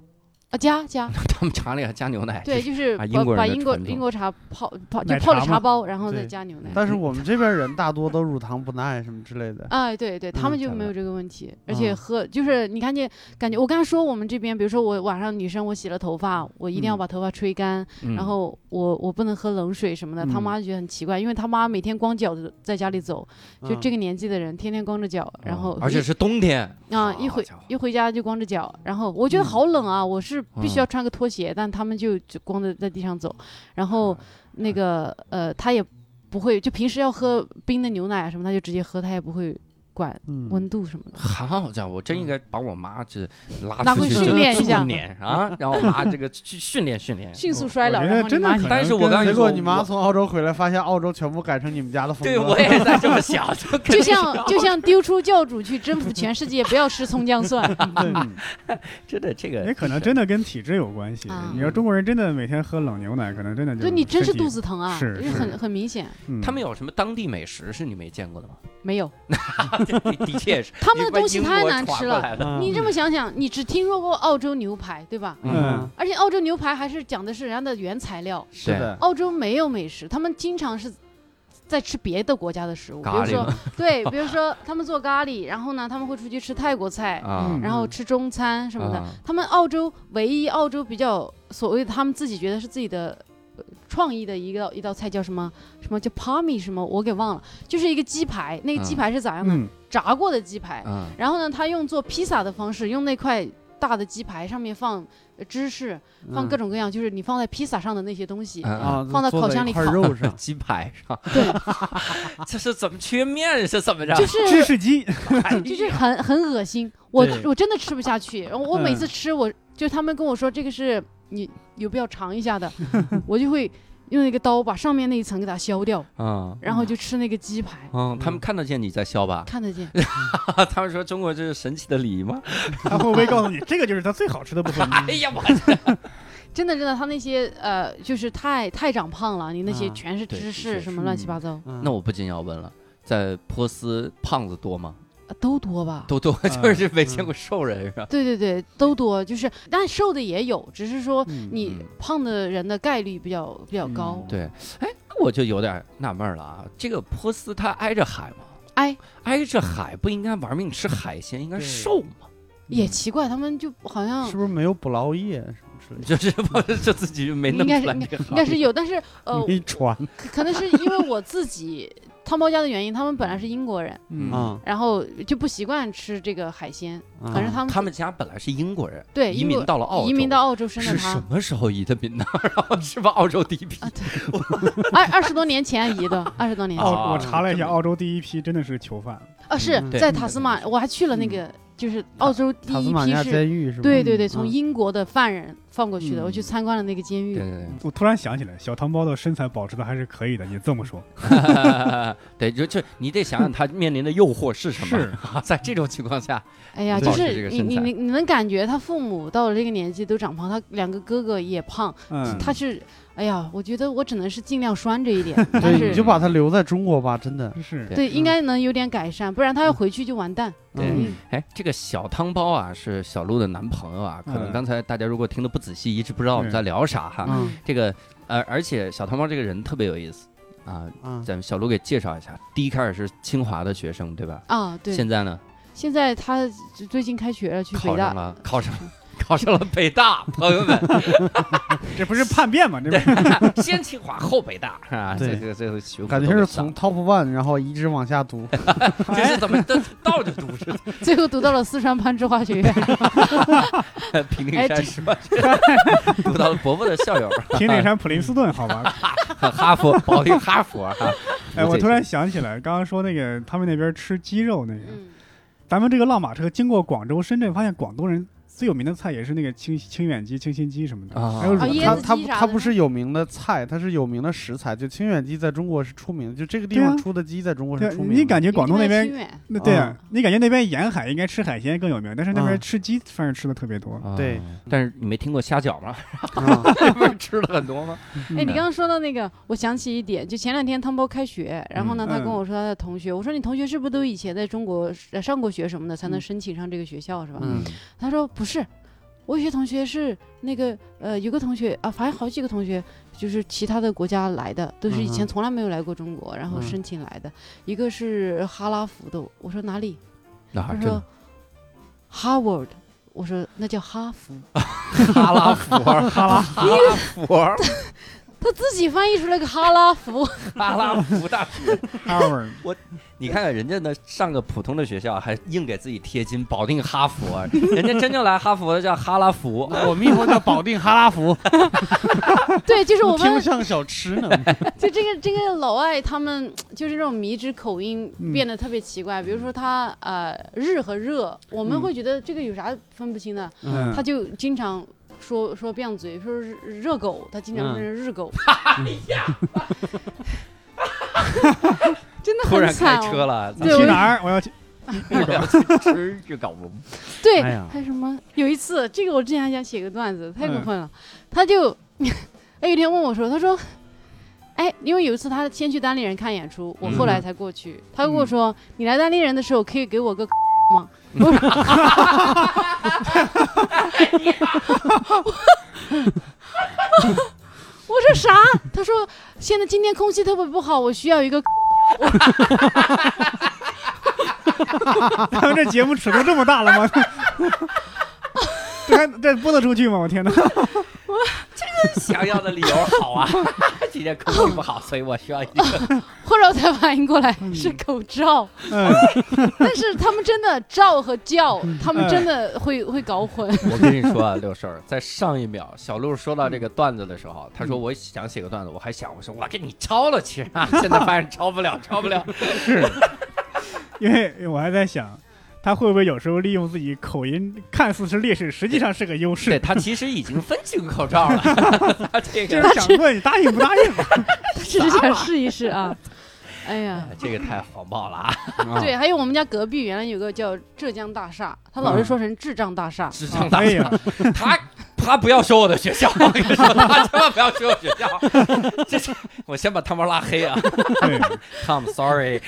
Speaker 3: 啊加加，
Speaker 1: 他们茶里还加牛奶。
Speaker 3: 对，就是
Speaker 1: 啊
Speaker 3: 把
Speaker 1: 英国人
Speaker 3: 把
Speaker 1: 的
Speaker 3: 英国
Speaker 1: 传统
Speaker 3: 英国茶泡泡就
Speaker 4: 奶
Speaker 3: 泡了
Speaker 4: 茶
Speaker 3: 茶
Speaker 4: 嘛
Speaker 3: 包，然后再
Speaker 5: 对
Speaker 3: 加牛奶。
Speaker 5: 但是我们这边人大多都乳糖不耐什么之类的。
Speaker 3: 哎，对对，他
Speaker 5: 嗯
Speaker 3: 们就
Speaker 1: 咱
Speaker 3: 没有
Speaker 1: 们
Speaker 3: 这个问题，而且
Speaker 5: 嗯
Speaker 3: 喝就是你看见感觉，我刚才说我们这边，比如说我晚上女生我洗了头发，我一定要
Speaker 5: 嗯
Speaker 3: 把头发吹干，
Speaker 1: 嗯
Speaker 3: 然后我我不能喝冷水什么的，他
Speaker 5: 嗯
Speaker 3: 妈就觉得很奇怪，因为他妈每天光脚的在家里走，就
Speaker 5: 个，
Speaker 3: 这个年纪的人天天光着脚，然后
Speaker 1: 哦嗯而且
Speaker 3: 一
Speaker 1: 是冬天
Speaker 3: 啊
Speaker 1: 好
Speaker 3: 一回
Speaker 1: 家伙
Speaker 3: 一回家就光着脚，然后我觉
Speaker 5: 嗯
Speaker 3: 得好冷啊，我是必须要
Speaker 1: 嗯
Speaker 3: 穿个拖鞋，但他们就就光着在地上走，然后
Speaker 1: 嗯
Speaker 3: 那个呃他也不会，就平时要喝冰的牛奶啊什么，他就直接喝，他也不会管
Speaker 5: 嗯，
Speaker 3: 温度什么 的。
Speaker 1: 好家伙，我真应该把我妈这拉
Speaker 3: 嗯拉
Speaker 1: 出
Speaker 3: 过
Speaker 1: 去
Speaker 3: 去训练一下
Speaker 1: 训练啊，让我妈这个去训练训练。
Speaker 3: 迅速衰老，
Speaker 4: 我觉
Speaker 3: 然
Speaker 4: 得
Speaker 3: 后你
Speaker 4: 真的
Speaker 3: 妈
Speaker 4: 可
Speaker 3: 就
Speaker 4: 能
Speaker 1: 但是我
Speaker 4: 跟
Speaker 1: 刚才
Speaker 5: 结
Speaker 1: 说
Speaker 5: 果你妈
Speaker 1: 我
Speaker 5: 从澳洲回来，发现澳洲全部改成你们家的风格。
Speaker 1: 对，我也在这 么想，就跟
Speaker 3: 就像就像丢出教主去征服全世界，不要吃葱 姜蒜。
Speaker 5: 嗯
Speaker 1: 真的这个嗯
Speaker 4: 也可能真的跟体质有关系
Speaker 3: 啊。
Speaker 4: 你说中国人真的每天喝冷牛奶，可能真的就
Speaker 3: 就你真是
Speaker 4: 身体
Speaker 3: 肚子疼啊，
Speaker 4: 是
Speaker 3: 就是
Speaker 4: 是
Speaker 3: 很很明显。
Speaker 4: 嗯
Speaker 1: 他们有什么当地美食是你没见过的吗？
Speaker 3: 没有，
Speaker 1: 的的确是，
Speaker 3: 他们的
Speaker 1: 你把
Speaker 3: 东西
Speaker 1: 英
Speaker 3: 太
Speaker 1: 国
Speaker 3: 难
Speaker 1: 传
Speaker 3: 吃
Speaker 1: 过
Speaker 3: 了
Speaker 1: 来
Speaker 5: 嗯
Speaker 1: 了。
Speaker 3: 你这么想想，你只听说过澳洲牛排，对吧？
Speaker 4: 嗯，
Speaker 3: 而且澳洲牛排还是讲的是人家的原材料，
Speaker 5: 是的，
Speaker 3: 澳洲没有美食，他们经常是在吃别的国家的食物，比
Speaker 1: 咖
Speaker 3: 如
Speaker 1: 喱
Speaker 3: 说
Speaker 1: 吗
Speaker 3: 对，比如说他们做咖喱，然后呢他们会出去吃泰国菜，
Speaker 1: 啊
Speaker 5: 嗯
Speaker 3: 然后吃中餐什么的
Speaker 1: 啊。
Speaker 3: 他们澳洲唯一澳洲比较所谓他们自己觉得是自己的。呃创意的一个一道菜叫什么？什么叫 p a m i 什么？我给忘了，就是一个鸡排。那个鸡
Speaker 1: 嗯
Speaker 3: 排是咋样的？
Speaker 4: 嗯
Speaker 3: 炸过的鸡排，
Speaker 1: 嗯，
Speaker 3: 然后呢，他用做披萨的方式，用那块大的鸡排上面放呃芝士，放各种各样，就是你放在披萨上的那些东西。
Speaker 1: 嗯，
Speaker 5: 嗯啊，
Speaker 3: 放到
Speaker 5: 坐
Speaker 3: 烤
Speaker 5: 在一
Speaker 3: 箱里
Speaker 5: 块
Speaker 3: 烤
Speaker 5: 肉上
Speaker 1: 鸡排上，
Speaker 3: 对，
Speaker 1: 这是怎么缺面啊是怎么着？
Speaker 3: 就是
Speaker 4: 芝士鸡，
Speaker 1: 啊
Speaker 3: 就是很很恶心，我
Speaker 5: 对
Speaker 3: 我真的吃不下去。然后我
Speaker 5: 嗯
Speaker 3: 每次吃，我就他们跟我说这个是你有必要尝 一下的，我就会用一个刀把上面那一层给它削掉，
Speaker 1: 嗯
Speaker 3: 然后就吃那个鸡排，
Speaker 1: 嗯，他们看得见你在削吧？
Speaker 3: 看 得见。
Speaker 1: 他们说中国这是神奇的礼仪吗？
Speaker 4: 他会不会告诉你这个就是它最好吃的部 分？
Speaker 1: 哎呀，我
Speaker 3: 真的真的，他那些呃，就是太太长胖了，你那些
Speaker 5: 啊
Speaker 3: 全是
Speaker 1: 对
Speaker 3: 芝
Speaker 1: 的
Speaker 3: 士
Speaker 1: 确嗯
Speaker 3: 什
Speaker 1: 是
Speaker 3: 么乱七八糟，
Speaker 5: 嗯
Speaker 1: 那我不禁要问了，在波斯胖子多吗？
Speaker 3: 呃都多吧？
Speaker 1: 都多，就是没见过瘦人是吧？
Speaker 3: 对对对，都多，就是但瘦的也有，只是说
Speaker 5: 嗯
Speaker 3: 你
Speaker 1: 嗯
Speaker 3: 胖的人的概率比较比较高。
Speaker 1: 对，哎，那我就有点纳闷了啊，这个波斯它挨着海吗？
Speaker 3: 哎，
Speaker 1: 挨着海不应该玩命吃海鲜，应该
Speaker 5: 对
Speaker 1: 瘦吗？
Speaker 3: 也奇怪，他们就好像
Speaker 5: 是不是没有捕捞业什么之类的？
Speaker 1: 就是不就自己就没弄
Speaker 3: 应该
Speaker 1: 出
Speaker 3: 是
Speaker 1: 来
Speaker 3: 应
Speaker 1: 这个
Speaker 3: 应
Speaker 1: 行
Speaker 3: 该是有，但是呃，
Speaker 1: 嗯
Speaker 5: 没船
Speaker 3: 可可能是因为我 自己汤包家的原因，他们本来是英国人，
Speaker 1: 嗯
Speaker 5: 啊，
Speaker 3: 然后就不习惯吃这个海鲜，
Speaker 5: 啊
Speaker 3: 反正他们
Speaker 1: 他们家本来是英国人，
Speaker 3: 对
Speaker 1: 移
Speaker 3: 英
Speaker 1: 民
Speaker 3: 国
Speaker 1: 到了澳洲，
Speaker 3: 移民到澳洲生的
Speaker 1: 是什
Speaker 3: 他。
Speaker 1: 么时候移的民呢？然后是吧？澳洲第一 批
Speaker 3: 啊，对，二二十多年前移的，二十多年前
Speaker 1: 啊
Speaker 4: 哦澳，我查了一下，
Speaker 1: 这么
Speaker 4: 澳洲第一批真的是囚犯，
Speaker 3: 啊，是
Speaker 5: 嗯
Speaker 1: 对嗯
Speaker 3: 在塔斯马，我还去了那个，就是澳洲第
Speaker 5: 塔斯
Speaker 3: 一
Speaker 5: 马尼
Speaker 3: 批
Speaker 5: 亚
Speaker 3: 是，
Speaker 5: 监狱是吧？
Speaker 3: 对对对，
Speaker 5: 嗯
Speaker 3: 从英国的犯人放过去的，
Speaker 1: 嗯
Speaker 3: 我去参观了那个监
Speaker 1: 对
Speaker 3: 狱，
Speaker 1: 对
Speaker 4: 我突然想起来，小汤包的身材保持的还是可以的。你这么说，
Speaker 1: 对， 对，就就你得想想他面临的诱惑是什么
Speaker 4: 是。
Speaker 1: 啊在这种情况下，
Speaker 3: 哎呀，
Speaker 1: 保
Speaker 3: 就
Speaker 1: 持这
Speaker 3: 是
Speaker 1: 个
Speaker 3: 你
Speaker 1: 身
Speaker 3: 你
Speaker 1: 材
Speaker 3: 你你能感觉他父母到了这个年纪都长胖，他两个哥哥也胖，
Speaker 4: 嗯，
Speaker 3: 他是，哎呀，我觉得我只能是尽量拴着一点，但
Speaker 5: 对，你
Speaker 3: 是
Speaker 5: 就把它留在中国吧，真的。
Speaker 4: 是
Speaker 3: 对应该能有点改善，不然他要回去就完蛋。
Speaker 1: 对
Speaker 5: 嗯
Speaker 1: 哎，这个小汤包啊，是小鹿的男朋友啊。可能
Speaker 4: 嗯
Speaker 1: 刚才大家如果听得不仔仔细，一直不知道我们在聊啥哈。
Speaker 2: 嗯
Speaker 1: 这个呃，而且小汤包这个人特别有意思啊，
Speaker 5: 啊，
Speaker 1: 咱们小卢给介绍一下。第一开始是清华的学生对吧？
Speaker 3: 啊，对，
Speaker 1: 现在呢，
Speaker 3: 现在他最近开学了，嗯去北
Speaker 1: 考
Speaker 3: 大
Speaker 1: 上了，考上了，考上了北大，朋友们，
Speaker 4: 这不是叛变吗？这不是
Speaker 1: 先清华后北大啊，这
Speaker 5: 对
Speaker 1: 这这个学府
Speaker 5: 感觉
Speaker 1: 都没
Speaker 5: 是
Speaker 1: 上
Speaker 5: 从 top one 然后一直往下读，
Speaker 1: 这是怎么这倒着读是
Speaker 3: 最后读到了四川攀枝花学院。
Speaker 1: 平顶
Speaker 3: 哎
Speaker 1: 山
Speaker 3: 这
Speaker 1: 是吧？读到了伯伯的校友，
Speaker 4: 平顶山普林斯顿，好吧？
Speaker 1: 哈佛，保定哈佛 哈。
Speaker 4: 哎，我突然想起来，刚刚说那个他们那边吃鸡肉那个，
Speaker 3: 嗯，
Speaker 4: 咱们这个浪马车经过广州、深圳，发现广东人最有名的菜也是那个清清远鸡、清新鸡什么的，
Speaker 1: 啊
Speaker 4: 还有
Speaker 1: 啊
Speaker 4: 乳
Speaker 3: 椰
Speaker 5: 它
Speaker 4: 鸽
Speaker 3: 子。
Speaker 5: 它
Speaker 3: 鸡
Speaker 5: 不
Speaker 3: 啥
Speaker 5: 它
Speaker 3: 的
Speaker 5: 不
Speaker 3: 是
Speaker 5: 是有名的菜，它是有名的食材。就清远鸡在中国是出名的，就这个地
Speaker 4: 对啊
Speaker 5: 方出的鸡在中国
Speaker 4: 对
Speaker 5: 是出名的。
Speaker 4: 你感觉广东那边，
Speaker 3: 边
Speaker 4: 那对啊
Speaker 5: 啊，
Speaker 4: 你感觉那边沿海应该吃海鲜更有名，但是那边
Speaker 5: 啊
Speaker 4: 吃鸡反而吃的特别多。
Speaker 5: 对，
Speaker 1: 啊但是你没听过虾饺 吗？
Speaker 5: 啊
Speaker 1: 那边吃了很多吗？
Speaker 3: 哎，你刚刚说到那个，我想起一点，就前两天汤包开学，然后呢，
Speaker 4: 嗯
Speaker 3: 他
Speaker 4: 嗯
Speaker 3: 跟我说他的同学，我说你同学是不是都以前在中国呃上过学什么的，才能
Speaker 5: 嗯
Speaker 3: 申请上这个学校是吧？
Speaker 5: 嗯
Speaker 3: 他说不是，我有些同学是那个呃，有个同学啊，反正好几个同学就是其他的国家来的，都是以前
Speaker 5: 嗯哼
Speaker 3: 从来没有来过中国，然后
Speaker 5: 嗯
Speaker 3: 申请来的。一个是哈拉福的，我说哪里？
Speaker 1: 那
Speaker 5: 啊
Speaker 1: 还
Speaker 3: 他
Speaker 1: 真
Speaker 3: 说 Harvard，我说那叫哈佛。
Speaker 1: 哈拉佛，哈拉哈拉佛，
Speaker 3: 他自己翻译出来个哈拉福，
Speaker 1: 哈拉佛大学。
Speaker 4: 哈尔文，
Speaker 1: 你看看人家那上个普通的学校，还硬给自己贴金，保定哈佛，人家真正来哈佛的叫哈拉 佛。
Speaker 5: 我们以后叫保定哈拉福，
Speaker 3: 对， 就是我们
Speaker 5: 听像小吃呢。
Speaker 3: 就这个这个老外他们就是这种迷之口音
Speaker 4: 嗯
Speaker 3: 变得特别奇怪，比如说他呃日和热，我们
Speaker 4: 嗯
Speaker 3: 会觉得这个有啥分不清的，
Speaker 4: 嗯
Speaker 3: 他，就经常。说说变嘴，说日热狗，他经
Speaker 5: 嗯
Speaker 3: 常变成日狗， 真的
Speaker 1: 突
Speaker 3: 很
Speaker 1: 然开
Speaker 3: 惨、哦。
Speaker 1: 车了，
Speaker 3: 对
Speaker 4: 去哪儿？我要去。
Speaker 1: 我要去吃这搞不？
Speaker 3: 对，
Speaker 5: 哎呀
Speaker 3: 还有什么？有一次，这个我之前还想写个段子，太过分
Speaker 5: 嗯
Speaker 3: 了。他就， 他有一天问我说：“他说，哎，因为有一次他先去单立人看演出，
Speaker 5: 嗯
Speaker 3: 我后来才过去。他跟我说：‘你来单立人的时候，可以 给我个吗？’ 我说我说 啥？他说现在今天空气特别不好，我需要一个
Speaker 4: 咱们这节目尺度这么大了吗？ 啊这还这播得出去吗？我天哪！
Speaker 1: 想要的理由好啊， 今天空气不好，所以我需要一个。
Speaker 3: 后来我才反应过来是口罩，
Speaker 4: 嗯，
Speaker 3: 但是他们真的罩和叫，他们真的会会搞混。
Speaker 1: 我跟你说啊，六婶儿，在上一秒小鹿说到这个段子的时候，他说我想写个段子，我还想我说我给你抄了去啊，现在发现抄不了，抄不了。
Speaker 4: 因为我还在想，他会不会有时候利用自己口音，看似是劣势，实际上是个优
Speaker 1: 对
Speaker 4: 势？
Speaker 1: 他其实已经分清口罩了， 他这
Speaker 4: 就
Speaker 1: 个
Speaker 4: 是想问你答应不答应？
Speaker 3: 只是想试一试啊。哎呀，
Speaker 1: 这个太黄暴了啊！
Speaker 3: 对，还有我们家隔壁原来有个叫浙江大厦，他老是说成智障大厦。
Speaker 1: 智障大
Speaker 4: 哎
Speaker 1: 学，
Speaker 4: 呀，
Speaker 1: 他他不要说我的学校， 我跟你说，他千万不要说我学校。这是我先把汤包拉黑啊
Speaker 4: 对，
Speaker 1: ，Tom，sorry，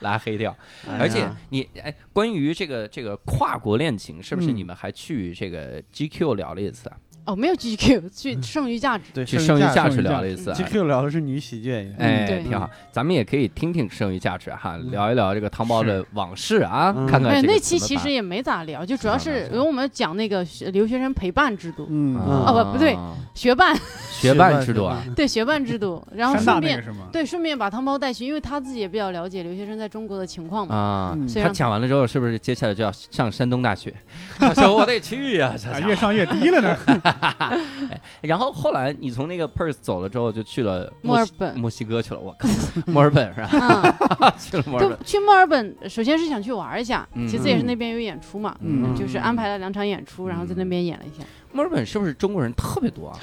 Speaker 1: 拉黑掉。而且你哎，关于这个这个跨国恋情，是不是
Speaker 5: 嗯
Speaker 1: 你们还去这 GQ 聊了一次啊？
Speaker 3: 哦，没有 GQ，去剩余价值。
Speaker 5: 对，
Speaker 1: 去
Speaker 5: 剩
Speaker 1: 剩余
Speaker 5: 余
Speaker 1: 价
Speaker 5: 价
Speaker 1: 值
Speaker 5: 值
Speaker 1: 聊了一次、啊。
Speaker 5: GQ 聊的是女喜剧演员，
Speaker 1: 哎，
Speaker 3: 嗯对
Speaker 1: 挺好，咱们也可以听听剩余价值哈，
Speaker 5: 嗯
Speaker 1: 聊一聊这个汤包的往事啊，
Speaker 5: 嗯
Speaker 1: 看看
Speaker 3: 哎，
Speaker 1: 这个
Speaker 3: 那期
Speaker 1: 怎么
Speaker 3: 其
Speaker 1: 办
Speaker 3: 实也没咋聊，就主要
Speaker 1: 是吧
Speaker 3: 是因为我们讲那个学留学生陪伴制度、
Speaker 4: 嗯
Speaker 5: 嗯
Speaker 1: 啊
Speaker 3: 哦不不对，学伴，
Speaker 1: 学伴制度啊，
Speaker 3: 对学伴制度，然后
Speaker 4: 山大
Speaker 3: 顺
Speaker 4: 那个
Speaker 3: 便
Speaker 4: 是吗？
Speaker 3: 对顺便把汤包带去，因为他自己也比较了解留学生在中国的情况嘛。
Speaker 1: 啊
Speaker 4: 嗯，
Speaker 3: 所以
Speaker 1: 他
Speaker 3: 让
Speaker 1: 讲完了之后，是不是接下来就要上山东大 学？他说我得去呀、这
Speaker 4: 啊，
Speaker 1: 家
Speaker 4: 越
Speaker 1: 伙
Speaker 4: 上越低了呢。
Speaker 1: 然后后来你从那个 Perth 走了之后，就去了
Speaker 3: 墨尔
Speaker 1: 西
Speaker 3: 本
Speaker 1: 墨西哥去了。我靠，墨尔本是吧？
Speaker 3: 嗯，
Speaker 1: 去了墨尔
Speaker 3: 就
Speaker 1: 本，
Speaker 3: 去墨尔本，首先是想去玩一下，
Speaker 1: 嗯
Speaker 3: 其次也是那边有演出嘛，
Speaker 1: 嗯
Speaker 3: 就是安排了两场演出，然后在那边演了一下。
Speaker 1: 墨尔本是不是中国人特别多啊？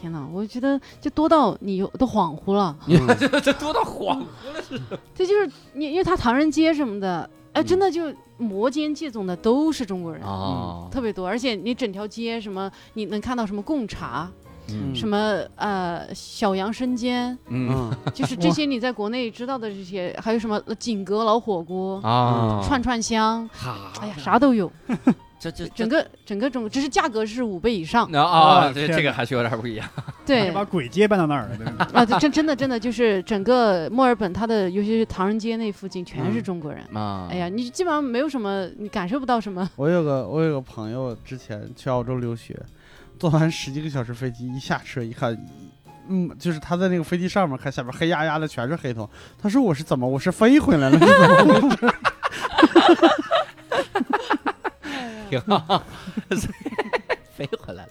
Speaker 3: 天哪，我觉得就多到你有都恍惚了。
Speaker 1: 你
Speaker 5: 嗯
Speaker 1: 看这这多到恍惚了是？
Speaker 3: 这就是你，因为他唐人街什么的，哎，真的就摩肩接踵的都是中国人，
Speaker 1: 嗯哦
Speaker 3: 特别多。而且你整条街什么，你能看到什么贡茶，
Speaker 1: 嗯
Speaker 3: 什么呃小羊生煎，
Speaker 1: 嗯
Speaker 5: 嗯，
Speaker 3: 就是这些你在国内知道的这些，还有什么呃锦阁老火锅、
Speaker 1: 啊，
Speaker 3: 串串香，
Speaker 1: 哈，
Speaker 3: 哎呀，啥都有，
Speaker 1: 这这
Speaker 3: 整个整个中，只是价格是五倍以上。
Speaker 1: 那啊，
Speaker 4: 啊
Speaker 1: 这
Speaker 4: 天哪
Speaker 1: 这个还是有点不一样。
Speaker 3: 对
Speaker 4: 把鬼街搬到那儿了，对吧？
Speaker 3: 啊，这真真的真的就是整个墨尔本，它的尤其是唐人街那附近全是
Speaker 5: 嗯
Speaker 3: 中国人。
Speaker 1: 啊，
Speaker 3: 哎呀，，你基本上没有什么，你感受不到什么。
Speaker 5: 我有个我有个朋友之前去澳洲留学，坐完十几个小时飞机，一下车一看，嗯，就是他在那个飞机上面看下边黑压压的全是黑头，他说我是怎么我是飞回 来了， 是怎么回事？
Speaker 1: 挺好，飞回来了。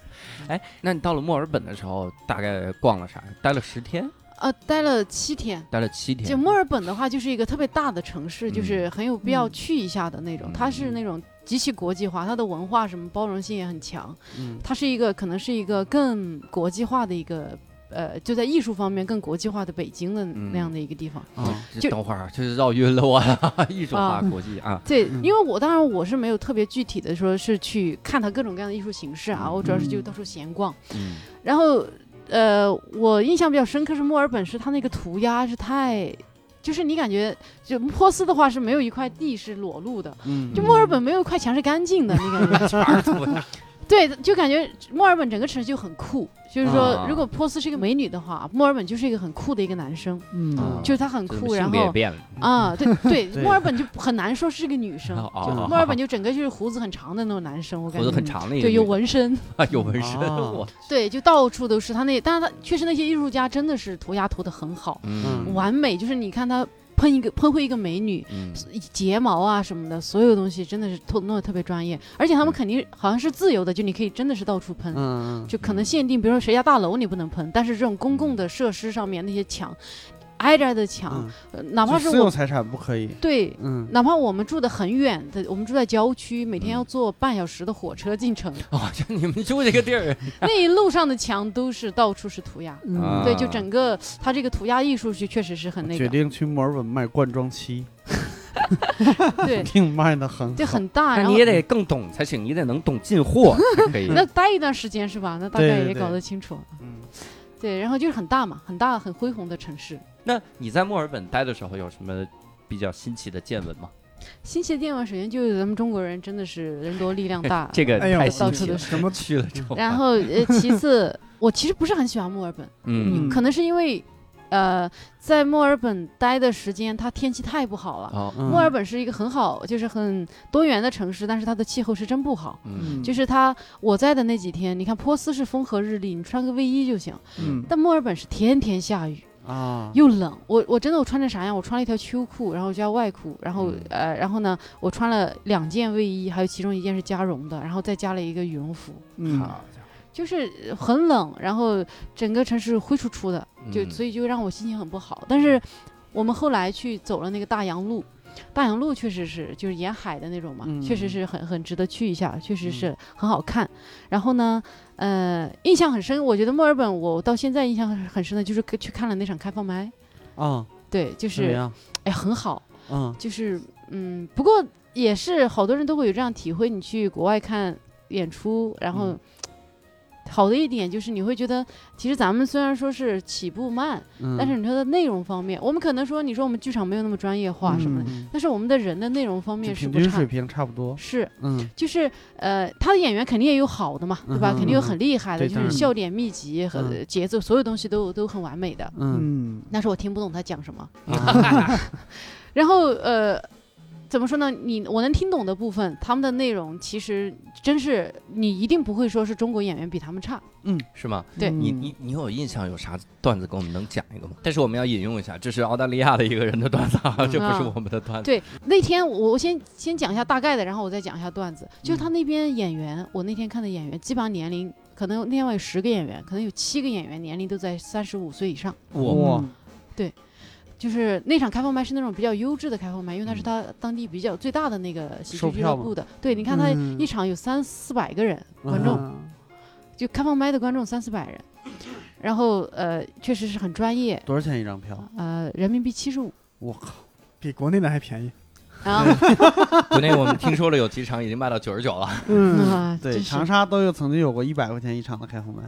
Speaker 1: 哎，那你到了墨尔本的时候，大概逛了啥？待了十天，
Speaker 3: 呃，待了七天，
Speaker 1: 待了七天。
Speaker 3: 就墨尔本的话，就是一个特别大的城市，就是很有必要
Speaker 4: 嗯
Speaker 3: 去一下的那种。
Speaker 1: 嗯
Speaker 3: 它是那种极其国际化，它的文化什么包容性也很强。
Speaker 5: 嗯
Speaker 3: 它是一个可能是一个更国际化的一个，呃，就在艺术方面更国际化的北京的那
Speaker 1: 嗯
Speaker 3: 样的一个地方。
Speaker 5: 啊，
Speaker 1: 这
Speaker 3: 就
Speaker 1: 等会儿就是绕晕了我了， 艺术化
Speaker 3: 啊
Speaker 1: 国际啊，
Speaker 3: 对
Speaker 5: 嗯，
Speaker 3: 因为我当然我是没有特别具体的说是去看它各种各样的艺术形式啊，我主要是就
Speaker 4: 嗯
Speaker 3: 到处闲逛。
Speaker 1: 嗯
Speaker 3: 然后，呃，我印象比较深刻是墨尔本是它那个涂鸦是太，就是你感觉就波斯的话是没有一块地是裸露的，
Speaker 5: 嗯，
Speaker 3: 就墨尔本没有一块墙是干净的，你感觉对，就感觉墨尔本整个城市就很酷。就是
Speaker 1: 啊
Speaker 3: 说，如果波斯是一个美女的话，墨尔本就是一个很酷的一个男生，
Speaker 1: 啊
Speaker 4: 嗯，
Speaker 3: 就是他很
Speaker 1: 这
Speaker 3: 酷，
Speaker 1: 性
Speaker 3: 然
Speaker 1: 别也
Speaker 3: 后
Speaker 1: 变了。
Speaker 3: 啊，对对，
Speaker 5: 对
Speaker 3: 墨尔本就很难说是个女生，
Speaker 1: 哦哦 哦
Speaker 3: 墨尔本就整个就是胡子很长的那种男生，我感
Speaker 1: 胡
Speaker 3: 觉
Speaker 1: 子很长的一个
Speaker 3: 对，
Speaker 1: 女
Speaker 3: 有
Speaker 1: 的
Speaker 3: 纹哦身，
Speaker 1: 有纹身，
Speaker 5: 啊
Speaker 1: 我
Speaker 3: 对，就到处都是他那，但是他确实那些艺术家真的是涂鸦涂的很好，
Speaker 1: 嗯
Speaker 3: 完美，就是你看他喷一个喷绘一个美女，
Speaker 1: 嗯
Speaker 3: 睫毛啊什么的，所有东西真的是都弄得特别专业，而且他们肯定好像是自由的，就你可以真的是到处喷，
Speaker 5: 嗯，
Speaker 3: 就可能限定，比如说谁家大楼你不能喷，但是这种公共的设施上面那些墙，挨着挨的墙
Speaker 5: 嗯，
Speaker 3: 呃哪怕
Speaker 5: 就是私有
Speaker 3: 我
Speaker 5: 财产不可以，
Speaker 3: 对。
Speaker 5: 嗯，
Speaker 3: 哪怕我们住的很远的，我们住在郊区，每天
Speaker 1: 嗯
Speaker 3: 要坐半小时的火车进 城，
Speaker 1: 哦，就你们住这个地儿，
Speaker 3: 那一路上的墙都是到处是涂鸦，
Speaker 1: 啊
Speaker 3: 嗯对，就整个它这个涂鸦艺术是确实是很那
Speaker 5: 决
Speaker 3: 个，
Speaker 5: 定去墨尔本卖罐装漆，
Speaker 3: 对，
Speaker 5: 定卖的很好，
Speaker 3: 就很大。
Speaker 1: 那
Speaker 3: 然后
Speaker 1: 你也得嗯更懂才行，你得能懂进 货才可以。
Speaker 3: 那待一段时间是吧？那大
Speaker 5: 对
Speaker 3: 概
Speaker 5: 对
Speaker 3: 也
Speaker 5: 对
Speaker 3: 搞得清楚。
Speaker 5: 嗯
Speaker 3: 对，然后就是很大嘛，很大很恢宏的城市。
Speaker 1: 那你在墨尔本待的时候有什么比较新奇的见闻吗？，
Speaker 3: 新奇的电玩首先就是咱们中国人真的是人多力量大
Speaker 1: 这个
Speaker 4: 哎呦
Speaker 1: 太新
Speaker 3: 到处
Speaker 1: 奇
Speaker 3: 都
Speaker 1: 了，
Speaker 3: 是。
Speaker 4: 什么
Speaker 1: 去了之后，啊
Speaker 3: 然后呃，其次， 我其实不是很喜欢墨尔本，
Speaker 1: 嗯
Speaker 4: 嗯
Speaker 3: 可能是因为呃，在墨尔本待的时间，它天气太不好了。
Speaker 1: 哦
Speaker 5: 嗯
Speaker 3: 墨尔本是一个很好，就是很多元的城市，但是它的气候是真不好。
Speaker 1: 嗯
Speaker 3: 就是它，我在的那几天，你看波斯是风和日丽，你穿个卫衣就行。
Speaker 4: 嗯，
Speaker 3: 但墨尔本是天天下雨，
Speaker 5: 啊，
Speaker 3: 又冷，我我真的我穿成啥样？我穿了一条秋裤，然后加外裤，然后、
Speaker 1: 嗯
Speaker 3: 呃，然后呢，我穿了两件卫衣，还有其中一件是加绒的，然后再加了一个羽绒服，
Speaker 4: 嗯
Speaker 1: 好家
Speaker 3: 就是呃很冷，然后整个城市灰出出的，
Speaker 1: 伙
Speaker 3: 就、
Speaker 1: 嗯
Speaker 3: 所以就让我心情很不好。但是我们后来去走了那个大洋路，大洋路确实是就是沿海的那种嘛，
Speaker 5: 嗯
Speaker 3: 确实是很很值得去一下，确实是很好看。然后呢，呃，印象很深，我觉得墨尔本我到现在印象很深的就是去看了那场开放麦。
Speaker 5: 啊，
Speaker 3: 对，就
Speaker 5: 怎么
Speaker 3: 是
Speaker 5: 样？
Speaker 3: 哎很好，
Speaker 5: 嗯
Speaker 3: 就是嗯，不过也是好多人都会有这样体会，你去国外看演出，然后。
Speaker 5: 嗯
Speaker 3: 好的一点就是你会觉得，其实咱们虽然说是起步慢，
Speaker 5: 嗯，
Speaker 3: 但是你说的内容方面，我们可能说你说我们剧场没有那么专业化什么的，
Speaker 5: 嗯
Speaker 3: 但是我们的人的内容方面
Speaker 5: 就是平
Speaker 3: 不
Speaker 5: 均
Speaker 3: 差
Speaker 5: 水，平差不多，
Speaker 3: 是
Speaker 5: 嗯
Speaker 3: 就是呃，他的演员肯定也有好的嘛，对吧？
Speaker 5: 嗯哼
Speaker 3: 肯定
Speaker 5: 嗯
Speaker 3: 有
Speaker 5: 哼
Speaker 3: 很厉害的，
Speaker 5: 对
Speaker 3: 就
Speaker 5: 当
Speaker 3: 是
Speaker 5: 然
Speaker 3: 笑点密集和
Speaker 5: 嗯
Speaker 3: 节奏，所有东西都都很完美的，
Speaker 5: 嗯
Speaker 4: 嗯，
Speaker 3: 但是我听不懂他讲什么。
Speaker 1: 嗯
Speaker 3: 嗯
Speaker 5: 啊
Speaker 3: 然后呃，怎么说呢？你我能听懂的部分，他们的内容其实真是你一定不会说是中国演员比他们差。
Speaker 1: 是吗？
Speaker 3: 对
Speaker 4: 嗯
Speaker 1: 你你你有印象有啥段子给我们能讲一个吗？但是我们要引用一下，这是澳大利亚的一个人的段子啊，这不是
Speaker 3: 嗯
Speaker 1: 我们的
Speaker 5: 嗯
Speaker 1: 段子。
Speaker 3: 对，那天我我先先讲一下大概的，然后我再讲一下段子。就是他那边演员，我那天看的演员，基本上年龄可能另外有十个演员，可能有七个演员年龄都在三十五岁以上。
Speaker 1: 我
Speaker 4: 嗯
Speaker 3: 就是那场开放麦是那种比较优质的开放麦，因为它是
Speaker 1: 嗯
Speaker 3: 他当地比较最大的那个喜剧
Speaker 5: 售
Speaker 3: 俱乐
Speaker 5: 票吗
Speaker 3: 部的。对，你看他
Speaker 5: 嗯
Speaker 3: 一场有三四百个人观众，就开放麦的观众三四百人，然后呃，确实是很专业，
Speaker 5: 多少钱一张票？
Speaker 3: 呃，人民币七十五。
Speaker 5: 我靠，
Speaker 4: 比国内的还便宜，
Speaker 3: 然 后，
Speaker 1: 国内我们听说了有几场已经卖到九十九了，
Speaker 3: 嗯啊，
Speaker 5: 对，
Speaker 3: 真是
Speaker 5: 长沙都有曾经有过一百块钱一场的开放麦，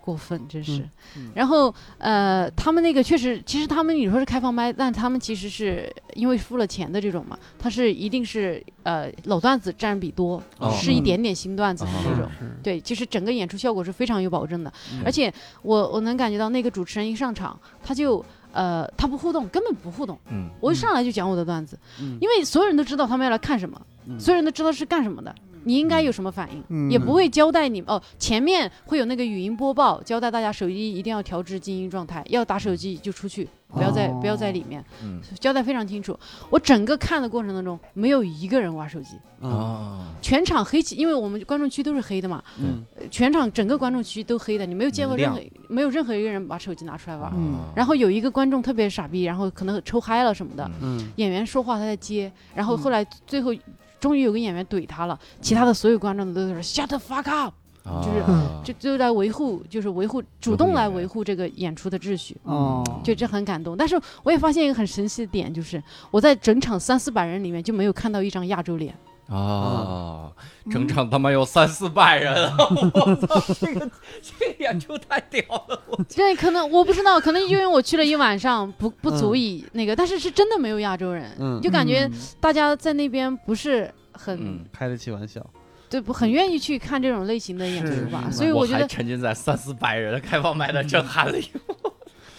Speaker 3: 过分，真是。
Speaker 2: 嗯
Speaker 3: 然后呃，他们那个确实，其实他们你说是开放麦，但他们其实是因为付了钱的这种嘛，他是一定是呃老段子占比多，
Speaker 1: 哦
Speaker 3: 是一点点新段子的
Speaker 1: 嗯
Speaker 3: 这种。
Speaker 2: 是
Speaker 3: 对，其实整个演出效果是非常有保证的，
Speaker 1: 嗯
Speaker 3: 而且我我能感觉到那个主持人一上场，他就呃他不互动，根本不互动，
Speaker 1: 嗯
Speaker 3: 我一上来就讲我的段子，
Speaker 2: 嗯
Speaker 3: 因为所有人都知道他们要来看什么，
Speaker 2: 嗯
Speaker 3: 所有人都知道是干什么的，你应该有什么反应，
Speaker 4: 嗯
Speaker 3: 也不会交代你哦。前面会有那个语音播报，交代大家手机一定要调至静音状态，要打手机就出去，不要在、不要在里面，
Speaker 1: 嗯
Speaker 3: 交代非常清楚。我整个看的过程当中，没有一个人玩手机，
Speaker 5: 嗯
Speaker 2: 啊，
Speaker 1: 哦，
Speaker 3: 全场黑起，因为我们观众区都是黑的嘛，
Speaker 2: 嗯
Speaker 3: 呃全场整个观众区都黑的，你没有见过任何
Speaker 1: 明
Speaker 3: 没有任何一个人把手机拿出来玩。
Speaker 2: 嗯
Speaker 3: 然后有一个观众特别傻逼，然后可能抽嗨了什么的，
Speaker 1: 嗯
Speaker 2: 嗯
Speaker 3: 演员说话他在接，然后
Speaker 2: 嗯
Speaker 3: 后来最后终于有个演员怼他了，其他的所有观众都在
Speaker 2: 嗯
Speaker 3: 说 shut the fuck up，
Speaker 1: 后
Speaker 3: 就是
Speaker 2: 啊
Speaker 3: 就就来维护，就是维护主动来维护这个演出的秩序。
Speaker 2: 哦，
Speaker 3: 就这很感动，但是我也发现一个很神奇的点，就是我在整场三四百人里面就没有看到一张亚 洲脸，
Speaker 1: 哦，整场他妈有三四百人啊！我操，这个这个演出太屌了！
Speaker 3: 这可能我不知道，可能因为我去了一晚上，不不足以那个，但是是真的没有亚洲人，
Speaker 2: 嗯
Speaker 3: 就感觉大家在那边不是很、
Speaker 1: 嗯，
Speaker 5: 开得起玩笑，
Speaker 3: 对，不很愿意去看这种类型的演
Speaker 2: 是
Speaker 3: 出吧，
Speaker 2: 是
Speaker 3: 所以我觉
Speaker 1: 还
Speaker 3: 得嗯
Speaker 1: 沉浸在三四百人的开放麦的震撼里。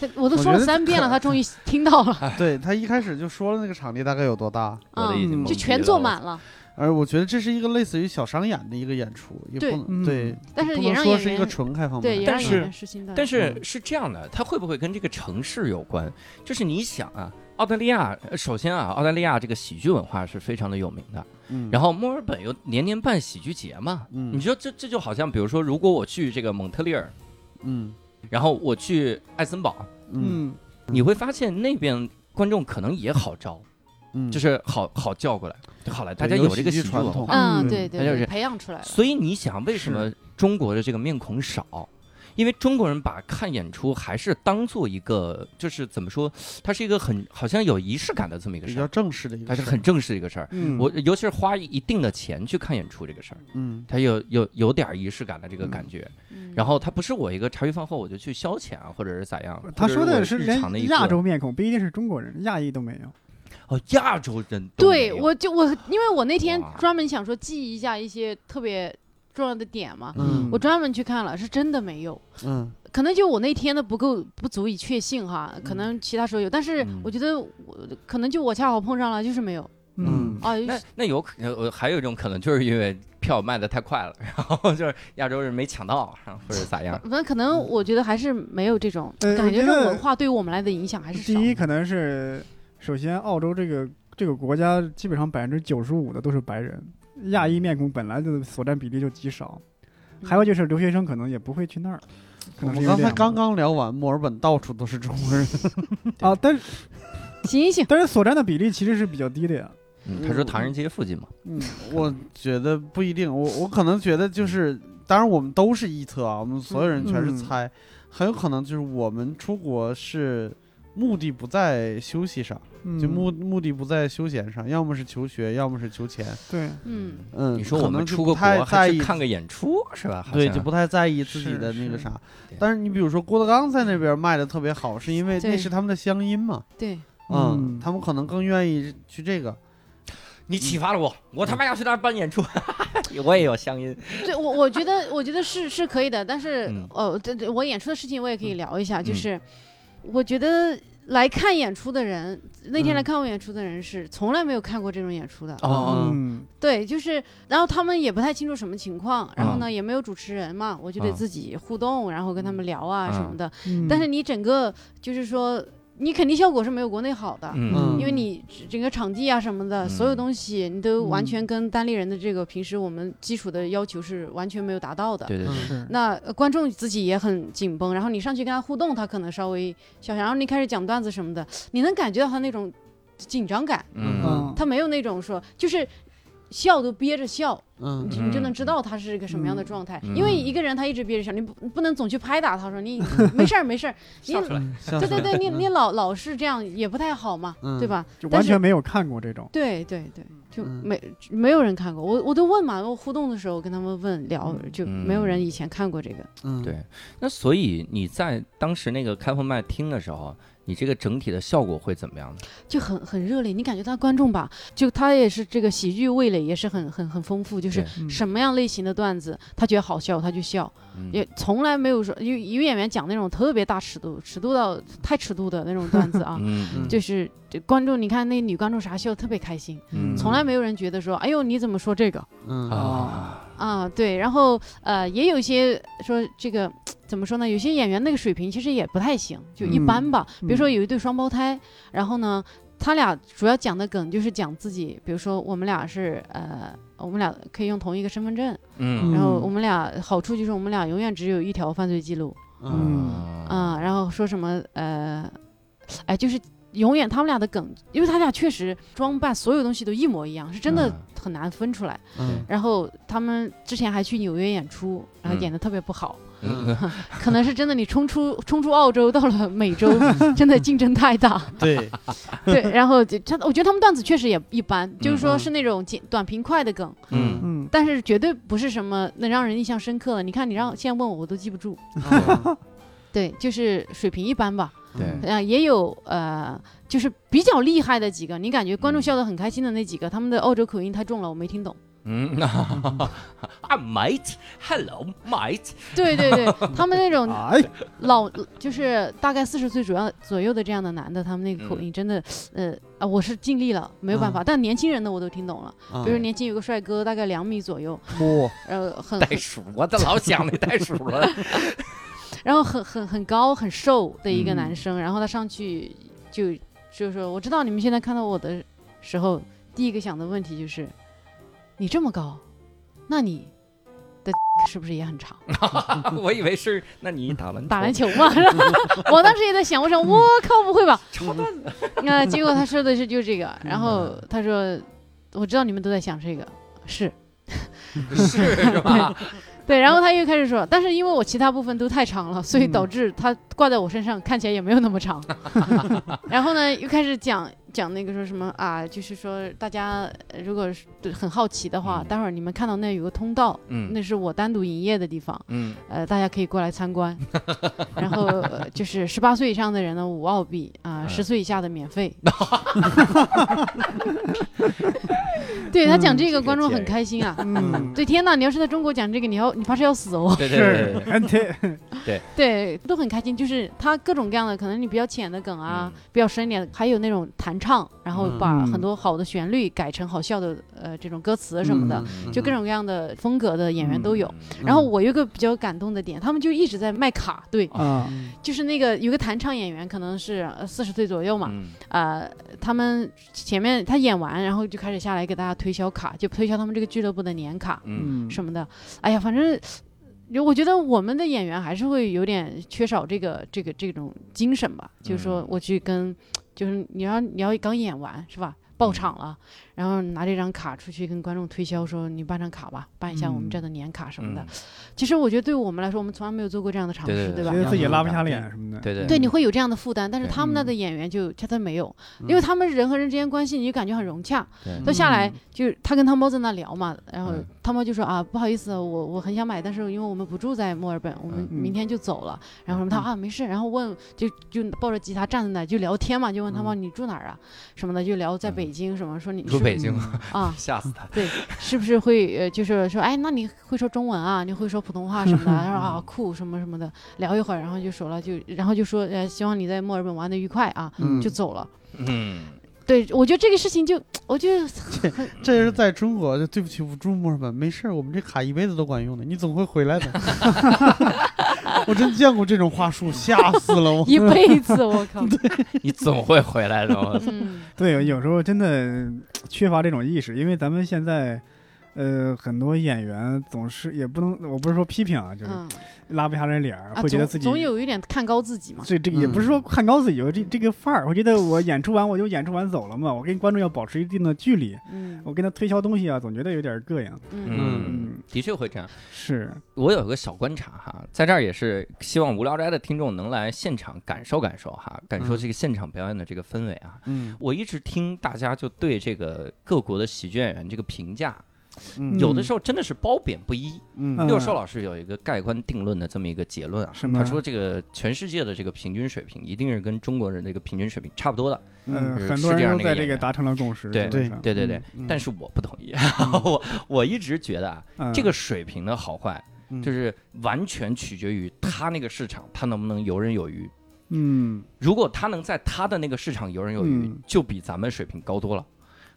Speaker 3: 他我都
Speaker 5: 我
Speaker 3: 说
Speaker 5: 觉
Speaker 3: 了
Speaker 5: 得
Speaker 3: 三遍了，
Speaker 5: 可
Speaker 3: 他终于听 到了，
Speaker 5: 对他一开始就说了那个场地大概有多大，
Speaker 1: 啊我都已经
Speaker 3: 嗯，
Speaker 1: 懵
Speaker 3: 就
Speaker 1: 逼
Speaker 3: 全
Speaker 1: 了
Speaker 3: 坐
Speaker 1: 我
Speaker 3: 满了，
Speaker 5: 而我觉得这是一个类似于小商演的一个演出，也
Speaker 3: 对
Speaker 5: 不能对
Speaker 4: 嗯，
Speaker 3: 但是
Speaker 5: 不
Speaker 3: 也
Speaker 5: 能
Speaker 3: 让
Speaker 5: 说
Speaker 3: 演
Speaker 5: 是一
Speaker 3: 员
Speaker 5: 个纯开放麦，
Speaker 3: 对，也
Speaker 1: 但
Speaker 3: 让演
Speaker 1: 是
Speaker 3: 员是新的，
Speaker 1: 嗯但是是这样的，它会不会跟这个城市有关？就是你想啊，澳大利亚，呃首先啊，澳大利亚这个喜剧文化是非常的有名的。
Speaker 5: 嗯，
Speaker 1: 然
Speaker 5: 后
Speaker 1: 后墨尔本又年年办喜剧节嘛，
Speaker 5: 嗯
Speaker 1: 你说这这就好像，比如说，如果我去这个蒙特利尔，
Speaker 5: 嗯
Speaker 1: 然后我去艾森堡，
Speaker 5: 嗯
Speaker 1: 你会发现那边观众可能也好招，
Speaker 5: 嗯，
Speaker 1: 就是是好好叫过来，就好来，大家
Speaker 5: 有
Speaker 1: 这个
Speaker 5: 喜剧
Speaker 1: 喜剧
Speaker 5: 传
Speaker 1: 文
Speaker 5: 统
Speaker 1: 化。
Speaker 3: 嗯，
Speaker 4: 嗯
Speaker 3: 对对
Speaker 1: 他就
Speaker 3: 对，
Speaker 1: 是
Speaker 3: 培养出来了，
Speaker 1: 所以你想，为什
Speaker 5: 是
Speaker 1: 么中国的这个面孔少？因为中国人把看演出还是当做一个，就是怎么说，它是一个很好像有仪式感的这么一个
Speaker 5: 比
Speaker 1: 事
Speaker 5: 较
Speaker 1: 儿，
Speaker 5: 正式的一个
Speaker 1: 它
Speaker 5: 事
Speaker 1: 是
Speaker 5: 儿，
Speaker 1: 很正式的一个事儿。
Speaker 5: 嗯
Speaker 1: 我尤其是花一定的钱去看演出这个事儿，
Speaker 5: 嗯
Speaker 1: 它有有有点儿仪式感的这个
Speaker 5: 嗯
Speaker 1: 感觉。
Speaker 3: 嗯
Speaker 1: 然后它不是我一个茶余饭后我就去消遣啊，或者是咋样？或
Speaker 4: 他
Speaker 1: 者
Speaker 4: 说
Speaker 1: 我
Speaker 4: 的是
Speaker 1: 日
Speaker 4: 连
Speaker 1: 常的一
Speaker 4: 亚
Speaker 1: 个
Speaker 4: 洲面孔，不一定是中国人，亚裔都没有。
Speaker 1: 哦，亚洲人都没
Speaker 3: 对
Speaker 1: 有
Speaker 3: 我就我，因为我那天
Speaker 1: 哇
Speaker 3: 专门想说记一下一些特别重要的点嘛，
Speaker 5: 嗯
Speaker 3: 我专门去看了，是真的没有。
Speaker 5: 嗯
Speaker 3: 可能就我那天的不够，不足以确信哈，可能其他时候有，但是
Speaker 1: 嗯
Speaker 3: 我觉得我可能就我恰好碰上了，就是没有
Speaker 5: 嗯
Speaker 3: 啊，
Speaker 1: 那那有可能，呃还有一种可能，就是因为票卖的太快了， 然后就是亚洲人没抢到，或者咋样？
Speaker 3: 那可能我觉得还是没有这种
Speaker 4: 呃
Speaker 3: 感
Speaker 4: 我
Speaker 3: 觉，
Speaker 4: 觉
Speaker 3: 这种
Speaker 4: 得
Speaker 3: 文化对于我们来的影响还是
Speaker 4: 第
Speaker 3: 少。
Speaker 4: 一可能是，首先澳洲这个这个国家基本上百分之九十五的都是白人，亚裔面孔本来就所占比例就极少，
Speaker 3: 嗯
Speaker 4: 还有就是留学生可能也不会去那儿。可
Speaker 5: 我
Speaker 4: 能是
Speaker 5: 们刚
Speaker 4: 因为这
Speaker 5: 才
Speaker 4: 样
Speaker 5: 刚刚聊完，墨尔本到处都是中国人，
Speaker 4: 啊，但是
Speaker 3: 醒醒，
Speaker 4: 但是所占的比例其实是比较低的呀。
Speaker 1: 嗯他说唐人街附近嘛，
Speaker 4: 嗯，
Speaker 5: 我觉得不一定，我我可能觉得就是，当然我们都是臆测啊，我们所有人全是
Speaker 4: 嗯
Speaker 5: 猜，很有可能就是我们出国是目的不在休息上，
Speaker 4: 嗯
Speaker 5: 就目目的不在休闲上，要么是求学，要么是求钱，
Speaker 4: 对，
Speaker 3: 嗯，
Speaker 5: 嗯，
Speaker 1: 你说
Speaker 5: 可
Speaker 1: 我们
Speaker 5: 能就
Speaker 1: 出
Speaker 5: 不
Speaker 1: 个
Speaker 5: 太
Speaker 1: 国
Speaker 5: 在
Speaker 1: 还
Speaker 5: 意
Speaker 1: 去看个演出是吧？好
Speaker 5: 对，
Speaker 1: 像
Speaker 5: 就不太在意自己
Speaker 4: 是
Speaker 5: 的那个
Speaker 4: 是
Speaker 5: 啥
Speaker 1: 对。
Speaker 5: 但是你比如说郭德纲在那边卖的特别好，是因为那
Speaker 3: 对
Speaker 5: 是他们的乡音嘛，
Speaker 3: 对，
Speaker 5: 嗯，
Speaker 4: 嗯
Speaker 5: 他们可能更愿意去这个。
Speaker 1: 你启发了我，
Speaker 5: 嗯
Speaker 1: 我他妈要去那儿办 演出，我也有乡音。
Speaker 3: 对我我觉得我觉得是是可以的，但是、
Speaker 1: 嗯
Speaker 3: 哦，对对，我演出的事情我也可以聊一下，就
Speaker 1: 嗯
Speaker 3: 是我觉得来看演出的人，那
Speaker 1: 嗯
Speaker 3: 天来看我演出的人是从来没有看过这种演出的，
Speaker 1: 哦，
Speaker 4: 嗯，
Speaker 3: 对，就是然后他们也不太清楚什么情况，然后
Speaker 1: 嗯
Speaker 3: 呢、也没有主持人嘛，我就得
Speaker 1: 啊
Speaker 3: 自己互动，然后跟他们聊啊什么的，
Speaker 4: 嗯
Speaker 3: 但是你整个就是说你肯定效果是没有国内好的，
Speaker 1: 嗯
Speaker 3: 因为你整个场地啊什么的，所有
Speaker 1: 嗯
Speaker 3: 东西你都完
Speaker 4: 嗯
Speaker 3: 全跟单立人的这个平时我们基础的要求是完全没有达到的。
Speaker 1: 对对对，
Speaker 4: 是
Speaker 3: 那、呃观众自己也很紧绷，然后你上去跟他互动，他可能稍微小，然后你开始讲段子什么的，你能感觉到他那种紧张感，
Speaker 1: 嗯
Speaker 4: 嗯，
Speaker 3: 他没有那种说就是笑都憋着笑，
Speaker 5: 嗯
Speaker 3: 你就你就能知道他是一个什么样的
Speaker 4: 嗯
Speaker 3: 状态。
Speaker 1: 嗯
Speaker 3: 因为一个人他一直憋着笑，你不不能总去拍打他，说你没事儿没事儿，你
Speaker 1: 笑出来，
Speaker 5: 嗯像
Speaker 3: 对对
Speaker 5: 是
Speaker 3: 对，你你老老是这样也不太好嘛，
Speaker 5: 嗯
Speaker 3: 对吧？
Speaker 4: 就
Speaker 3: 但
Speaker 4: 完
Speaker 3: 是
Speaker 4: 全没有看过这种。
Speaker 3: 对对对，就
Speaker 5: 嗯
Speaker 3: 没没有人看过。我我都问嘛，我互动的时候跟他们问聊，
Speaker 1: 嗯
Speaker 3: 就没有人以前看过这个。
Speaker 5: 嗯，
Speaker 1: 对那所以你在当时那个开放麦听的时候，你这个整体的效果会怎么样呢？
Speaker 3: 就很很热烈，你感觉到观众吧，就他也是这个喜剧味蕾也是很很很丰富，就是
Speaker 1: 对
Speaker 4: 嗯
Speaker 3: 什么样类型的段子，他觉得好笑他就笑，
Speaker 1: 嗯
Speaker 3: 也从来没有说有有演员讲那种特别大尺度、尺度到太尺度的那种段子啊，
Speaker 1: 嗯嗯
Speaker 3: 就是这观众你看那女观众啥笑得特别开心，
Speaker 1: 嗯
Speaker 3: 从来没有人觉得说哎呦你怎么说这个
Speaker 5: 嗯
Speaker 1: 啊，
Speaker 3: 啊？对，然后呃也有一些说这个怎么说呢？有些演员那个水平其实也不太行，就一般吧。
Speaker 4: 嗯
Speaker 3: 比如说有一对双胞胎，然后呢，他俩主要讲的梗就是讲自己，比如说我们俩是呃，我们俩可以用同一个身份证，
Speaker 1: 嗯
Speaker 3: 然后我们俩好处就是我们俩永远只有一条犯罪记录
Speaker 5: 嗯
Speaker 3: 啊、然后说什么呃，哎，就是永远他们俩的梗，因为他俩确实装扮所有东西都一模一样，是真的
Speaker 1: 嗯
Speaker 3: 很难分出来。
Speaker 5: 嗯
Speaker 3: 然后他们之前还去纽约演出，然后
Speaker 1: 嗯
Speaker 3: 演的特别不好，
Speaker 1: 嗯
Speaker 3: 可能是真的你冲出 冲出澳洲到了美洲， 真的竞争 太大。
Speaker 1: 嗯
Speaker 5: 对，
Speaker 3: 对，然后就他，我觉得他们段子确实也一般，就是
Speaker 5: 嗯
Speaker 3: 说是那种简短平快的梗，
Speaker 1: 嗯
Speaker 4: 嗯，
Speaker 3: 但是绝对不是什么能让人印象深刻的。你看，你让现在问我，我都记不住。
Speaker 5: 嗯
Speaker 3: 嗯对，就是水平一般吧。
Speaker 1: 对
Speaker 3: 啊、也有呃，就是比较厉害的几个，你感觉
Speaker 5: 嗯
Speaker 3: 观众笑得很开心的那几个，他们的澳洲口音太重了，我没听懂。
Speaker 1: 嗯啊，mate hello mate，
Speaker 3: 对对 对，他们那种
Speaker 5: 哎，
Speaker 3: 老就是大概四十岁左右左右的这样的男的，他们那个口
Speaker 1: 嗯
Speaker 3: 音真的，呃啊，我是尽力了，没有办法。但年轻人的我都听懂了，
Speaker 5: 嗯
Speaker 3: 比如年轻有个帅哥，大概两米左右，
Speaker 5: 不，
Speaker 3: 呃，很，
Speaker 1: 袋鼠，我都老想那袋鼠了。
Speaker 3: 然后很很很高很瘦的一个男生，然后他上去就就说：“我知道你们现在看到我的时候，第一个想的问题就是，你这么高，那你的 是不是也很长？
Speaker 1: 我以为是，那你打篮球
Speaker 3: 打篮球 嘛？”然后我当时也在想，我说我靠，不会吧？
Speaker 1: 超 蛋
Speaker 3: 那、结果他说的是就这个，
Speaker 1: 嗯
Speaker 3: 然后他说：“我知道你们都在想这个，是
Speaker 1: 是是吧？
Speaker 3: 对。”然后他又开始说：“但是因为我其他部分都太长了，所以
Speaker 4: 嗯
Speaker 3: 导致他挂在我身上看起来也没有那么 长。然后呢，又开始讲讲那个说什么啊，就是说大家呃如果是对很好奇的话，
Speaker 1: 嗯
Speaker 3: 待会儿你们看到那有个通道，
Speaker 1: 嗯
Speaker 3: 那是我单独营业的地方，
Speaker 1: 嗯
Speaker 3: 呃，大家可以过来 参观。然后、呃就是十八岁以上的人呢，五澳币啊，
Speaker 1: 嗯
Speaker 3: 十、岁以下的免 费。对他
Speaker 1: 嗯
Speaker 3: 讲这个，观众很开心啊。
Speaker 4: 嗯，
Speaker 3: 对，天呐！你要是在中国讲这个，你要你怕是要 死哦。
Speaker 1: 对对对
Speaker 4: 是
Speaker 1: 对，
Speaker 4: 嗯对，
Speaker 3: 对，都很开心。就是他各种各样的，可能你比较浅的梗啊，
Speaker 1: 嗯
Speaker 3: 比较深一点的，还有那种弹唱，然后把
Speaker 4: 嗯
Speaker 3: 很多好的旋律改成好笑的呃这种歌词什么的，
Speaker 1: 嗯
Speaker 3: 就各种各样的风格的演员都有。
Speaker 1: 嗯
Speaker 3: 然后我有一个比较感动的点，他们就一直在卖卡，对，
Speaker 4: 啊，
Speaker 3: 就是那个有个弹唱演员，可能是呃四十岁左右嘛，
Speaker 1: 嗯
Speaker 3: 呃，他们前面他演完，然后就开始下来给大家推销卡，就推销他们这个俱乐部的年卡，
Speaker 1: 嗯
Speaker 4: 嗯，
Speaker 3: 什么的。哎呀，反正呃我觉得我们的演员还是会有点缺少这个这个这种精神吧。就是说
Speaker 1: 嗯，
Speaker 3: 我去跟，就是你要你要刚演完是吧？爆场了，
Speaker 1: 嗯
Speaker 3: 然后拿这张卡出去跟观众推销，说你办张卡吧，办一下我们这儿的年卡什么的。
Speaker 1: 嗯
Speaker 3: 其实我觉得对我们来说，我们从来没有做过这样的尝
Speaker 1: 对对
Speaker 3: 试，
Speaker 1: 对
Speaker 3: 吧
Speaker 4: 觉？得自己拉不下脸什么的，
Speaker 1: 对对嗯
Speaker 3: 对，你会有这样的负担，但是
Speaker 1: 对嗯
Speaker 3: 他们那
Speaker 4: 嗯
Speaker 3: 的演员就恰恰没有，因为他们人和人之间关系，你就感觉很融洽，
Speaker 1: 对
Speaker 3: 他下来
Speaker 4: 嗯
Speaker 3: 就是他跟汤包在那聊嘛，然后
Speaker 1: 嗯
Speaker 3: 汤包就说啊，不好意思，我我很想买，但是因为我们不住在墨尔本，我们
Speaker 4: 嗯
Speaker 3: 明天就走了。
Speaker 1: 嗯
Speaker 3: 然后什么他啊没事，然后问就就抱着吉他站在那就聊天嘛，就问汤包你住哪儿啊什么的，就聊在北京什么，说你
Speaker 1: 住嗯
Speaker 3: 是
Speaker 5: 嗯
Speaker 1: 北京，
Speaker 3: 啊
Speaker 1: 吓死他！
Speaker 3: 是不是会呃就是说哎那你会说中文啊，你会说普通话什 么的，他说啊酷什么什么的，聊一会儿，然后就说了就然后就说呃希望你在墨尔本玩的愉快啊，
Speaker 5: 嗯
Speaker 3: 就走了。
Speaker 1: 嗯，
Speaker 3: 对，我觉得这个事情就我就
Speaker 5: 这是在中国，就对不起，我住墨尔本，没事儿，我们这卡一辈子都管用的，你总会回来的。 我真见过这种话术，吓死了我。
Speaker 3: 一辈子我 靠，
Speaker 1: 你总会回来 的。我
Speaker 3: 嗯。
Speaker 4: 对，有时候真的缺乏这种意识，因为咱们现在，呃，很多演员总是也不能，我不是说批评啊，就是
Speaker 3: 嗯
Speaker 4: 拉不下这脸儿，会
Speaker 3: 啊，
Speaker 4: 觉
Speaker 3: 总
Speaker 4: 得自己
Speaker 3: 总有一嗯点看高自己嘛。
Speaker 4: 这这个也不是说看高自己，有这这个范儿，我觉得我演出完我就演出完走了嘛，我跟观众要保持一定的距离，
Speaker 3: 嗯
Speaker 4: 我跟他推销东西啊，总觉得有点膈应。
Speaker 1: 嗯
Speaker 4: 嗯，
Speaker 1: 的确会这样。
Speaker 4: 是，
Speaker 1: 我有个小观察哈，在这儿也是希望无聊斋的听众能来现场感受感受哈，感
Speaker 2: 嗯
Speaker 1: 受这个现场表演的这个氛围啊。
Speaker 2: 嗯，
Speaker 1: 我一直听大家就对这个各国的喜剧演员这个评价，
Speaker 4: 嗯
Speaker 1: 有的时候真的是褒贬不一。
Speaker 4: 嗯
Speaker 2: 嗯
Speaker 1: 六兽老师有一个盖棺定论的这么一个结论啊，
Speaker 4: 什么
Speaker 1: 他说这个全世界的这个平均水平一定是跟中国人的这个平均水平差不多的。
Speaker 4: 嗯，
Speaker 1: 是
Speaker 4: 很
Speaker 1: 是
Speaker 4: 多
Speaker 1: 这
Speaker 4: 人
Speaker 1: 样的一
Speaker 4: 都在
Speaker 1: 个
Speaker 4: 这
Speaker 1: 演
Speaker 4: 个
Speaker 1: 员
Speaker 4: 达成了共识。
Speaker 1: 对
Speaker 4: 基本
Speaker 5: 对
Speaker 4: 上
Speaker 1: 对对对，
Speaker 5: 嗯
Speaker 1: 但是我不同意， 我我一直觉得啊，
Speaker 4: 嗯
Speaker 1: 这个水平的好坏，
Speaker 5: 嗯
Speaker 1: 就是完全取决于他那个市场，他能不能游刃有余。
Speaker 4: 嗯
Speaker 1: 如果他能在他的那个市场游刃有余，
Speaker 4: 嗯
Speaker 1: 就比咱们水平高多了。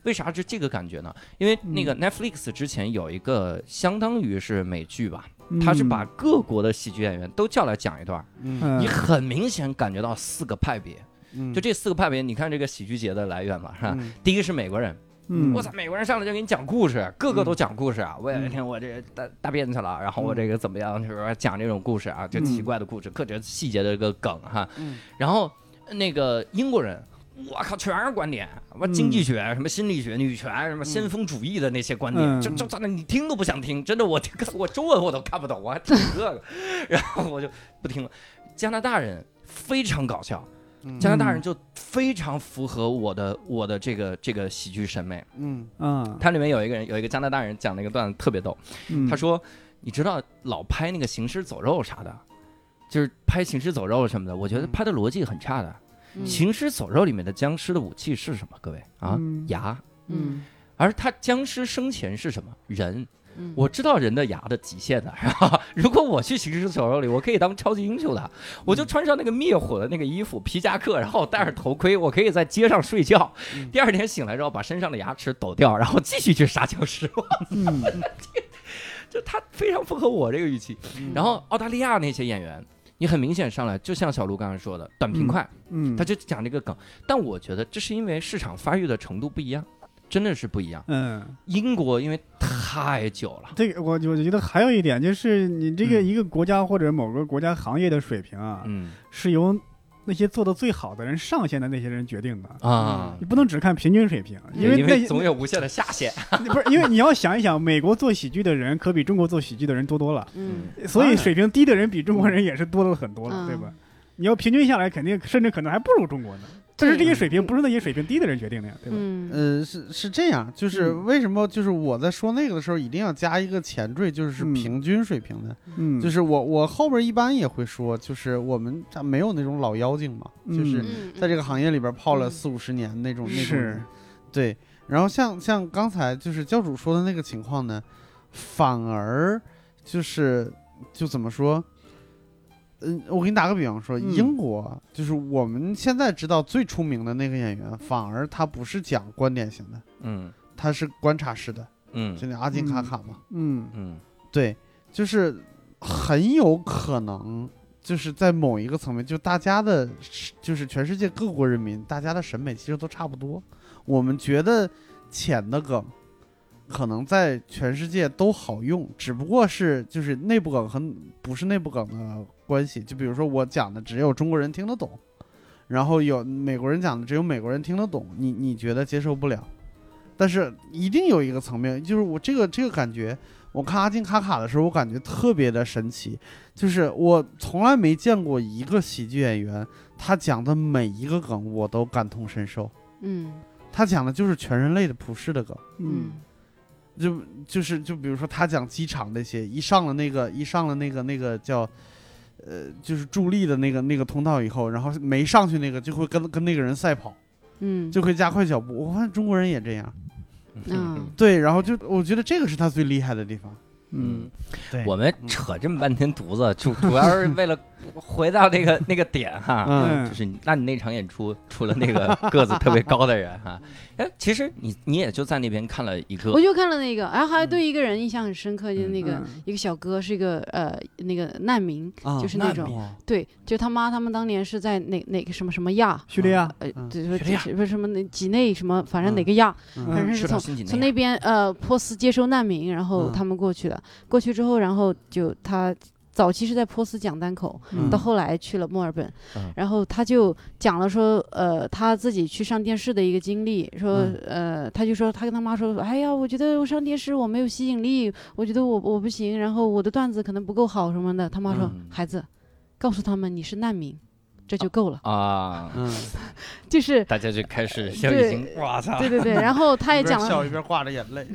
Speaker 1: 为啥是这个感觉呢？因为那
Speaker 5: 嗯
Speaker 1: 个 Netflix 之前有一个相当于是美剧吧，
Speaker 4: 嗯
Speaker 1: 他是把各国的喜剧演员都叫来讲一段儿，
Speaker 5: 嗯
Speaker 4: 嗯
Speaker 1: 你很明显感觉到四个派别，
Speaker 5: 嗯，
Speaker 1: 就这四个派别，你看这个喜剧节的来源嘛，是吧？
Speaker 5: 嗯
Speaker 1: 第一个是美国人，
Speaker 4: 嗯
Speaker 1: 我操，美国人上来就给你讲故事，个个都讲故事啊！我也天，我这大大便去了，然后我
Speaker 4: 嗯
Speaker 1: 这个怎么样，就是说讲这种故事啊，就奇怪的故事，各种细节的一个梗哈。
Speaker 5: 嗯
Speaker 1: 然后那个英国人。我靠，全是观点，什么经济学、什么心理学、女权、什么先锋主义的那些观点，
Speaker 4: 嗯
Speaker 1: 就就真的你听都不想听，真的我这个我中文我都看不懂，我还听这个，然后我就不听了。加拿大人非常搞笑，
Speaker 5: 嗯
Speaker 1: 加拿
Speaker 4: 嗯
Speaker 1: 大人就非常符合我的我的这个这个喜剧审美，
Speaker 5: 嗯
Speaker 4: 啊，
Speaker 1: 它里面有一个人，有一个加拿大人讲了一个段子特别逗，
Speaker 4: 嗯
Speaker 1: 他说：“你知道老拍那个行尸走肉啥的，就是拍行尸走肉什么的，我觉得
Speaker 5: 嗯
Speaker 1: 拍的逻辑很差的。
Speaker 3: 嗯
Speaker 1: 行尸走肉里面的僵尸的武器是什么？各位啊，
Speaker 4: 嗯
Speaker 1: 牙。
Speaker 3: 嗯
Speaker 1: 而他僵尸生前是什么？人。
Speaker 3: 嗯，
Speaker 1: 我知道人的牙的极限 的。如果我去行尸走肉里，我可以当超级英雄的，我就穿上那个灭火的那个衣服、皮夹克，然后戴着头盔，我可以在街上睡觉。
Speaker 5: 嗯
Speaker 1: 第二天醒来之后，把身上的牙齿抖掉，然后继续去杀僵尸。
Speaker 4: 嗯
Speaker 1: 就他非常符合我这个预期。
Speaker 5: 嗯
Speaker 1: 然后澳大利亚那些演员，你很明显上来就像小鹿刚才说的短平快，
Speaker 4: 嗯，
Speaker 1: 他就讲这个梗。但我觉得这是因为市场发育的程度不一样，真的是不一样。
Speaker 4: 嗯，
Speaker 1: 英国因为太久了，
Speaker 4: 这个我我觉得还有一点就是，你这个
Speaker 1: 嗯
Speaker 4: 一个国家或者某个国家行业的水平啊，
Speaker 1: 嗯
Speaker 4: 是由那些做的最好的人上线的那些人决定的。
Speaker 1: 啊
Speaker 4: 你。不能只看平均水平，
Speaker 1: 嗯因
Speaker 4: 嗯为那
Speaker 1: 为总有无限的下限，
Speaker 4: 不是因为你要想一想，美国做喜剧的人可比中国做喜剧的人多多了，
Speaker 3: 嗯
Speaker 4: 所以
Speaker 1: 当然
Speaker 4: 水平低的人比中国人也是多了很多了，
Speaker 3: 嗯
Speaker 4: 对吧？你要平均下来，肯定甚至可能还不如中国呢。但是这些水平不是那些水平低的人决定的呀，对吧？
Speaker 3: 嗯
Speaker 5: 呃，是是这样，就是
Speaker 4: 嗯
Speaker 5: 为什么就是我在说那个的时候一定要加一个前缀，就是
Speaker 4: 嗯
Speaker 5: 平均水平的，
Speaker 4: 嗯，
Speaker 5: 就是是我我后边一般也会说，就是我们这没有那种老妖精嘛，就是
Speaker 4: 嗯
Speaker 3: 嗯，
Speaker 5: 在这个行业里边泡了
Speaker 3: 嗯
Speaker 5: 四五十年那种那种
Speaker 4: 是
Speaker 5: 人，对。然后像像刚才就是教主说的那个情况呢，反而就是就怎么说？嗯，我给你打个比方说，
Speaker 4: 嗯
Speaker 5: 英国就是我们现在知道最出名的那个演员，反而他不是讲观点型的，
Speaker 1: 嗯
Speaker 5: 他是观察式的，
Speaker 1: 嗯
Speaker 5: 就那阿金卡卡嘛，
Speaker 4: 嗯
Speaker 1: 嗯
Speaker 5: 对，就是很有可能就是在某一个层面，就大家的是，就是全世界各国人民，大家的审美其实都差不多。我们觉得浅的梗，可能在全世界都好用，只不过是就是内部梗和不是内部梗的关系。就比如说我讲的只有中国人听得懂，然后有美国人讲的只有美国人听得懂，你你觉得接受不了，但是一定有一个层面，就是我这个这个感觉。我看阿金卡卡的时候，我感觉特别的神奇，就是我从来没见过一个喜剧演员，他讲的每一个梗我都感同身受。
Speaker 3: 嗯
Speaker 5: 他讲的就是全人类的普世的梗，
Speaker 4: 嗯
Speaker 5: 就就是就比如说他讲机场那些，一上了那个一上了那个那个叫，呃，就是助力的那个那个通道以后，然后没上去那个就会跟跟那个人赛跑，
Speaker 3: 嗯，
Speaker 5: 就会加快脚步。我发现中国人也这样，
Speaker 1: 嗯
Speaker 3: 嗯
Speaker 5: 对，然后就我觉得这个是他最厉害的地方，
Speaker 4: 嗯，
Speaker 5: 对
Speaker 1: 我们扯这么半天犊子，主主要是为了回到那个那个点哈，
Speaker 5: 嗯
Speaker 4: 嗯
Speaker 1: 就是你那你那场演出出了那个个子特别高的人哈，哎，其实你你也就在那边看了一个
Speaker 3: 我，就看了那个，然后还对一个人印象很深刻，就是那个、
Speaker 4: 嗯
Speaker 3: 一个小哥，是一个呃那个难民，
Speaker 5: 啊
Speaker 3: 嗯就是那种
Speaker 5: 种
Speaker 3: 对，就他妈他们当年是在哪哪个什么什么亚，
Speaker 4: 叙利亚，
Speaker 3: 呃，
Speaker 5: 嗯
Speaker 3: 对，说
Speaker 1: 叙利亚
Speaker 3: 不是什么那几内什么，反正
Speaker 5: 嗯
Speaker 3: 哪个亚，
Speaker 5: 嗯
Speaker 3: 反正
Speaker 1: 是
Speaker 3: 是
Speaker 1: 吧
Speaker 3: 从
Speaker 1: 新几内
Speaker 3: 从
Speaker 1: 亚
Speaker 3: 那边呃波斯接收难民，然后
Speaker 5: 嗯
Speaker 3: 他们过去了，过去之后，然后就他早期是在波斯讲单口，
Speaker 5: 嗯
Speaker 3: 到后来去了墨尔本，
Speaker 1: 嗯
Speaker 3: 然后他就讲了说，呃，他自己去上电视的一个经历，说，
Speaker 5: 嗯
Speaker 3: 呃，他就说他跟他妈说，哎呀，我觉得我上电视我没有吸引力，我觉得我我不行，然后我的段子可能不够好什么的。他妈说，
Speaker 1: 嗯
Speaker 3: 孩子，告诉他们你是难民，这就够了，
Speaker 1: 啊，
Speaker 5: 嗯，
Speaker 3: 就是。
Speaker 1: 大家就开始就已
Speaker 3: 对
Speaker 1: 经哇操，
Speaker 3: 对对对，然后他也
Speaker 5: 一边
Speaker 3: 讲了
Speaker 5: 笑一边挂着眼泪，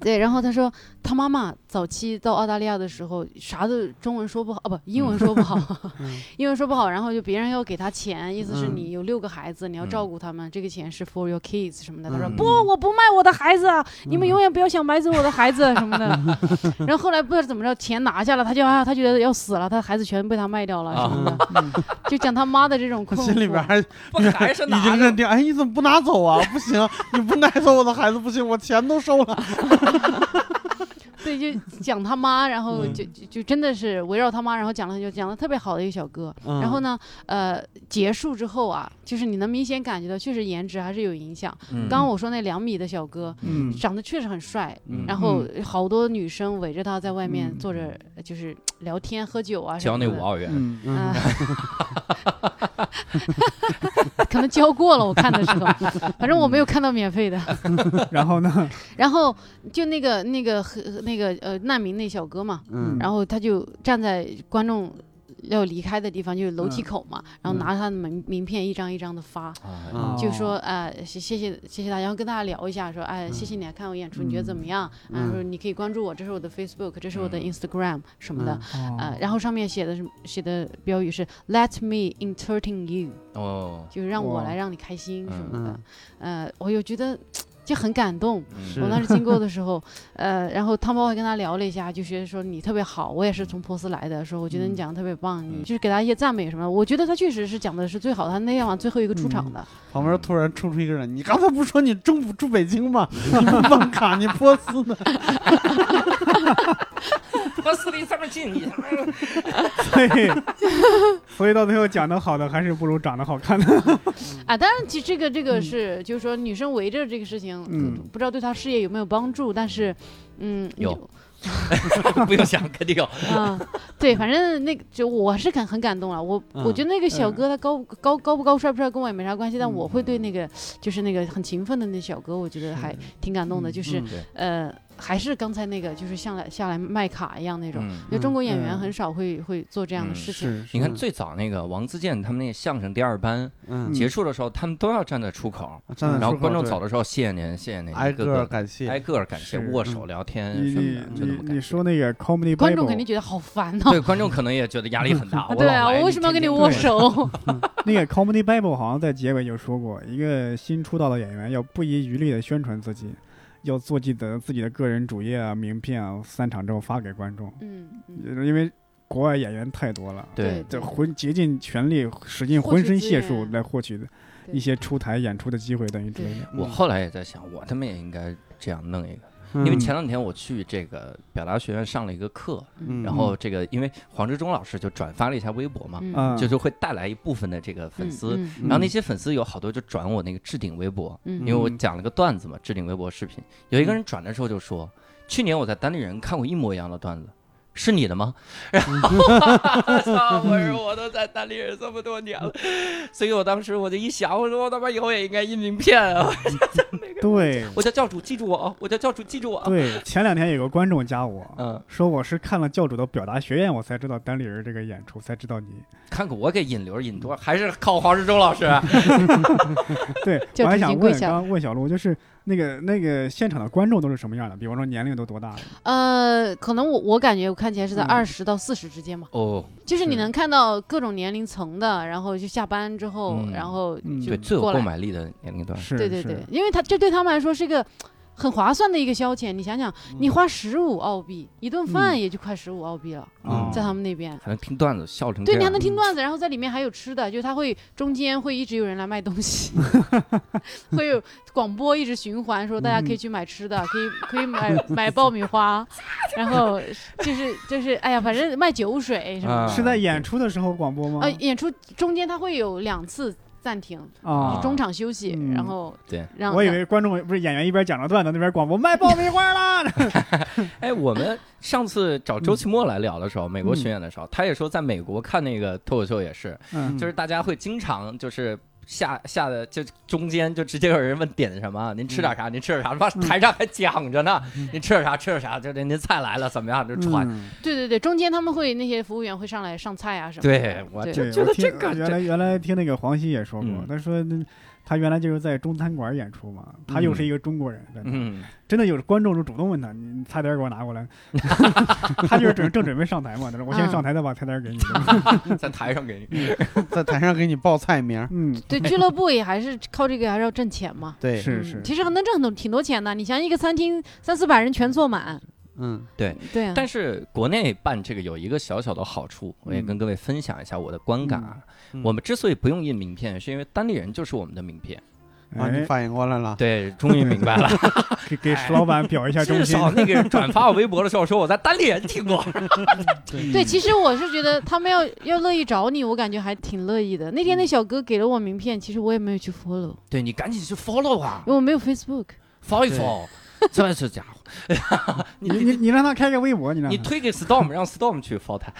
Speaker 3: 对，然后他说他妈妈早期到澳大利亚的时候，啥都中文说不好，啊不，英文说不好，
Speaker 5: 嗯
Speaker 3: 英文说不好，然后就别人要给他钱，意思是
Speaker 5: 嗯
Speaker 3: 你有六个孩子，你要照顾他们，这个钱是 for your kids 什么的。他说
Speaker 5: 嗯
Speaker 3: 不，我不卖我的孩子，啊你们永远不要想买走我的孩子什 么的。然后后来不知道怎么着，钱拿下了，他就啊，他觉得要死了，他的孩子全被他卖掉了什么 的， 就讲他妈的这种
Speaker 5: 他
Speaker 3: 困惑。
Speaker 5: 啊心 里边还
Speaker 1: 不还是
Speaker 5: 已经认定，哎，你怎么不拿走啊？不行，你不拿走我的孩子不行，我钱都收了。
Speaker 3: 对，就讲他妈，然后
Speaker 5: 嗯
Speaker 3: 就就就真的是围绕他妈，然后讲了很久，讲的特别好的一个小哥。
Speaker 5: 嗯
Speaker 3: 然后呢，呃，结束之后啊，就是你能明显感觉到，确实颜值还是有影响。
Speaker 1: 嗯
Speaker 3: 刚刚我说那两米的小哥，
Speaker 4: 嗯
Speaker 3: 长得确实很帅，
Speaker 1: 嗯
Speaker 3: 然后好多女生围着他在外面
Speaker 4: 嗯
Speaker 3: 坐着，呃就是聊天喝酒啊什
Speaker 1: 交
Speaker 3: 么
Speaker 1: 那
Speaker 3: 的。
Speaker 1: 五 澳元，
Speaker 4: 嗯，
Speaker 3: 啊，可能交过了，我看的时候，反正我
Speaker 1: 嗯
Speaker 3: 没有看到免费的。
Speaker 4: 嗯然后呢，
Speaker 3: 然后就那个那个和那个呃难民那小哥嘛，
Speaker 5: 嗯
Speaker 3: 然后他就站在观众要离开的地方，就是楼梯
Speaker 4: 嗯
Speaker 3: 口嘛，然后拿着他的名名片一张一张的发，
Speaker 1: 啊，
Speaker 5: 嗯
Speaker 4: 哦
Speaker 3: 就说呃谢谢谢谢谢大家，然后跟大家聊一下，说哎谢谢你来看我演出，你觉得怎么样？然后说你可以关注我，这是我的 Facebook，这是我的
Speaker 1: 嗯
Speaker 3: Instagram 什么的。
Speaker 4: 哦
Speaker 3: 呃，然后上面写的是写的标语是 “Let me entertain you”，
Speaker 1: 哦，
Speaker 3: 就是让我
Speaker 4: 哇
Speaker 3: 来让你开心什么的
Speaker 5: 嗯。
Speaker 3: 呃，我又觉得就很感动，
Speaker 1: 嗯
Speaker 5: 是
Speaker 3: 我当时经过的时候， 呃，然后汤包还跟他聊了一下，就觉得说你特别好，我也是从波斯来的，说我觉得你
Speaker 4: 嗯
Speaker 3: 讲的特别棒，
Speaker 1: 嗯
Speaker 3: 你就是给他一些赞美什么的。我觉得他确实是讲的是最好的，他那天晚上最后一个出
Speaker 4: 嗯
Speaker 3: 场的，
Speaker 5: 旁边突然冲出一个人，你刚才不是说你中不住北京吗？ 你不办卡，你波斯的，
Speaker 1: 我死离这么近，你
Speaker 4: 所以所以到最后讲的好的还是不如长得好看的，
Speaker 3: 啊，当然，其实这个这个
Speaker 4: 嗯
Speaker 3: 是、就是说女生围着这个事情，
Speaker 4: 嗯
Speaker 3: 不知道对她事业有没有帮助，但是，嗯，你
Speaker 1: 有
Speaker 3: 就
Speaker 1: 不用想，肯定有。
Speaker 3: 啊，对，反正那个就我是很很感动了。我、我
Speaker 5: 嗯
Speaker 3: 觉得那个小
Speaker 4: 嗯
Speaker 3: 哥他高、高高不高帅不帅跟我也没啥关系，但
Speaker 4: 嗯
Speaker 3: 我会对那个就是那个很勤奋的那小哥，我觉得还挺感动的，
Speaker 4: 嗯
Speaker 3: 就是、呃还是刚才那个就是像来下来卖卡一样那种。
Speaker 1: 嗯
Speaker 3: 因为中国演员
Speaker 4: 嗯
Speaker 3: 很少会、会做这样的
Speaker 1: 嗯
Speaker 3: 事情，
Speaker 5: 是
Speaker 1: 你看，最早那个王自健他们那个相声第二班
Speaker 5: 嗯，
Speaker 1: 结束的时候，他们都要站在出口，
Speaker 5: 站在
Speaker 1: 然后
Speaker 5: 出口
Speaker 1: 观众
Speaker 5: 对
Speaker 1: 走的时候，谢谢您，谢谢您，
Speaker 5: 挨
Speaker 1: 一
Speaker 5: 个
Speaker 1: 个
Speaker 5: 儿感
Speaker 1: 挨
Speaker 5: 谢，
Speaker 1: 个儿感谢，
Speaker 4: 是
Speaker 1: 握手聊天
Speaker 4: 你
Speaker 1: 什么的，就那
Speaker 4: 你
Speaker 1: 么感
Speaker 4: 你
Speaker 1: 谢。
Speaker 4: 说那个 comedy
Speaker 3: 观众
Speaker 4: Bible
Speaker 3: 肯定觉得好烦呐、
Speaker 1: 对观众可能也觉得压力很 大。
Speaker 3: 啊
Speaker 1: 我
Speaker 3: 对
Speaker 1: 老
Speaker 3: 啊，
Speaker 1: 来
Speaker 3: 我为什么要跟你
Speaker 1: 天天
Speaker 3: 握手？
Speaker 4: 那个 Comedy Bible 好像在结尾就说过，一个新出道的演员要不遗余力的宣传自己，要做记得自己的个人主页啊、名片啊，三场之后发给观众，
Speaker 3: 嗯，嗯
Speaker 4: 因为国外演员太多了，
Speaker 1: 对
Speaker 4: 这浑竭尽全力、使尽
Speaker 3: 获取
Speaker 4: 浑身
Speaker 3: 资
Speaker 4: 解数
Speaker 3: 源
Speaker 4: 来获取的
Speaker 3: 对
Speaker 4: 一些出台演出的机会，等于之类的。
Speaker 1: 我后来也在想，我他妈也应该这样弄一个，
Speaker 5: 嗯
Speaker 1: 因为前两天我去这个表达学院上了一个课，
Speaker 5: 嗯
Speaker 1: 然后这个因为黄志忠老师就转发了一下微博嘛，
Speaker 3: 嗯
Speaker 4: 啊，
Speaker 1: 就是会带来一部分的这个粉丝，
Speaker 3: 嗯嗯
Speaker 1: 然后那些粉丝有好多就转我那个置顶微博，
Speaker 3: 嗯
Speaker 1: 因为我讲了个段子嘛，置顶微博视频，有一个人转的时候就说，去年我在单立人看过一模一样的段子。是你的吗？
Speaker 3: 嗯
Speaker 1: 然后 操我说我都在单立人这么多年了，所以我当时我就一想，我说我他妈以后也应该印名片啊！
Speaker 4: 对
Speaker 1: 我叫教主记住我啊！我叫教主记住我啊！
Speaker 4: 对，前两天有个观众加我。
Speaker 1: 嗯，
Speaker 4: 说我是看了教主的表达学院，我才知道单立人这个演出，才知 道你。
Speaker 1: 看看我给引流引多，还是靠黄志忠老师。啊
Speaker 4: 对，
Speaker 3: 教
Speaker 4: 我还
Speaker 3: 主已
Speaker 4: 想
Speaker 3: 经跪
Speaker 4: 问，
Speaker 3: 下
Speaker 4: 刚刚问小鹿，就是那个那个现场的观众都是什么样的？比方说年龄都多大的？
Speaker 3: 呃，可能我我感觉我看起来是在
Speaker 4: 嗯
Speaker 3: 二十到四十之间吧。
Speaker 1: 哦，
Speaker 3: 就是你
Speaker 4: 是
Speaker 3: 能看到各种年龄层的，然后就下班之后，
Speaker 1: 嗯
Speaker 3: 然后
Speaker 4: 嗯
Speaker 3: 就
Speaker 1: 对，最有
Speaker 3: 过
Speaker 1: 购
Speaker 3: 来，
Speaker 1: 买力的年龄段，
Speaker 4: 是，
Speaker 3: 对对
Speaker 1: 嗯
Speaker 4: 是
Speaker 3: 对，因为他这对他们来说是一个很划算的一个消遣。你想想，
Speaker 1: 嗯
Speaker 3: 你花十五澳币一顿饭也就快十五澳币了，
Speaker 1: 嗯
Speaker 3: 在他们那边。
Speaker 1: 还能听段子，笑成这样嗯
Speaker 3: 对，你还能听段子，然后在里面还有吃的，就是它会中间会一直有人来卖东 西，会有广播一直循环说大家
Speaker 1: 嗯
Speaker 3: 可以去买吃的，可以可以买买爆米花，然后就是就是哎呀，反正卖酒水什么
Speaker 1: 啊
Speaker 3: 的。
Speaker 4: 是在演出的时候广播吗？
Speaker 3: 呃，演出中间它会有两次暂停，
Speaker 1: 啊
Speaker 4: 啊，
Speaker 3: 中场休息，
Speaker 4: 嗯
Speaker 3: 然后
Speaker 1: 对
Speaker 3: 让
Speaker 4: 我以为观众不是演员一边讲着段子，那边广播卖爆米 花啦。
Speaker 1: 哎，我们上次找周奇墨来聊的时候，美国巡演的时候，他也说在美国看那个脱口秀也是，
Speaker 4: 嗯
Speaker 1: 就是大家会经常就是。下下的就中间就直接有人问点什么，您吃点啥？您吃点啥？妈台上还讲着呢，您吃点啥？吃点啥？就这您菜来了怎么样？就传。
Speaker 4: 嗯
Speaker 3: 对对对，中间他们会那些服务员会上来上菜啊什么的。
Speaker 1: 对我
Speaker 3: 对
Speaker 1: 就
Speaker 4: 对，
Speaker 1: 觉得
Speaker 4: 我听
Speaker 1: 这个
Speaker 4: 原来原来听那个黄西也说过
Speaker 1: 嗯，
Speaker 4: 他说那他原来就是在中餐馆演出嘛，他又是一个中国人，真的
Speaker 1: 嗯，
Speaker 4: 真的有观众就主动问他，你菜单给我 拿过来，他就是准正准备上台嘛，他说我先
Speaker 3: 嗯
Speaker 4: 上台再把菜单给你。
Speaker 1: 在台上给你，
Speaker 5: 嗯在台上给你报菜名儿，
Speaker 4: 嗯，
Speaker 3: 对，俱乐部也还是靠这个还是要挣钱嘛。
Speaker 5: 对，
Speaker 4: 是
Speaker 3: 嗯
Speaker 4: 是，
Speaker 3: 其实能挣很多挺多钱的。你想一个餐厅三四百人全坐满，
Speaker 5: 嗯，
Speaker 3: 对啊，
Speaker 1: 但是国内办这个有一个小小的好处，我也跟各位分享一下我的观感啊。
Speaker 5: 嗯嗯
Speaker 1: 我们之所以不用印名片，是因为单立人就是我们的名片。
Speaker 5: 啊，你
Speaker 4: 哎，
Speaker 5: 反应过来了，
Speaker 1: 对，终于明白了。
Speaker 4: 给给
Speaker 1: 哎
Speaker 4: 石老板表一下忠
Speaker 1: 至
Speaker 4: 心。
Speaker 1: 少那个人转发我微博的时候说我在单立人听过。
Speaker 3: 对，其实我是觉得他们要要乐意找你，我感觉还挺乐意的。那天那小哥给了我名片，其实我也没有去 follow，
Speaker 1: 对你赶紧去 follow 啊
Speaker 3: 因为我没有 Facebook。
Speaker 1: ，follow 一 follow，这是家伙， 你
Speaker 4: 你你你让他开个微博，你让
Speaker 1: 你
Speaker 4: 他
Speaker 1: 推给 Storm，让 Storm 去 follow 他。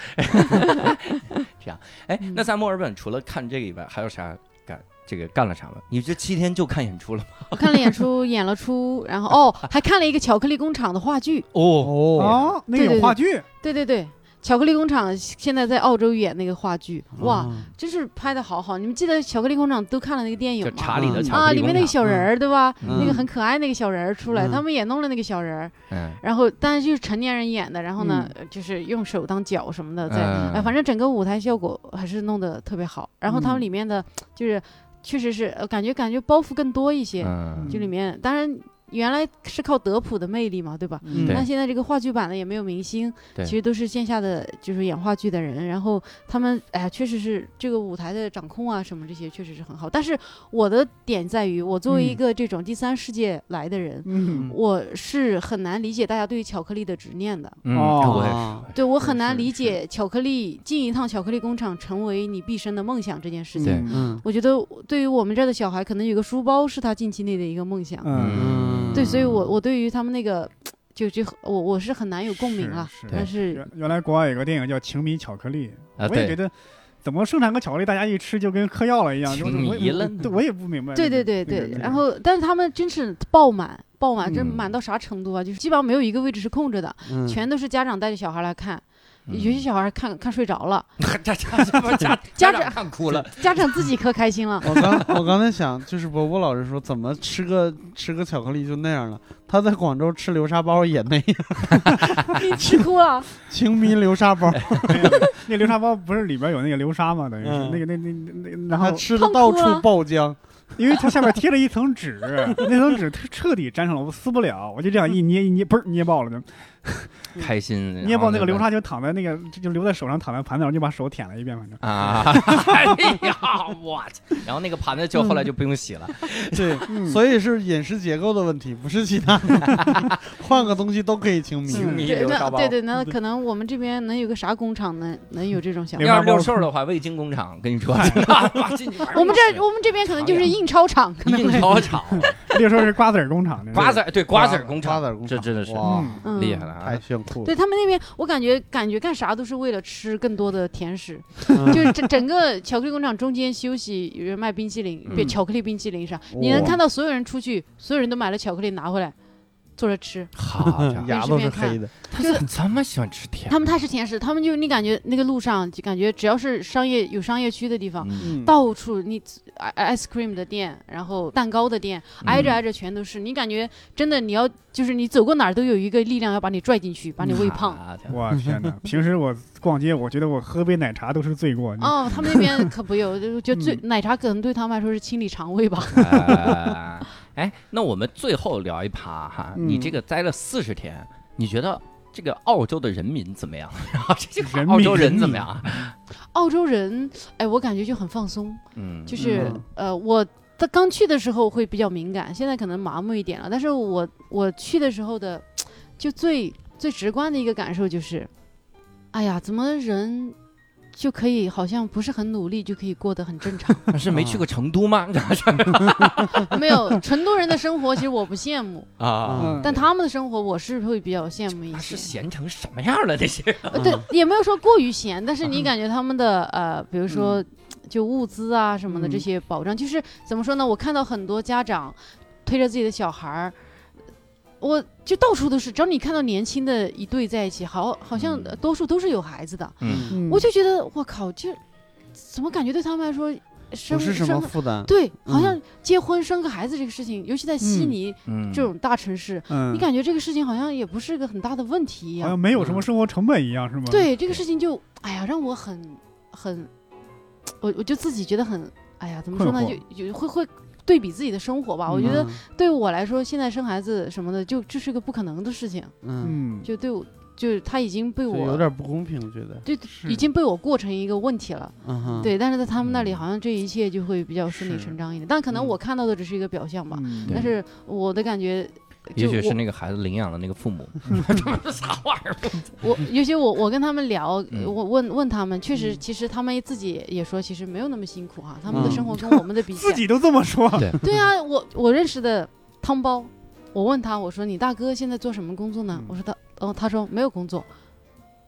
Speaker 1: 这样，哎，那在墨尔本除了看这个以外，还有啥干？这个干了啥吗？你这七天就看演出了吗？
Speaker 3: 我看了演出，演了出，然后哦，还看了一个巧克力工厂的话剧。
Speaker 1: 哦，
Speaker 5: 哦，
Speaker 4: 哦，那个有话剧，
Speaker 3: 对对对，巧克力工厂现在在澳洲演那个话剧，哇，
Speaker 5: 哦
Speaker 3: 真是拍的好好。你们记得巧克力工厂都看了那个电影
Speaker 1: 就
Speaker 3: 吗？
Speaker 1: 查理的
Speaker 5: 嗯
Speaker 1: 巧
Speaker 3: 啊，
Speaker 1: 克力
Speaker 3: 里面那个
Speaker 1: 工厂
Speaker 3: 小人儿，对吧？
Speaker 5: 嗯
Speaker 3: 那个很可爱那个小人儿出来，
Speaker 5: 嗯
Speaker 3: 他们也弄了那个小人儿，
Speaker 1: 嗯，
Speaker 3: 然后但是就是成年人演的，然后呢，呃就是用手当脚什么的在，
Speaker 1: 嗯
Speaker 3: 哎，反正整个舞台效果还是弄得特别好。然后他们
Speaker 4: 嗯
Speaker 3: 里面的就是确实是呃感觉感觉包袱更多一些，
Speaker 1: 嗯
Speaker 3: 就里面当然原来是靠德普的魅力嘛，对吧？
Speaker 5: 嗯
Speaker 1: 对
Speaker 3: 那现在这个话剧版的也没有明星，
Speaker 1: 对
Speaker 3: 其实都是线下的就是演话剧的人，然后他们哎呀，确实是这个舞台的掌控啊什么这些确实是很好。但是我的点在于，我作为一
Speaker 4: 嗯
Speaker 3: 个这种第三世界来的人，
Speaker 4: 嗯，
Speaker 3: 我是很难理解大家对于巧克力的执念的。
Speaker 1: 嗯
Speaker 4: 哦
Speaker 1: 我也
Speaker 5: 哦
Speaker 1: 是，
Speaker 3: 对我
Speaker 4: 是
Speaker 3: 很难
Speaker 4: 是
Speaker 3: 理
Speaker 4: 是
Speaker 3: 解巧克力进一趟巧克力工厂成为你毕生的梦想这件事情。
Speaker 1: 对
Speaker 4: 嗯
Speaker 5: 嗯
Speaker 3: 我觉得对于我们这儿的小孩，可能有个书包是他近期内的一个梦想。
Speaker 4: 嗯，
Speaker 5: 嗯
Speaker 3: 对，所以我我对于他们那个，就就我我是很难有共鸣了。
Speaker 4: 是是
Speaker 3: 但是
Speaker 4: 原原来国外有个电影叫《情迷巧克力
Speaker 1: 啊》，
Speaker 4: 我也
Speaker 1: 对
Speaker 4: 觉，得。怎么生产个巧克力，大家一吃就跟嗑药了一样？就
Speaker 1: 情
Speaker 4: 我
Speaker 1: 迷
Speaker 4: 也
Speaker 1: 了
Speaker 4: 对，我也不明白那
Speaker 3: 对
Speaker 4: 个。
Speaker 3: 对对
Speaker 4: 那个
Speaker 3: 对，
Speaker 4: 那个
Speaker 3: 然后但是他们真是爆满，爆满，这
Speaker 1: 嗯
Speaker 3: 满到啥程度啊？就是基本上没有一个位置是空着的，
Speaker 5: 嗯
Speaker 3: 全都是家长带着小孩来看，
Speaker 1: 嗯
Speaker 3: 有些小孩看看睡着了，
Speaker 1: 家家家家
Speaker 3: 家
Speaker 1: 长
Speaker 3: 长
Speaker 1: 看哭了，
Speaker 3: 家长自己可开
Speaker 5: 。
Speaker 3: 心 了
Speaker 5: 我刚我刚才想，就是波波老师说，怎么吃个吃个巧克力就那样了？他在广州吃流沙包也那样，
Speaker 3: 你吃哭了，
Speaker 5: 情迷流沙 包，
Speaker 4: 哎那流沙包不是里边有那个流沙吗？等于是
Speaker 5: 嗯
Speaker 4: 那个那那那那，然
Speaker 5: 他
Speaker 4: 后
Speaker 5: 吃的到处爆 浆，
Speaker 4: 因为它下面贴了一层纸，那层纸它彻底粘上了，我撕不了，我就这样一捏一捏，嘣儿捏爆了就，
Speaker 1: 开心。然
Speaker 4: 捏
Speaker 1: 后
Speaker 4: 爆那个流
Speaker 1: 就
Speaker 4: 沙就躺在那个就就留在手上，躺在盘子上就把手舔了一遍，反正
Speaker 1: 啊！ 哎呀，我去！然后那个盘子就后来就不用洗了。
Speaker 5: 对，
Speaker 4: 嗯
Speaker 5: 所以是饮食结构的问题，不是其他的，换个东西都可以嗯情迷。
Speaker 1: 情迷
Speaker 3: 嗯对
Speaker 1: 流沙
Speaker 3: 那
Speaker 1: 包
Speaker 3: 对对，那可能我们这边能有个啥工厂能能有这种想法？
Speaker 1: 要是六兽的话，味精工厂跟你 说，哇进去玩儿
Speaker 3: 哎我们这我们这边可能就是印钞厂，可能
Speaker 1: 印
Speaker 3: 会嗯
Speaker 1: 钞厂、
Speaker 4: 那时候是瓜子儿工厂的，
Speaker 1: 瓜子儿哦对瓜子儿工
Speaker 5: 瓜
Speaker 1: 厂
Speaker 5: 子，儿工
Speaker 1: 这真的是
Speaker 5: 哇，
Speaker 4: 嗯
Speaker 3: 嗯
Speaker 1: 厉害了
Speaker 5: 太
Speaker 1: 啊！
Speaker 5: 炫酷了。
Speaker 3: 对他们那边，我感觉感觉干啥都是为了吃更多的甜食，
Speaker 5: 嗯
Speaker 3: 就是整整个巧克力工厂中间休息，有人卖冰淇淋，别
Speaker 1: 嗯
Speaker 3: 巧克力冰淇淋啥，你能
Speaker 5: 哇
Speaker 3: 看到所有人出去，所有人都买了巧克力拿回来，坐着吃。
Speaker 1: 好家伙，
Speaker 5: 嗯牙都是黑的，
Speaker 1: 他怎么这么喜欢吃甜的？
Speaker 3: 他们太是甜食，他们就你感觉那个路上就感觉只要是商业有商业区的地方，
Speaker 1: 嗯
Speaker 3: 到处你 i- ice cream 的店，然后蛋糕的店，挨着挨着全都是，你感觉真的你要就是你走过哪儿都有一个力量要把你拽进去，把你喂胖。
Speaker 1: 好家伙
Speaker 4: 我天哪！平时我逛街，我觉得我喝杯奶茶都是罪过。你
Speaker 3: 哦，他们那边可不有，就就最
Speaker 4: 嗯
Speaker 3: 奶茶可能对他们来说是清理肠胃吧。
Speaker 1: 哎哎，那我们最后聊一趴哈，
Speaker 4: 嗯
Speaker 1: 你这个待了四十天，你觉得这个澳洲的人民怎么样？ 然后这
Speaker 4: 人
Speaker 1: 个
Speaker 4: 民
Speaker 1: 澳洲人怎么样啊？
Speaker 3: 澳洲人，哎，我感觉就很放松，
Speaker 1: 嗯，
Speaker 3: 就是、
Speaker 4: 嗯
Speaker 3: 呃，我他刚去的时候会比较敏感，现在可能麻木一点了。但是我我去的时候的，就最最直观的一个感受就是，哎呀，怎么人就可以好像不是很努力就可以过得很正常？
Speaker 1: 是没去过成都吗？ 嗯
Speaker 3: 没有，成都人的生活其实我不羡慕，
Speaker 1: 啊，
Speaker 4: 嗯
Speaker 3: 但他们的生活我是会比较羡慕一
Speaker 1: 他是
Speaker 3: 些。
Speaker 1: 闲成什么样了？那些人
Speaker 3: 呃，对，也没有说过于闲，但是你感觉他们的呃，比如说就物资啊什么的这
Speaker 4: 嗯
Speaker 3: 些保障，就是怎么说呢？我看到很多家长推着自己的小孩儿，我就到处都是，只要你看到年轻的一对在一起，好好像
Speaker 1: 嗯
Speaker 3: 呃多数都是有孩子的，
Speaker 1: 嗯
Speaker 4: 嗯
Speaker 3: 我就觉得我靠，这怎么感觉对他们来说生
Speaker 5: 不是什么
Speaker 3: 生个
Speaker 5: 负担。
Speaker 3: 对，好
Speaker 5: 嗯
Speaker 3: 像结婚生个孩子这个事情，尤其在悉
Speaker 4: 嗯
Speaker 3: 尼
Speaker 1: 嗯
Speaker 3: 这种大城市，
Speaker 4: 嗯哎
Speaker 3: 你，感觉这个事情好像也不是个很大的问题一样
Speaker 4: 好。像没有什么生活成本一样，是吗？，
Speaker 3: 对这个事情就，哎呀，让我很很，我我就自己觉得很，哎呀，怎么说呢？
Speaker 4: 困
Speaker 3: 就就会会对比自己的生活吧。我觉得
Speaker 5: 嗯
Speaker 3: 对我来说，现在生孩子什么的，就这是个不可能的事情。
Speaker 5: 嗯，
Speaker 4: 嗯，
Speaker 3: 就对我，就是他已经被
Speaker 5: 就有
Speaker 3: 我，
Speaker 5: 点不公平，我觉得。
Speaker 3: 对，已经被我过成一个问题了。
Speaker 5: 嗯哼，
Speaker 3: 对，但是在他们那里，
Speaker 1: 嗯
Speaker 3: 好像这一切就会比较顺理
Speaker 5: 是
Speaker 3: 成章一点。但可能
Speaker 5: 嗯
Speaker 3: 我看到的只是一个表象吧。
Speaker 4: 嗯
Speaker 1: 对
Speaker 3: 但是我的感觉，
Speaker 1: 也
Speaker 3: 就
Speaker 1: 许是
Speaker 3: 我嗯
Speaker 1: 那个孩子领养了那个父母， 啥玩意儿？
Speaker 3: 我尤其我我跟他们聊，
Speaker 1: 嗯
Speaker 3: 我问问他们，确实
Speaker 4: 嗯
Speaker 3: 其实他们自己也说，其实没有那么辛苦哈、他们的
Speaker 5: 嗯
Speaker 3: 生活跟我们的比起
Speaker 4: 自
Speaker 3: 来，
Speaker 4: 己都这么说，
Speaker 3: 对啊，我我认识的汤包，我问他，我说你大哥现在做什么工作呢？
Speaker 4: 嗯
Speaker 3: 我说他，哦，他说没有工作，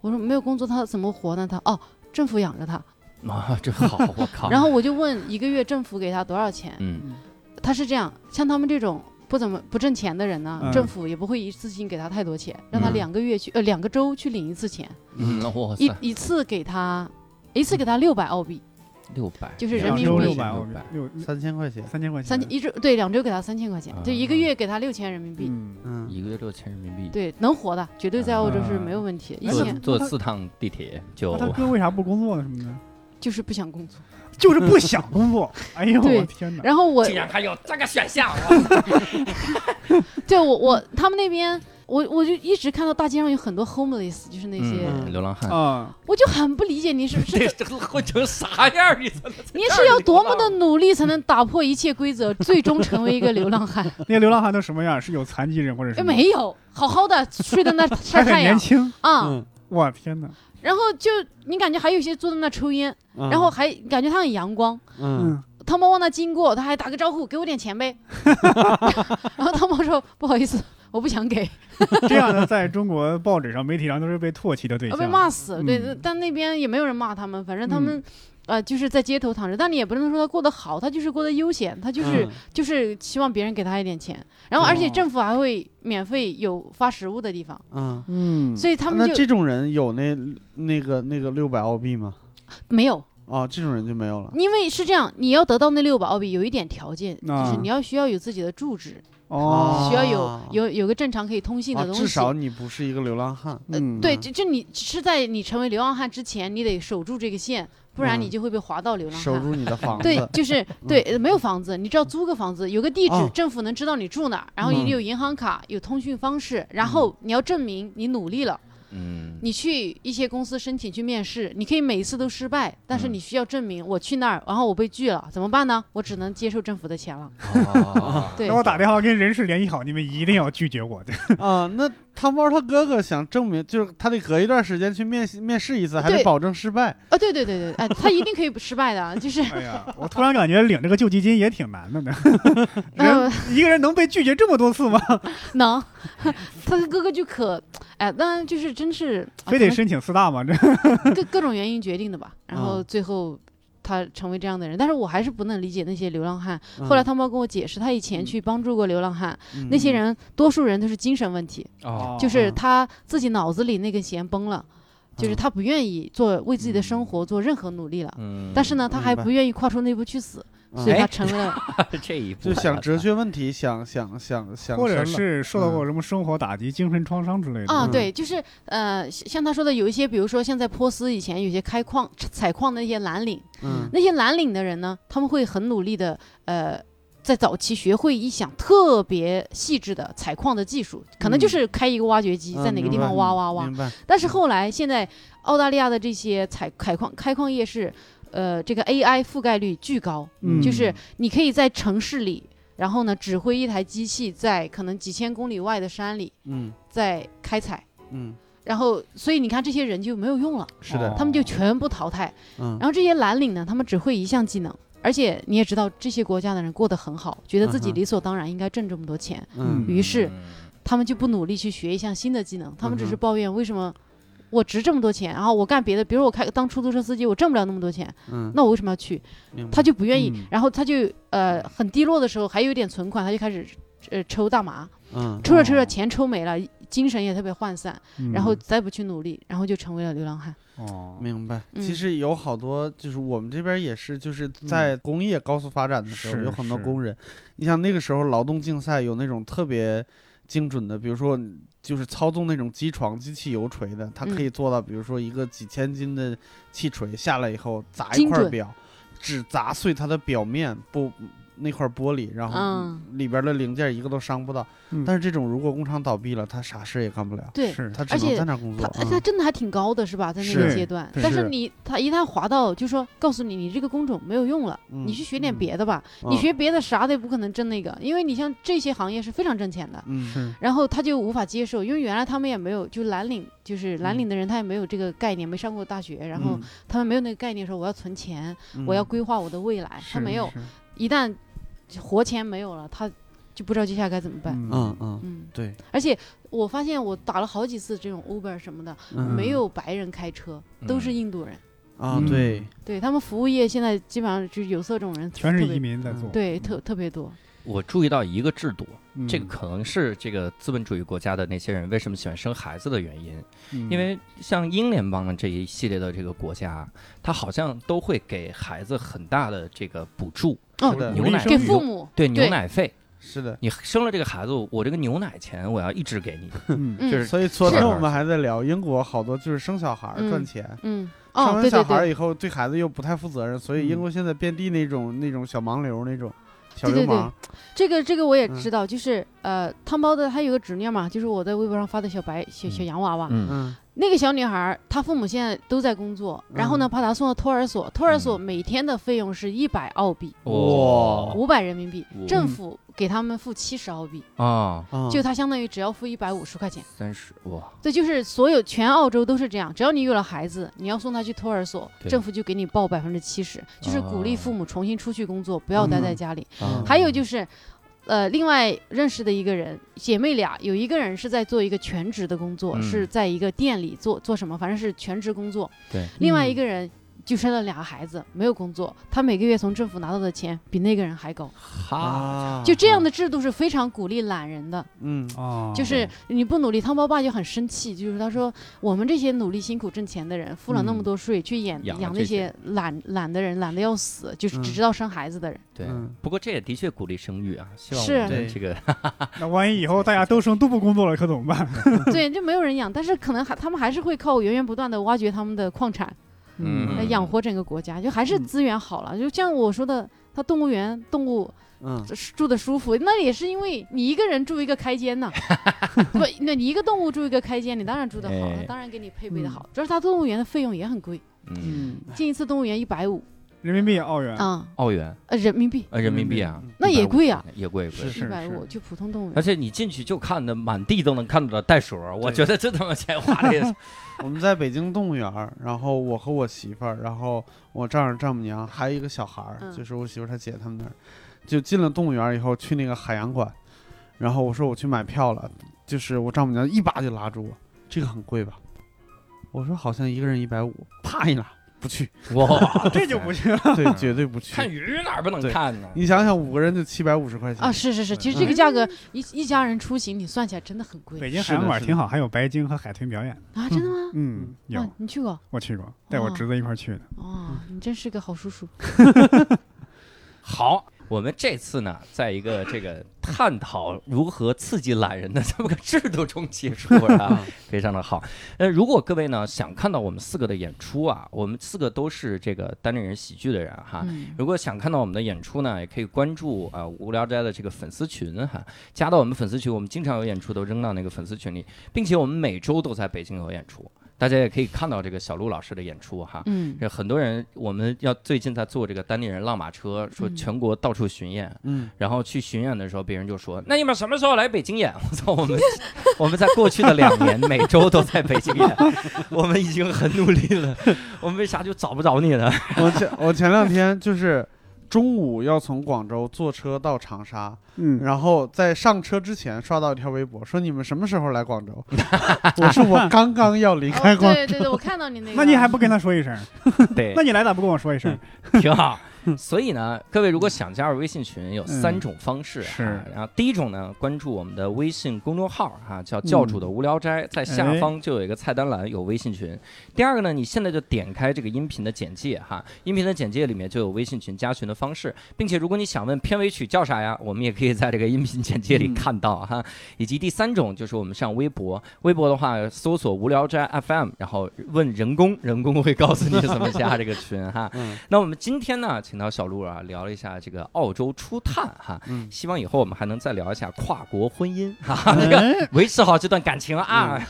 Speaker 3: 我说没有工作他怎么活呢？他哦，政府养着他，
Speaker 1: 啊，这好，我靠！
Speaker 3: 然后我就问一个月政府给他多少钱？
Speaker 1: 嗯
Speaker 3: 他是这样，像他们这种。不怎么不挣钱的人呢，
Speaker 4: 嗯
Speaker 3: 政府也不会一次性给他太多钱，让他
Speaker 1: 嗯
Speaker 3: 两个月去呃两个周去领一次钱，
Speaker 1: 嗯，哇
Speaker 3: 一
Speaker 1: 塞，
Speaker 3: 一次给他一次给他六百澳币，
Speaker 1: 六百
Speaker 3: 就是人
Speaker 4: 两
Speaker 3: 民
Speaker 4: 周
Speaker 3: 币
Speaker 4: 六百欧，六
Speaker 5: 三千块钱，
Speaker 4: 三千块钱，
Speaker 3: 三千一周对两周给他三千块钱
Speaker 1: 啊，
Speaker 3: 就一个月给他六千人民币，
Speaker 4: 嗯，
Speaker 5: 嗯，
Speaker 1: 一个月六千人民币，
Speaker 3: 对，能活的，绝对在澳洲是
Speaker 4: 啊
Speaker 3: 没有问题。以
Speaker 4: 哎
Speaker 1: 坐
Speaker 3: 前
Speaker 1: 坐四趟地铁就
Speaker 4: 那他哥为啥不工作呢？什么的？
Speaker 3: 就是不想工作，
Speaker 4: 就是不想工作。哎呦，
Speaker 3: 对
Speaker 4: 我天哪！
Speaker 3: 然后我
Speaker 1: 竟然还有这个选项，
Speaker 3: 对我我他们那边。我我就一直看到大街上有很多 homeless，就是那些，哦
Speaker 1: 嗯流浪汉，
Speaker 4: 啊，
Speaker 3: 我就很不理解你是是
Speaker 1: 这这混成啥样儿？你这
Speaker 3: 你是要多么的努力才能打破一切规则，最终成为一个流浪汉？
Speaker 4: 那个流浪汉都什么样？是有残疾人或者
Speaker 3: 哎，
Speaker 4: 什么？
Speaker 3: 没有，好好的睡在那晒
Speaker 4: 还很
Speaker 3: 太
Speaker 4: 年
Speaker 3: 阳
Speaker 4: 轻。
Speaker 3: 啊、
Speaker 5: 嗯
Speaker 4: 我天哪！
Speaker 3: 然后就你感觉还有一些坐在那抽烟，
Speaker 5: 嗯
Speaker 3: 然后还感觉他很阳光，
Speaker 5: 嗯，
Speaker 4: 嗯，
Speaker 3: 汤包往那经过，他还打个招呼，给我点 钱呗。然后汤包说不好意思，我不想给，
Speaker 4: 嗯这样的在中国报纸上、媒体上都是被唾弃的对
Speaker 3: 要
Speaker 4: 象，
Speaker 3: 哦被骂死。对，
Speaker 4: 嗯
Speaker 3: 但那边也没有人骂他们，反正他们。
Speaker 5: 嗯
Speaker 3: 呃，就是在街头躺着，但你也不能说他过得好，他就是过得悠闲，他
Speaker 5: 嗯
Speaker 3: 就是、就是希望别人给他一点钱，然后而且
Speaker 4: 哦
Speaker 3: 政府还会免费有发食物的地方，
Speaker 5: 嗯，
Speaker 4: 嗯，
Speaker 3: 所以他们
Speaker 5: 那
Speaker 3: 就
Speaker 5: 这种人有那那个那个六百澳币吗？
Speaker 3: 没有，
Speaker 5: 哦，这种人就没有了。
Speaker 3: 因为是这样，你要得到那六百澳币，有一点条件，就
Speaker 4: 啊
Speaker 3: 是你要需要有自己的住址，
Speaker 4: 哦，
Speaker 3: 需要有
Speaker 5: 啊
Speaker 3: 有有个正常可以通信的
Speaker 5: 啊，
Speaker 3: 东西，呃
Speaker 5: 至少你不是一个流浪汉。
Speaker 4: 嗯，
Speaker 3: 对，
Speaker 5: 嗯
Speaker 3: 就就你是在你成为流浪汉之前，你得守住这个线，不然你就会被划到流浪
Speaker 5: 守
Speaker 3: 汉。
Speaker 5: 住你的房子。
Speaker 3: 对，就是对，呃没有房子，你只要租个房子，有个地址，
Speaker 5: 哦
Speaker 3: 政府能知道你住哪儿，然后你
Speaker 5: 嗯
Speaker 3: 有银行卡，有通讯方式，然后你要证明你努力了，
Speaker 1: 嗯，
Speaker 3: 你去一些公司申请去面试，你可以每一次都失败，但是
Speaker 1: 嗯
Speaker 3: 你需要证明我去那儿，然后我被拒了，怎么办呢？我只能接受政府的钱了。
Speaker 1: 哦
Speaker 3: 对
Speaker 4: 那，我打电话跟人事联系好，你们一定要拒绝我。对
Speaker 5: 啊，那汤包他哥哥想证明，就是他得隔一段时间去面试面试一次，还得
Speaker 3: 对
Speaker 5: 保证失败。
Speaker 3: 啊，对对对对，哎，他一定可以失败的，就是
Speaker 4: 哎呀，我突然感觉领这个救济金也挺难的呢。 人
Speaker 3: 呃
Speaker 4: 一个人能被拒绝这么多次吗？
Speaker 3: 能， 他的哥哥就可，哎，当然就是真是，啊
Speaker 4: 非得
Speaker 3: 可
Speaker 4: 申请四大吗？这
Speaker 3: 能各各种原因决定的吧。然后
Speaker 5: 嗯
Speaker 3: 最后他成为这样的人，但是我还是不能理解那些流浪汉。
Speaker 5: 嗯
Speaker 3: 后来汤包跟我解释，他以前
Speaker 4: 嗯
Speaker 3: 去帮助过流浪汉，
Speaker 5: 嗯
Speaker 3: 那些人多数人都是精神问题，
Speaker 1: 哦，
Speaker 3: 就是
Speaker 5: 嗯
Speaker 3: 他自己脑子里那根弦崩了，就是
Speaker 5: 嗯
Speaker 3: 他不愿意做为自己的生活做任何努力了。
Speaker 1: 嗯，
Speaker 3: 但是呢，他还
Speaker 5: 明白
Speaker 3: 不愿意跨出那步去死，
Speaker 5: 嗯
Speaker 3: 所以
Speaker 1: 哎
Speaker 3: 他成为了
Speaker 1: 这一步
Speaker 5: 就想哲学问题，想想想想，
Speaker 4: 或者是受到过什么生活打击、精神创伤之类的
Speaker 3: 啊，
Speaker 5: 嗯
Speaker 3: 对，就是呃，像像他说的，有一些，比如说像在波斯以前有些开矿采矿的那些蓝领，
Speaker 5: 嗯
Speaker 3: 那些蓝领的人呢，他们会很努力的，呃，在早期学会一项特别细致的采矿的技术，可能就是开一个挖掘机，
Speaker 5: 嗯
Speaker 3: 在哪个地
Speaker 5: 明
Speaker 3: 方
Speaker 5: 白
Speaker 3: 挖挖挖。
Speaker 5: 明白，
Speaker 3: 但是后来，现在澳大利亚的这些采采矿开矿业是，呃，这个 AI 覆盖率巨高，
Speaker 4: 嗯
Speaker 3: 就是你可以在城市里，然后呢，指挥一台机器在可能几千公里外的山里
Speaker 5: 嗯
Speaker 3: 在开采，
Speaker 5: 嗯，
Speaker 3: 然后所以你看这些人就没有用了，
Speaker 5: 是的，
Speaker 3: 他们就全部淘汰。
Speaker 5: 嗯
Speaker 3: 然后这些蓝领呢，他们只会一项技能，而且你也知道，这些国家的人过得很好，觉得自己
Speaker 5: 嗯哼
Speaker 3: 理所当然应该挣这么多钱，
Speaker 5: 嗯
Speaker 3: 于是他们就不努力去学一项新的技能，他们只
Speaker 5: 嗯
Speaker 3: 是
Speaker 5: 哼
Speaker 3: 抱怨为什么我值这么多钱，然后我干别的，比如我开当出租车司机，我挣不了那么多钱，
Speaker 5: 嗯，
Speaker 3: 那我为什么要去？
Speaker 5: 明白
Speaker 3: 他就不愿意，
Speaker 4: 嗯
Speaker 3: 然后他就呃很低落的时候还有一点存款，他就开始呃抽大麻，
Speaker 5: 嗯
Speaker 3: 抽着抽着
Speaker 4: 哦
Speaker 3: 钱抽没了，精神也特别涣散，
Speaker 4: 嗯
Speaker 3: 然后再不去努力，然后就成为了流浪汉。
Speaker 4: 哦，
Speaker 5: 明白，
Speaker 3: 嗯
Speaker 5: 其实有好多，就是我们这边也是，就是在工业高速发展的时候，
Speaker 4: 嗯是
Speaker 5: 有很多
Speaker 4: 是
Speaker 5: 工人。你像那个时候劳动竞赛有那种特别精准的，比如说就是操纵那种机床、机器油锤的，它可
Speaker 3: 嗯
Speaker 5: 以做到，比如说一个几千斤的气锤下来以后砸一
Speaker 3: 精
Speaker 5: 块
Speaker 3: 准
Speaker 5: 表，只砸碎它的表面不那块玻璃，然后
Speaker 3: 嗯
Speaker 5: 里边的零件一个都伤不到。
Speaker 4: 嗯
Speaker 5: 但是这种如果工厂倒闭了，他啥事也干不了，
Speaker 3: 对，
Speaker 4: 是
Speaker 5: 他只
Speaker 3: 而
Speaker 5: 能
Speaker 3: 且
Speaker 5: 在那儿工
Speaker 3: 他
Speaker 5: 作。嗯
Speaker 3: 而且他真的还挺高的，是吧？在那个
Speaker 4: 是
Speaker 3: 阶段，
Speaker 4: 对
Speaker 3: 但
Speaker 5: 是
Speaker 3: 是你他一旦滑到，就说告诉你，你这个工种没有用了，
Speaker 5: 嗯
Speaker 3: 你去学点
Speaker 4: 嗯
Speaker 3: 别的吧。你学别的啥的也不可能挣那个，因为你像这些行业是非常挣钱的。
Speaker 5: 嗯嗯
Speaker 4: 是
Speaker 3: 然后他就无法接受，因为原来他们也没有，就蓝领，就是
Speaker 5: 嗯
Speaker 3: 蓝领的人，他也没有这个概念，没上过大学，然后他们没有那个概念，说我要存钱，我要
Speaker 5: 嗯
Speaker 3: 规划我的未来，哎他没有。
Speaker 4: 是是
Speaker 3: 一旦活钱没有了，他就不知道接下来该怎么办。
Speaker 5: 嗯嗯。
Speaker 3: 嗯，
Speaker 5: 对，
Speaker 3: 而且我发现我打了好几次这种 Uber 什么的，
Speaker 5: 嗯
Speaker 3: 没有白人开车，都是
Speaker 1: 嗯
Speaker 3: 印度人。
Speaker 5: 啊，
Speaker 4: 嗯
Speaker 5: 对，
Speaker 3: 对他们服务业现在基本上就是有色这种人，
Speaker 4: 全是
Speaker 3: 特别嗯
Speaker 4: 移，民在做，
Speaker 3: 对，特特别多。
Speaker 1: 我注意到一个制度，
Speaker 4: 嗯
Speaker 1: 这个可能是这个资本主义国家的那些人为什么喜欢生孩子的原因，
Speaker 4: 嗯
Speaker 1: 因为像英联邦的这一系列的这个国家，它好像都会给孩子很大的这个补助，
Speaker 5: 是
Speaker 4: 嗯
Speaker 3: 哦，
Speaker 5: 的
Speaker 1: 牛奶
Speaker 3: 给
Speaker 1: 牛
Speaker 3: 父母
Speaker 1: 对牛奶费，
Speaker 5: 是的，
Speaker 1: 你生了这个孩子，我这个牛奶钱我要一直给你，
Speaker 4: 嗯
Speaker 3: 嗯
Speaker 1: 就是
Speaker 5: 所以昨天
Speaker 1: 是
Speaker 5: 我们还在聊英国好多就是生小孩儿赚
Speaker 3: 嗯
Speaker 5: 钱，
Speaker 3: 嗯，
Speaker 5: 生
Speaker 3: 哦，
Speaker 5: 完
Speaker 3: 对
Speaker 5: 小
Speaker 3: 对
Speaker 5: 孩儿
Speaker 3: 对，
Speaker 5: 以后对孩子又不太负责任，所以英
Speaker 4: 嗯
Speaker 5: 国现在遍地那种那种小盲流儿那种小
Speaker 3: 对
Speaker 5: 流
Speaker 3: 对对
Speaker 5: 氓，
Speaker 3: 这个这个我也
Speaker 5: 嗯
Speaker 3: 知道，就是呃，汤包的他有个侄女嘛，就是我在微博上发的小白小小
Speaker 1: 嗯
Speaker 3: 洋娃娃，
Speaker 1: 嗯
Speaker 5: 嗯
Speaker 3: 那个小女孩儿，她父母现在都在工作，然后呢，
Speaker 5: 嗯
Speaker 3: 把她送到托儿所，托儿所每天的费用是一百澳币，
Speaker 1: 哇
Speaker 3: 五百人民币，
Speaker 1: 哇
Speaker 3: 政府给他们付七十澳币，
Speaker 1: 啊
Speaker 5: 啊，
Speaker 3: 就她相当于只要付一百五十块钱。
Speaker 1: 三十哇
Speaker 3: 对，就是所有全澳洲都是这样，只要你有了孩子，你要送他去托儿所，
Speaker 1: 对
Speaker 3: 政府就给你报百分之七十，就是鼓励
Speaker 1: 哦
Speaker 3: 父母重新出去工作，不要待在
Speaker 5: 嗯
Speaker 3: 家里。
Speaker 1: 啊
Speaker 3: 还有就是，呃，另外认识的一个人，姐妹俩，有一个人是在做一个全职的工作，
Speaker 1: 嗯
Speaker 3: 是在一个店里做做什么，反正是全职工作。
Speaker 1: 对，嗯
Speaker 3: 另外一个人。就生了俩孩子，没有工作，他每个月从政府拿到的钱比那个人还高，
Speaker 1: 哈
Speaker 5: 啊，
Speaker 3: 就这样的制度是非常鼓励懒人的。
Speaker 5: 嗯，
Speaker 4: 哦，
Speaker 3: 就是你不努力，汤包爸就很生气，就是他说我们这些努力辛苦挣钱的人，付了那么
Speaker 5: 嗯
Speaker 3: 多税，去养
Speaker 1: 养了
Speaker 3: 养
Speaker 1: 这
Speaker 3: 那些懒懒的人，懒得要死，就是
Speaker 5: 嗯
Speaker 3: 只知道生孩子的人，
Speaker 1: 对
Speaker 5: 嗯，
Speaker 1: 不过这也的确鼓励生育啊，希望
Speaker 3: 是
Speaker 1: 我
Speaker 5: 对
Speaker 1: 们这个
Speaker 4: 那万一以后大家都生都不工作了，可怎么办？
Speaker 3: 对，就没有人养，但是可能还他们还是会靠源源不断的挖掘他们的矿产
Speaker 1: 嗯
Speaker 3: 来养活整个国家，就还是
Speaker 5: 嗯
Speaker 3: 资源好了，就像我说的。他动物园动物呃
Speaker 5: 嗯
Speaker 3: 住的舒服，那也是因为你一个人住一个开间呐，不，那你一个动物住一个开间，你当然住得好，
Speaker 1: 哎
Speaker 3: 了，当然给你配备
Speaker 4: 嗯
Speaker 3: 的好。主要是他动物园的费用也很贵，
Speaker 1: 嗯
Speaker 4: 嗯，
Speaker 3: 进一次动物园一百五
Speaker 4: 人民币、澳元，
Speaker 3: 啊，
Speaker 1: 澳元
Speaker 3: 呃，人民币
Speaker 1: 呃人民币啊，
Speaker 3: 那也
Speaker 1: 150
Speaker 3: 贵啊，
Speaker 1: 也贵也贵
Speaker 5: 是。
Speaker 3: 一百五，就普通动物
Speaker 1: 而
Speaker 3: 园。
Speaker 1: 且你进去就看的满地都能看到袋鼠儿，我
Speaker 5: 对
Speaker 1: 觉得这他妈钱花的也是
Speaker 5: 我们在北京动物园儿，然后我和我媳妇儿，然后我丈人丈母娘，还有一个小孩儿，
Speaker 3: 嗯
Speaker 5: 就是我媳妇儿她姐他们那儿，就进了动物园儿以后去那个海洋馆，然后我说我去买票了，就是我丈母娘一把就拉住我，这个很贵吧？我说好像一个人一百五，啪一拉不 去，
Speaker 1: 哇，
Speaker 4: 这就不去了。
Speaker 5: 对，绝对不去。
Speaker 1: 看鱼哪儿不能
Speaker 5: 对
Speaker 1: 看呢？
Speaker 5: 你想想，五个人就七百五十块钱
Speaker 3: 啊，是是是，其实这个价格一一家人出行，你算起来真的很贵
Speaker 4: 北京海洋馆挺好，还有白鲸和海豚表演。
Speaker 3: 啊！真的吗？
Speaker 4: 嗯，
Speaker 3: 哇
Speaker 4: 有，
Speaker 3: 你去过
Speaker 4: 我去过，
Speaker 3: 哦
Speaker 4: 带我侄子一块儿去的。
Speaker 3: 哦，你真是个好叔叔。
Speaker 1: 好，我们这次呢，在一个这个探讨如何刺激懒人的这么个制度中结束啊，非常的好。呃，如果各位呢想看到我们四个的演出啊，我们四个都是这个单立人喜剧的人啊哈、
Speaker 3: 嗯
Speaker 1: 如果想看到我们的演出呢，也可以关注啊、呃无聊斋的这个粉丝群哈，加到我们粉丝群，我们经常有演出都扔到那个粉丝群里，并且我们每周都在北京有演出，大家也可以看到这个小鹿老师的演出哈。
Speaker 3: 嗯
Speaker 1: 这很多人，我们要最近在做这个单立人浪马车，说
Speaker 3: 嗯
Speaker 1: 全国到处巡演，
Speaker 5: 嗯，
Speaker 1: 然后去巡演的时候，别人就说：“那你们什么时候来北京演？” 我操，我们我们在过去的两年每周都在北京演，我们已经很努力了，我们为啥就找不着 你呢？
Speaker 5: 我前我前两天就是中午要从广州坐车到长沙，
Speaker 4: 嗯，
Speaker 5: 然后在上车之前刷到一条微博，说你们什么时候来广州？ 我说我刚刚要离 开
Speaker 3: 哦，
Speaker 5: 广
Speaker 3: 对对对，我看到你那个，
Speaker 4: 那你还不跟他说一声？
Speaker 1: 对
Speaker 4: 那，你来咋不跟我说一声？
Speaker 1: 挺好。所以呢，各位如果想加入微信群，有三种方式、啊
Speaker 4: 是
Speaker 1: 然后第一种呢，关注我们的微信公众号哈、叫教主的无聊斋，在下方就有一个菜单栏有微信群。第二个呢，你现在就点开这个音频的简介哈、音频的简介里面就有微信群加群的方式，并且如果你想问片尾曲叫啥呀， 我们也可以在这个音频简介里看到哈、以及第三种就是我们上微博， 微博的话搜索无聊斋 FM，然后问人工， 人工会告诉你怎么加这个群哈。
Speaker 5: 嗯
Speaker 1: 那我们今天呢，请到小鹿啊聊了一下这个澳洲初探哈，
Speaker 5: 嗯
Speaker 1: 希望以后我们还能再聊一下跨国婚姻哈哈，这个维持好这段感情啊。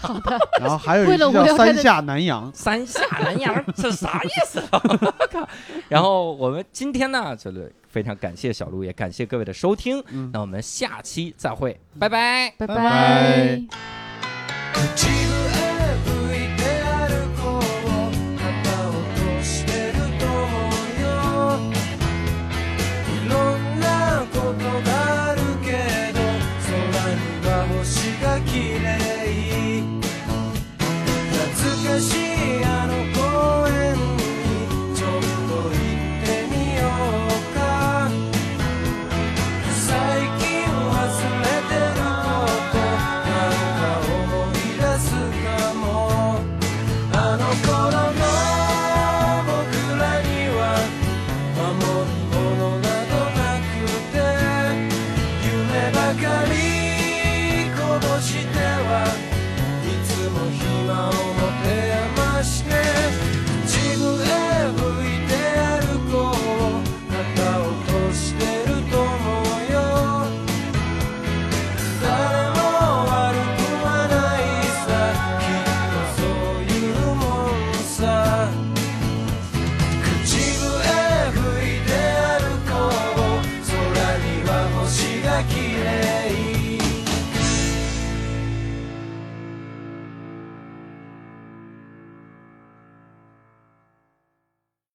Speaker 5: 然后还有
Speaker 3: 为
Speaker 5: 一
Speaker 3: 了
Speaker 5: 个
Speaker 3: 无聊
Speaker 5: 叫
Speaker 3: 斋的
Speaker 5: 三下南洋，
Speaker 1: 三下南 洋，这啥意思、啊？我靠 然后我们今天呢，就是非常感谢小鹿，也感谢各位的收听。
Speaker 5: 嗯
Speaker 1: 那我们下期再会，拜拜。
Speaker 3: 拜
Speaker 4: 拜
Speaker 5: 拜
Speaker 1: 嗯